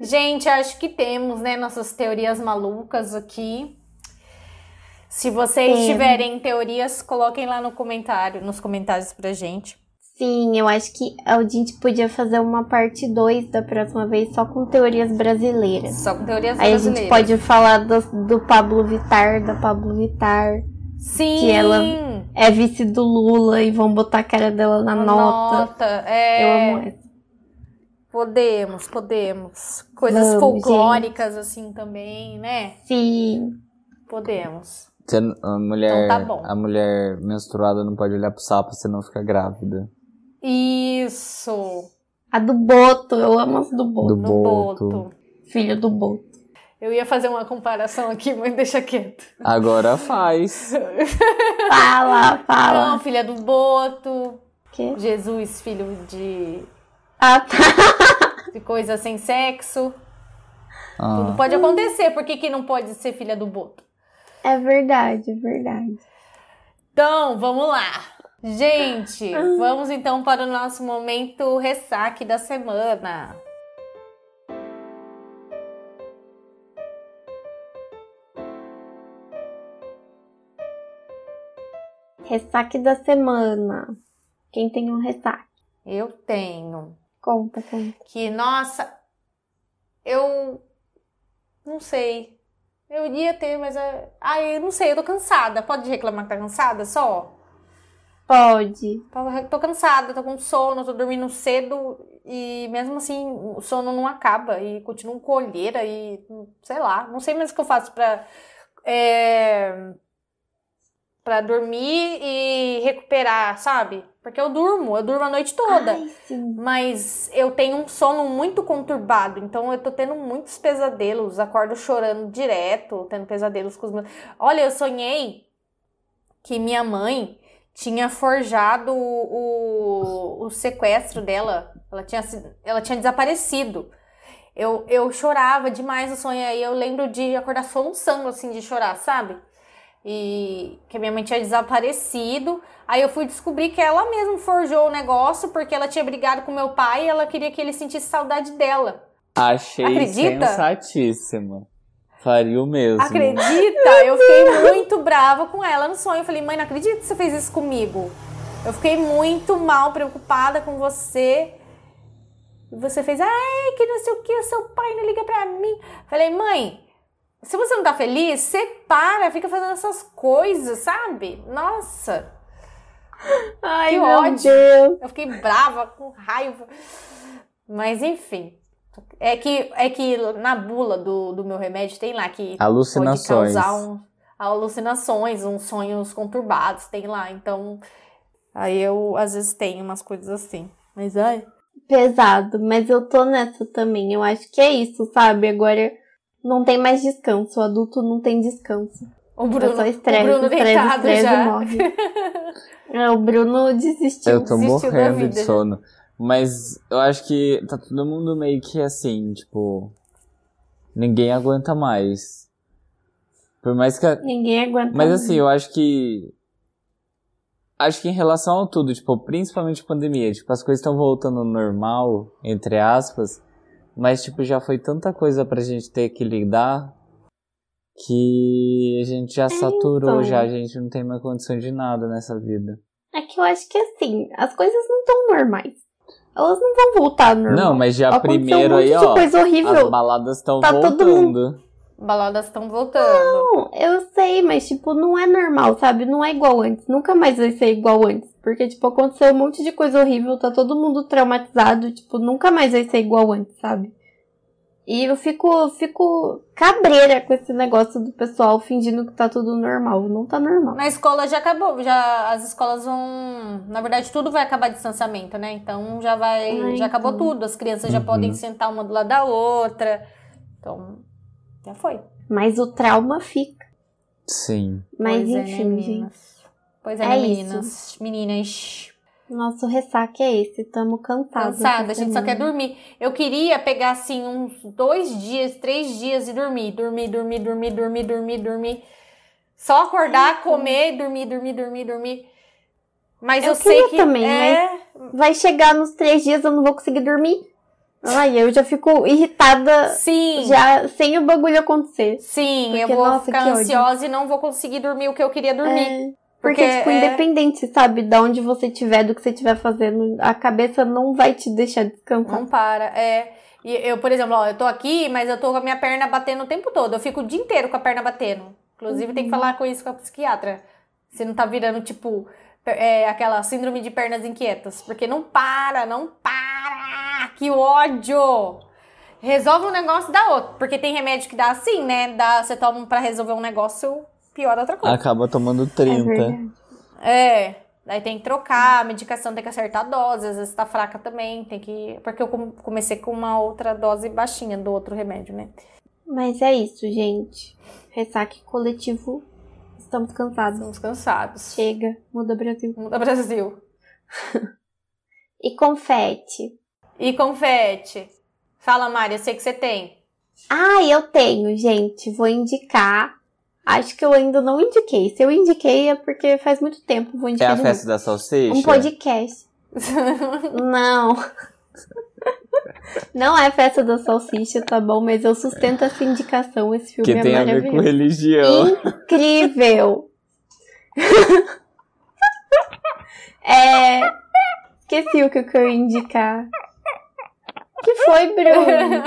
[SPEAKER 1] Gente, acho que temos, né, nossas teorias malucas aqui. Se vocês
[SPEAKER 4] Temos.
[SPEAKER 1] tiverem teorias, coloquem lá no comentário, nos comentários pra gente.
[SPEAKER 4] Sim, eu acho que a gente podia fazer uma parte 2 da próxima vez só com teorias brasileiras.
[SPEAKER 1] Só com teorias
[SPEAKER 4] Aí a
[SPEAKER 1] brasileiras.
[SPEAKER 4] gente pode falar do, do Pablo Vittar, da Pablo Vittar.
[SPEAKER 1] Sim.
[SPEAKER 4] que ela- É vice do Lula e vão botar a cara dela na nota. Eu
[SPEAKER 1] é.
[SPEAKER 4] amo essa.
[SPEAKER 1] Podemos, podemos. Coisas
[SPEAKER 4] Vamos,
[SPEAKER 1] folclóricas assim também, né?
[SPEAKER 4] Sim.
[SPEAKER 1] Podemos.
[SPEAKER 2] Você n- A mulher,
[SPEAKER 1] Então tá bom.
[SPEAKER 2] a mulher menstruada não pode olhar pro sapo, senão fica grávida.
[SPEAKER 1] Isso.
[SPEAKER 4] A do Boto, eu amo as do Boto.
[SPEAKER 2] Do
[SPEAKER 1] No
[SPEAKER 2] boto.
[SPEAKER 1] boto.
[SPEAKER 4] Filho do Boto.
[SPEAKER 1] Eu ia fazer uma comparação aqui, mas deixa quieto.
[SPEAKER 2] Agora faz.
[SPEAKER 4] Fala,
[SPEAKER 1] Não,
[SPEAKER 4] fala.
[SPEAKER 1] filha do Boto.
[SPEAKER 4] Que?
[SPEAKER 1] Jesus, filho de,
[SPEAKER 4] Ah, tá.
[SPEAKER 1] de coisa sem sexo.
[SPEAKER 2] Ah,
[SPEAKER 1] Tudo pode acontecer. Por que, que não pode ser filha do Boto?
[SPEAKER 4] É verdade, é verdade.
[SPEAKER 1] Então, vamos lá. Gente, vamos então para o nosso momento ressaque da semana.
[SPEAKER 4] Ressaque da semana. Quem tem um ressaque?
[SPEAKER 1] Eu tenho.
[SPEAKER 4] Conta, conta.
[SPEAKER 1] Que, nossa, eu não sei. Eu ia ter, mas. é- Ai, eu não sei, eu tô cansada. Pode reclamar que tá cansada só?
[SPEAKER 4] Pode.
[SPEAKER 1] Tô- Tô cansada, tô com sono, tô dormindo cedo e mesmo assim o sono não acaba e continuo com olheira e sei lá, não sei mais o que eu faço pra, é, pra dormir e recuperar, sabe? Porque eu durmo, eu durmo a noite toda.
[SPEAKER 4] Ai, sim.
[SPEAKER 1] Mas eu tenho um sono muito conturbado, então eu tô tendo muitos pesadelos, acordo chorando direto, tendo pesadelos com os meus. Olha, eu sonhei que minha mãe tinha forjado o, o- o sequestro dela. Ela tinha, se- ela tinha desaparecido. Eu, eu chorava demais no sonho, aí eu lembro de acordar soluçando, assim, de chorar, sabe? E que a minha mãe tinha desaparecido. Aí eu fui descobrir que ela mesma forjou o negócio porque ela tinha brigado com meu pai e ela queria que ele sentisse saudade dela.
[SPEAKER 2] achei
[SPEAKER 1] Acredita?
[SPEAKER 2] sensatíssimo. Faria o mesmo.
[SPEAKER 1] Acredita? Eu fiquei muito brava com ela no sonho. Eu falei, mãe, não acredito que você fez isso comigo. Eu fiquei muito mal, preocupada com você. E você fez, ai, que não sei o que, seu pai não liga pra mim. Falei, mãe, se você não tá feliz, separa, fica fazendo essas coisas, sabe? Nossa.
[SPEAKER 4] Ai,
[SPEAKER 1] Que
[SPEAKER 4] meu
[SPEAKER 1] ódio.
[SPEAKER 4] Deus.
[SPEAKER 1] Eu fiquei brava, com raiva. Mas enfim. É que, é que na bula do, do meu remédio tem lá que
[SPEAKER 2] Alucinações.
[SPEAKER 1] pode causar um- alucinações, uns sonhos conturbados, tem lá. Então, aí eu às vezes tenho umas coisas assim. Mas ai.
[SPEAKER 4] Pesado, mas eu tô nessa também. Eu acho que é isso, sabe? Agora não tem mais descanso. O adulto não tem descanso.
[SPEAKER 1] O Bruno,
[SPEAKER 4] é só
[SPEAKER 1] o
[SPEAKER 4] estresse,
[SPEAKER 1] Bruno
[SPEAKER 4] estresse,
[SPEAKER 1] deitado
[SPEAKER 4] estresse
[SPEAKER 1] já.
[SPEAKER 4] e morre. É, o Bruno desistiu.
[SPEAKER 2] Eu tô
[SPEAKER 1] desistiu da
[SPEAKER 2] morrendo
[SPEAKER 1] vida
[SPEAKER 2] de
[SPEAKER 1] já.
[SPEAKER 2] sono. Mas eu acho que tá todo mundo meio que assim, tipo. Ninguém aguenta mais. Por mais que. a-
[SPEAKER 1] Então,
[SPEAKER 4] Ninguém aguenta.
[SPEAKER 2] Mas
[SPEAKER 4] mais.
[SPEAKER 2] assim,
[SPEAKER 1] né?
[SPEAKER 2] eu acho que. Acho que em relação a tudo, tipo, principalmente pandemia, tipo, as coisas estão voltando ao normal, entre aspas. Mas, tipo, já foi tanta coisa pra gente ter que lidar que a gente
[SPEAKER 1] É,
[SPEAKER 2] já saturou,
[SPEAKER 4] então.
[SPEAKER 2] já a gente não tem mais condição de nada nessa vida.
[SPEAKER 4] É que eu acho que assim, as coisas não estão normais. Elas não vão voltar ao normal.
[SPEAKER 2] Não, mas já
[SPEAKER 4] Aconteceu
[SPEAKER 2] primeiro
[SPEAKER 4] um monte
[SPEAKER 2] aí,
[SPEAKER 4] de
[SPEAKER 2] ó.
[SPEAKER 4] coisa horrível.
[SPEAKER 2] As baladas estão
[SPEAKER 4] Tá todo
[SPEAKER 2] voltando.
[SPEAKER 1] Baladas estão voltando.
[SPEAKER 4] Não, eu sei, mas tipo, não é normal, sabe? Não é igual antes. Nunca mais vai ser igual antes. Porque, tipo, aconteceu um monte de coisa horrível, tá todo mundo traumatizado, tipo, nunca mais vai ser igual antes, sabe? E eu fico, fico cabreira com esse negócio do pessoal fingindo que tá tudo normal. Não tá normal.
[SPEAKER 1] Na escola já acabou, já as escolas vão, na verdade tudo vai acabar distanciamento, né? Então já vai,
[SPEAKER 4] Ah,
[SPEAKER 1] já acabou
[SPEAKER 4] então.
[SPEAKER 1] tudo, as crianças já
[SPEAKER 2] Uhum.
[SPEAKER 1] podem sentar uma do lado da outra. Então já foi.
[SPEAKER 4] Mas o trauma fica.
[SPEAKER 2] Sim.
[SPEAKER 4] Mas
[SPEAKER 1] Pois é, né,
[SPEAKER 4] enfim, gente.
[SPEAKER 1] meninas? Pois é,
[SPEAKER 4] É
[SPEAKER 1] né,
[SPEAKER 4] isso.
[SPEAKER 1] meninas, meninas.
[SPEAKER 4] Nosso ressaca é esse. Tamo cansados.
[SPEAKER 1] Cansada,
[SPEAKER 4] essa
[SPEAKER 1] a gente só
[SPEAKER 4] semana.
[SPEAKER 1] quer dormir. Eu queria pegar assim uns dois dias, três dias e dormir. Dormir, dormir, dormir, dormir, dormir, dormir. Só acordar, comer, dormir, dormir, dormir, dormir. Mas eu,
[SPEAKER 4] Eu
[SPEAKER 1] sei
[SPEAKER 4] queria
[SPEAKER 1] que.
[SPEAKER 4] também,
[SPEAKER 1] é...
[SPEAKER 4] Vai chegar nos três dias, eu não vou conseguir dormir. Ai, eu já fico irritada.
[SPEAKER 1] Sim,
[SPEAKER 4] Já sem o bagulho acontecer.
[SPEAKER 1] sim, eu
[SPEAKER 4] Porque,
[SPEAKER 1] vou
[SPEAKER 4] nossa,
[SPEAKER 1] ficar
[SPEAKER 4] que ódio.
[SPEAKER 1] ansiosa e não vou conseguir dormir o que eu queria dormir.
[SPEAKER 4] É, porque, tipo,
[SPEAKER 1] é-
[SPEAKER 4] independente, sabe, da onde você tiver, do que você estiver fazendo, a cabeça não vai te deixar descansar.
[SPEAKER 1] Não para, é. E eu, por exemplo, ó, eu tô aqui, mas eu tô com a minha perna batendo o tempo todo. Eu fico o dia inteiro com a perna batendo. Inclusive, tem que
[SPEAKER 4] Uhum.
[SPEAKER 1] falar com isso com a psiquiatra. Se não tá virando, tipo, per- é, aquela síndrome de pernas inquietas. Porque não para, não para! Que ódio! Resolve um negócio, dá outro. Porque tem remédio que dá assim, né? Dá, você toma um pra resolver um negócio, piora outra coisa.
[SPEAKER 2] Acaba tomando
[SPEAKER 4] É
[SPEAKER 2] 30.
[SPEAKER 4] verdade.
[SPEAKER 1] É. Daí tem que trocar, a medicação tem que acertar a dose, às vezes tá fraca também, tem que. Porque eu com- comecei com uma outra dose baixinha do outro remédio, né?
[SPEAKER 4] Mas é isso, gente. Ressaque coletivo. Estamos cansados.
[SPEAKER 1] Estamos cansados.
[SPEAKER 4] Chega, muda Brasil.
[SPEAKER 1] Muda Brasil.
[SPEAKER 4] E confete.
[SPEAKER 1] E confete. Fala, Mari, eu sei que você tem.
[SPEAKER 4] Ah, eu tenho, gente. Vou indicar. Acho que eu ainda não indiquei. Se eu indiquei é porque faz muito tempo. Vou
[SPEAKER 2] É
[SPEAKER 4] indicar
[SPEAKER 2] a
[SPEAKER 4] de novo.
[SPEAKER 2] festa é. da salsicha?
[SPEAKER 4] Um podcast. Não. Não é festa da salsicha, tá bom? Mas eu sustento essa indicação. Esse filme
[SPEAKER 2] Que
[SPEAKER 4] é
[SPEAKER 2] tem a ver com
[SPEAKER 4] maravilhoso.
[SPEAKER 2] religião.
[SPEAKER 4] Incrível! é. Esqueci o que que eu ia indicar. que foi, Bruno?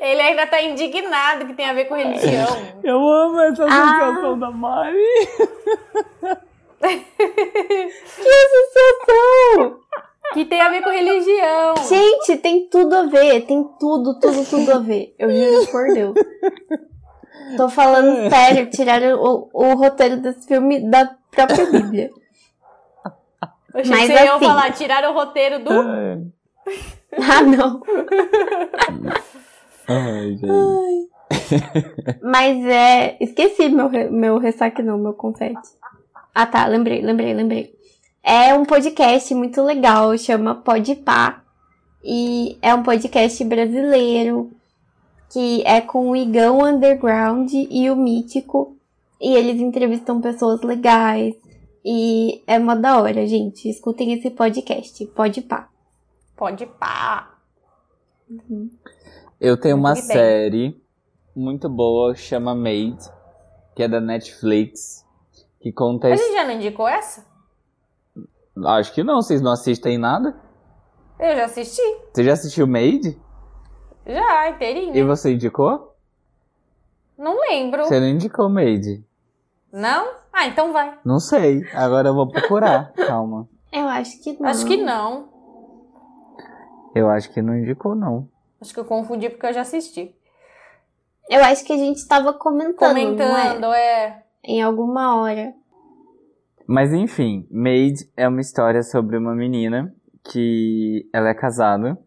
[SPEAKER 1] Ele ainda tá indignado que tem a ver com religião.
[SPEAKER 2] Eu amo essa
[SPEAKER 4] Ah.
[SPEAKER 2] sensação da Mari.
[SPEAKER 4] Sensação!
[SPEAKER 1] Que tem a ver com religião.
[SPEAKER 4] Gente, tem tudo a ver. Tem tudo, tudo, tudo a ver. Eu juro por Deus. Tô falando sério, tiraram o, o roteiro desse filme da própria Bíblia.
[SPEAKER 1] Eu achei
[SPEAKER 4] Mas
[SPEAKER 1] que você ia
[SPEAKER 4] assim-
[SPEAKER 1] falar, tiraram o roteiro do.
[SPEAKER 4] Ah, não.
[SPEAKER 2] Ai, gente.
[SPEAKER 4] Mas é. Esqueci meu, re- meu ressaque, não, meu confete. Ah, tá, lembrei, lembrei, lembrei. É um podcast muito legal, chama Podpá. E é um podcast brasileiro que é com o Igão Underground e o Mítico. E eles entrevistam pessoas legais. E é uma da hora, gente. Escutem esse podcast, Podpá.
[SPEAKER 1] Pode pá.
[SPEAKER 2] Eu tenho uma
[SPEAKER 1] Muito bem.
[SPEAKER 2] série muito boa que chama Made, que é da Netflix, que conta. a
[SPEAKER 1] A
[SPEAKER 2] his-
[SPEAKER 1] gente já não indicou essa?
[SPEAKER 2] Acho que não, vocês não assistem nada.
[SPEAKER 1] Eu já assisti.
[SPEAKER 2] Você já assistiu Made?
[SPEAKER 1] Já, inteirinho.
[SPEAKER 2] E você indicou?
[SPEAKER 1] Não lembro.
[SPEAKER 2] Você não indicou Made.
[SPEAKER 1] Não? Ah, então vai.
[SPEAKER 2] Não sei. Agora eu vou procurar. Calma.
[SPEAKER 4] Eu acho que não.
[SPEAKER 1] Acho que não.
[SPEAKER 2] Eu acho que não indicou, não.
[SPEAKER 1] Acho que eu confundi porque eu já assisti.
[SPEAKER 4] Eu acho que a gente tava
[SPEAKER 1] Então,
[SPEAKER 4] comentando. Não é?
[SPEAKER 1] Comentando, é.
[SPEAKER 4] Em alguma hora.
[SPEAKER 2] Mas enfim, Maid é uma história sobre uma menina que ela é casada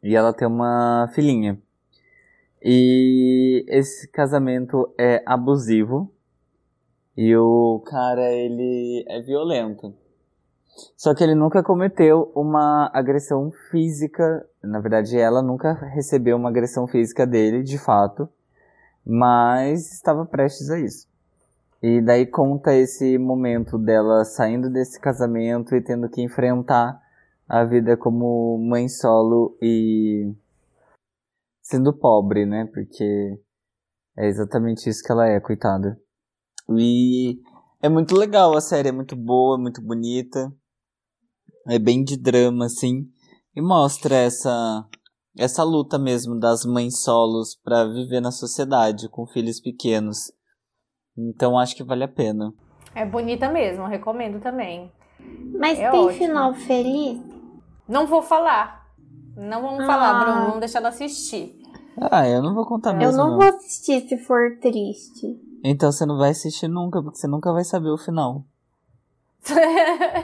[SPEAKER 2] e ela tem uma filhinha. E esse casamento é abusivo e o cara ele é violento. Só que ele nunca cometeu uma agressão física, na verdade ela nunca recebeu uma agressão física dele, de fato, mas estava prestes a isso. E daí conta esse momento dela saindo desse casamento e tendo que enfrentar a vida como mãe solo e sendo pobre, né? Porque é exatamente isso que ela é, coitada. E é muito legal a série, é muito boa, é muito bonita. É bem de drama, assim. E mostra essa essa luta mesmo das mães solos pra viver na sociedade com filhos pequenos. Então acho que vale a pena.
[SPEAKER 1] É bonita mesmo, recomendo também.
[SPEAKER 4] Mas
[SPEAKER 1] É
[SPEAKER 4] tem
[SPEAKER 1] ótimo.
[SPEAKER 4] final feliz?
[SPEAKER 1] Não vou falar. Não vamos
[SPEAKER 4] Ah.
[SPEAKER 1] falar, Bruno. Vamos deixar ela assistir.
[SPEAKER 2] Ah, eu não vou contar mesmo.
[SPEAKER 4] Eu não
[SPEAKER 2] não.
[SPEAKER 4] vou assistir se for triste.
[SPEAKER 2] Então você não vai assistir nunca, porque você nunca vai saber o final.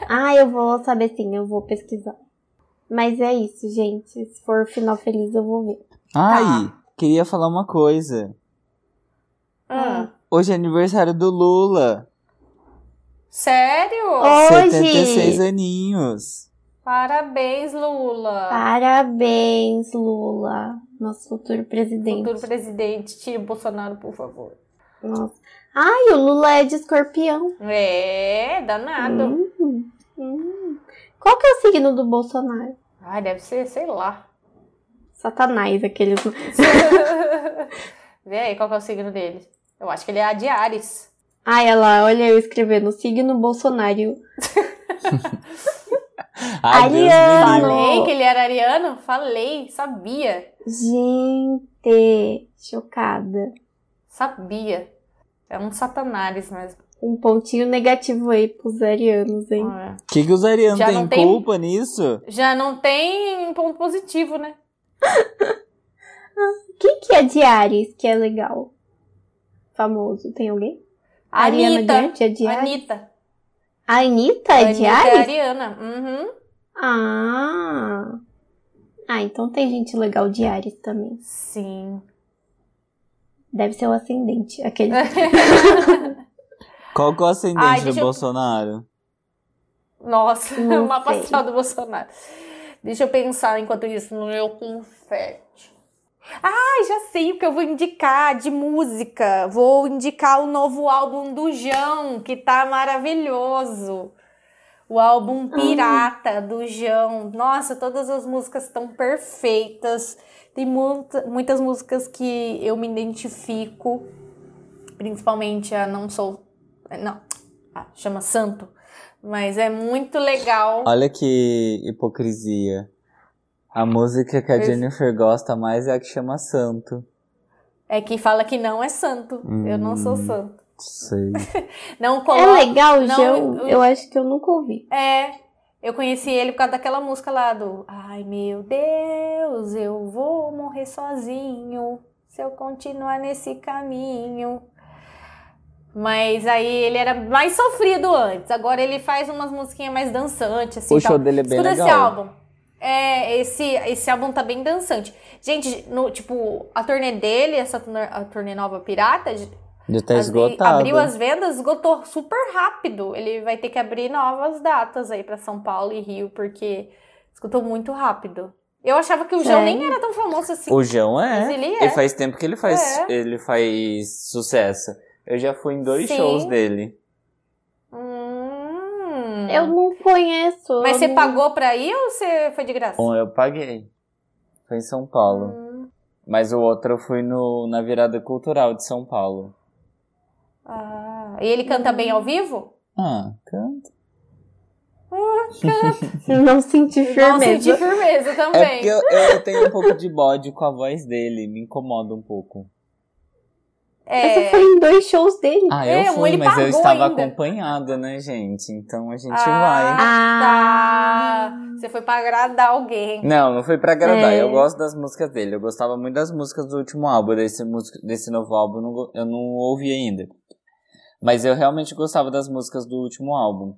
[SPEAKER 4] Ah, eu vou saber sim, eu vou pesquisar. Mas é isso, gente. Se for final feliz, eu vou ver.
[SPEAKER 1] Tá.
[SPEAKER 2] Ai, queria falar uma coisa.
[SPEAKER 1] Hum.
[SPEAKER 2] Hoje é aniversário do Lula.
[SPEAKER 1] Sério?
[SPEAKER 4] Hoje!
[SPEAKER 2] 76 aninhos.
[SPEAKER 1] Oh. Parabéns, Lula.
[SPEAKER 4] Parabéns, Lula. Nosso futuro presidente.
[SPEAKER 1] Futuro presidente, tira o Bolsonaro, por favor.
[SPEAKER 4] Nossa. Ai, o Lula é de escorpião.
[SPEAKER 1] É, danado.
[SPEAKER 4] Hum, hum. Qual que é o signo do Bolsonaro?
[SPEAKER 1] Ai, deve ser, sei lá.
[SPEAKER 4] Satanás, aqueles.
[SPEAKER 1] Vê aí qual que é o signo dele. Eu acho que ele é a de Ares.
[SPEAKER 4] Ai, ela, olha eu escrevendo signo Bolsonaro.
[SPEAKER 2] Ai, Deus me
[SPEAKER 4] Ariano!
[SPEAKER 2] livre.
[SPEAKER 1] Falei que ele era ariano? Falei, sabia.
[SPEAKER 4] Gente, chocada.
[SPEAKER 1] Sabia. É um satanares mesmo.
[SPEAKER 4] Um pontinho negativo aí pros arianos, hein?
[SPEAKER 1] Ah, é.
[SPEAKER 2] Que que os arianos
[SPEAKER 1] Já
[SPEAKER 2] têm
[SPEAKER 1] não tem-
[SPEAKER 2] culpa nisso?
[SPEAKER 1] Já não tem ponto positivo, né?
[SPEAKER 4] Quem que é de Ares que é legal? Famoso, tem alguém? Ariana
[SPEAKER 1] Anitta.
[SPEAKER 4] Grande é de Ares?
[SPEAKER 1] Anitta.
[SPEAKER 4] A Anitta é de
[SPEAKER 1] Anitta
[SPEAKER 4] Ares?
[SPEAKER 1] ariana. Uhum.
[SPEAKER 4] Ah. Ah, então tem gente legal de Ares também.
[SPEAKER 1] Sim.
[SPEAKER 4] Deve ser o ascendente, aquele.
[SPEAKER 1] É,
[SPEAKER 4] É
[SPEAKER 2] Qual que é o ascendente
[SPEAKER 1] Ai,
[SPEAKER 2] do
[SPEAKER 1] deixa eu-
[SPEAKER 2] Bolsonaro?
[SPEAKER 1] Nossa,
[SPEAKER 4] Não
[SPEAKER 1] o mapa
[SPEAKER 4] sei.
[SPEAKER 1] astral do Bolsonaro. Deixa eu pensar enquanto isso no meu confete. Ai, já sei o que eu vou indicar de música. Vou indicar o novo álbum do Jão, que tá maravilhoso. O
[SPEAKER 4] Ah.
[SPEAKER 1] álbum Pirata do Jão. Nossa, todas as músicas estão perfeitas. Tem muita- muitas músicas que eu me identifico, principalmente a Não Sou. Não, ah, chama Santo. Mas é muito legal.
[SPEAKER 2] Olha que hipocrisia. A música que a
[SPEAKER 1] Esse-
[SPEAKER 2] Jennifer gosta mais é a que chama Santo.
[SPEAKER 1] É que fala que não é santo. Eu não sou
[SPEAKER 2] Hum.
[SPEAKER 1] santo.
[SPEAKER 2] Sei.
[SPEAKER 1] Não
[SPEAKER 4] É
[SPEAKER 1] coloca.
[SPEAKER 4] legal,
[SPEAKER 1] Não,
[SPEAKER 4] João?
[SPEAKER 1] eu-
[SPEAKER 4] Eu acho que eu nunca ouvi.
[SPEAKER 1] É, eu conheci ele por causa daquela música lá do Ai meu Deus, eu vou morrer sozinho se eu continuar nesse caminho. Mas aí ele era mais sofrido antes, agora ele faz umas musiquinhas mais dançantes, assim.
[SPEAKER 2] o
[SPEAKER 1] tal.
[SPEAKER 2] show dele é bem
[SPEAKER 1] Escuta
[SPEAKER 2] legal.
[SPEAKER 1] esse álbum. É, esse, esse álbum tá bem dançante. Gente, no, tipo, a turnê dele, essa turnê, a turnê nova pirata,
[SPEAKER 2] Já tá
[SPEAKER 1] abri-
[SPEAKER 2] esgotado.
[SPEAKER 1] abriu as vendas, esgotou super rápido. Ele vai ter que abrir novas datas aí pra São Paulo e Rio, porque esgotou muito rápido. Eu achava que o João nem
[SPEAKER 4] Sério?
[SPEAKER 1] era tão famoso assim.
[SPEAKER 2] É. O João
[SPEAKER 1] Mas
[SPEAKER 2] é.
[SPEAKER 1] ele é.
[SPEAKER 2] Ele faz tempo que ele faz,
[SPEAKER 1] É.
[SPEAKER 2] ele faz sucesso. Eu já fui em dois
[SPEAKER 1] Sim.
[SPEAKER 2] shows dele.
[SPEAKER 1] Hum.
[SPEAKER 4] Eu não conheço.
[SPEAKER 1] Mas
[SPEAKER 4] eu
[SPEAKER 1] você
[SPEAKER 4] não-
[SPEAKER 1] pagou pra ir ou você foi de graça?
[SPEAKER 2] Um eu paguei. Foi em São Paulo.
[SPEAKER 1] Hum.
[SPEAKER 2] Mas o outro eu fui no, na virada cultural de São Paulo.
[SPEAKER 1] Ah, e ele canta bem ao vivo?
[SPEAKER 2] Ah, canta.
[SPEAKER 4] Não senti
[SPEAKER 1] Não senti
[SPEAKER 4] firmeza.
[SPEAKER 1] firmeza também.
[SPEAKER 2] É porque eu, eu tenho um pouco de bode com a voz dele, me incomoda um pouco.
[SPEAKER 1] É.
[SPEAKER 4] Essa foi em dois shows dele.
[SPEAKER 2] Ah,
[SPEAKER 1] É,
[SPEAKER 2] eu
[SPEAKER 1] um
[SPEAKER 2] fui,
[SPEAKER 1] ele
[SPEAKER 2] mas eu
[SPEAKER 1] pagou
[SPEAKER 2] estava
[SPEAKER 1] ainda.
[SPEAKER 2] acompanhada, né, gente? Então a gente vai.
[SPEAKER 1] Ah, tá. Você foi pra agradar alguém.
[SPEAKER 2] Não, não foi pra agradar.
[SPEAKER 4] É.
[SPEAKER 2] Eu gosto das músicas dele. Eu gostava muito das músicas do último álbum, desse, músico- desse novo álbum eu não go- eu não ouvi ainda. Mas eu realmente gostava das músicas do último álbum.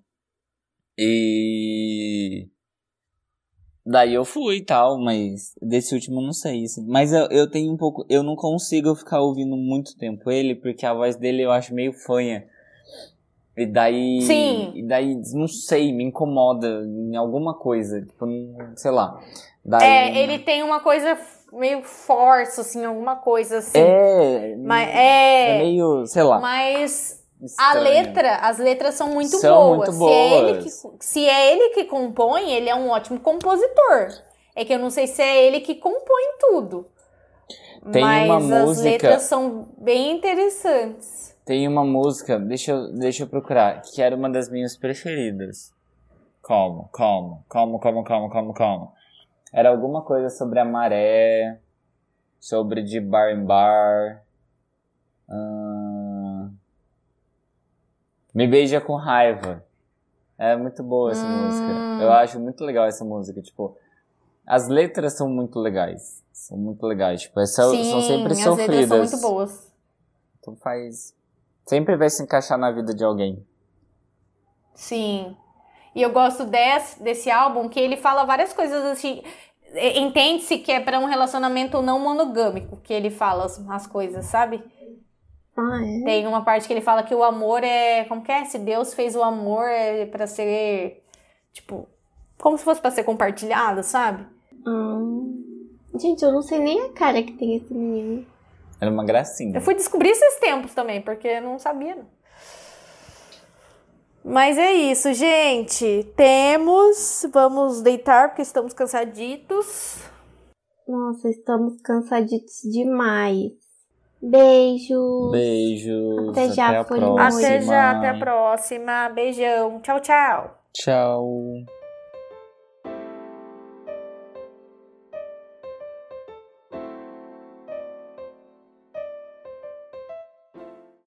[SPEAKER 2] E. Daí eu fui e tal, mas desse último eu não sei. Assim. Mas eu, eu tenho um pouco. Eu não consigo ficar ouvindo muito tempo ele, porque a voz dele eu acho meio fanha. E daí.
[SPEAKER 1] Sim.
[SPEAKER 2] E daí, não sei, me incomoda em alguma coisa. Tipo, não- sei lá. Daí,
[SPEAKER 1] É, ele tem uma coisa f- meio força, assim, alguma coisa assim.
[SPEAKER 2] É.
[SPEAKER 1] mas
[SPEAKER 2] é
[SPEAKER 1] é,
[SPEAKER 2] meio, sei lá.
[SPEAKER 1] mas a
[SPEAKER 2] estranho.
[SPEAKER 1] letra, as letras são muito
[SPEAKER 2] São muito
[SPEAKER 1] boas. Se, é ele que, se é ele que compõe, ele é um ótimo compositor. É que eu não sei se é ele que compõe tudo.
[SPEAKER 2] Tem
[SPEAKER 1] mas
[SPEAKER 2] uma
[SPEAKER 1] as
[SPEAKER 2] música-
[SPEAKER 1] letras são bem interessantes.
[SPEAKER 2] Tem uma música, deixa eu, deixa eu procurar, que era uma das minhas preferidas. calma, calma, calma, calma, calma, calma, calma. Era alguma coisa sobre a maré, sobre de bar em bar. Ahn, Me beija com raiva. É muito boa essa
[SPEAKER 1] Hum.
[SPEAKER 2] música. Eu acho muito legal essa música. Tipo, as letras são muito legais. São muito legais. Tipo, são, são sempre
[SPEAKER 1] as
[SPEAKER 2] sofridas.
[SPEAKER 1] letras são muito boas.
[SPEAKER 2] Então faz. Sempre vai se encaixar na vida de alguém.
[SPEAKER 1] Sim. E eu gosto des- desse álbum que ele fala várias coisas assim. e- Entende-se que é pra um relacionamento não monogâmico que ele fala as, as coisas, sabe?
[SPEAKER 4] Ah, é.
[SPEAKER 1] Tem uma parte que ele fala que o amor é. Como que é? Se Deus fez o amor é pra ser. Tipo. Como se fosse pra ser compartilhado, sabe?
[SPEAKER 4] Hum. Gente, eu não sei nem a cara que tem esse menino.
[SPEAKER 2] Era uma gracinha.
[SPEAKER 1] Eu fui descobrir esses tempos também, porque eu não sabia. não. Mas é isso, gente. Temos. Vamos deitar porque estamos cansaditos.
[SPEAKER 4] Nossa, estamos cansaditos demais. Beijos.
[SPEAKER 2] Beijos.
[SPEAKER 4] Até já,
[SPEAKER 2] até a
[SPEAKER 4] foi um
[SPEAKER 2] próxima.
[SPEAKER 4] Até
[SPEAKER 1] Até já, até a próxima. Beijão. Tchau, tchau.
[SPEAKER 2] Tchau.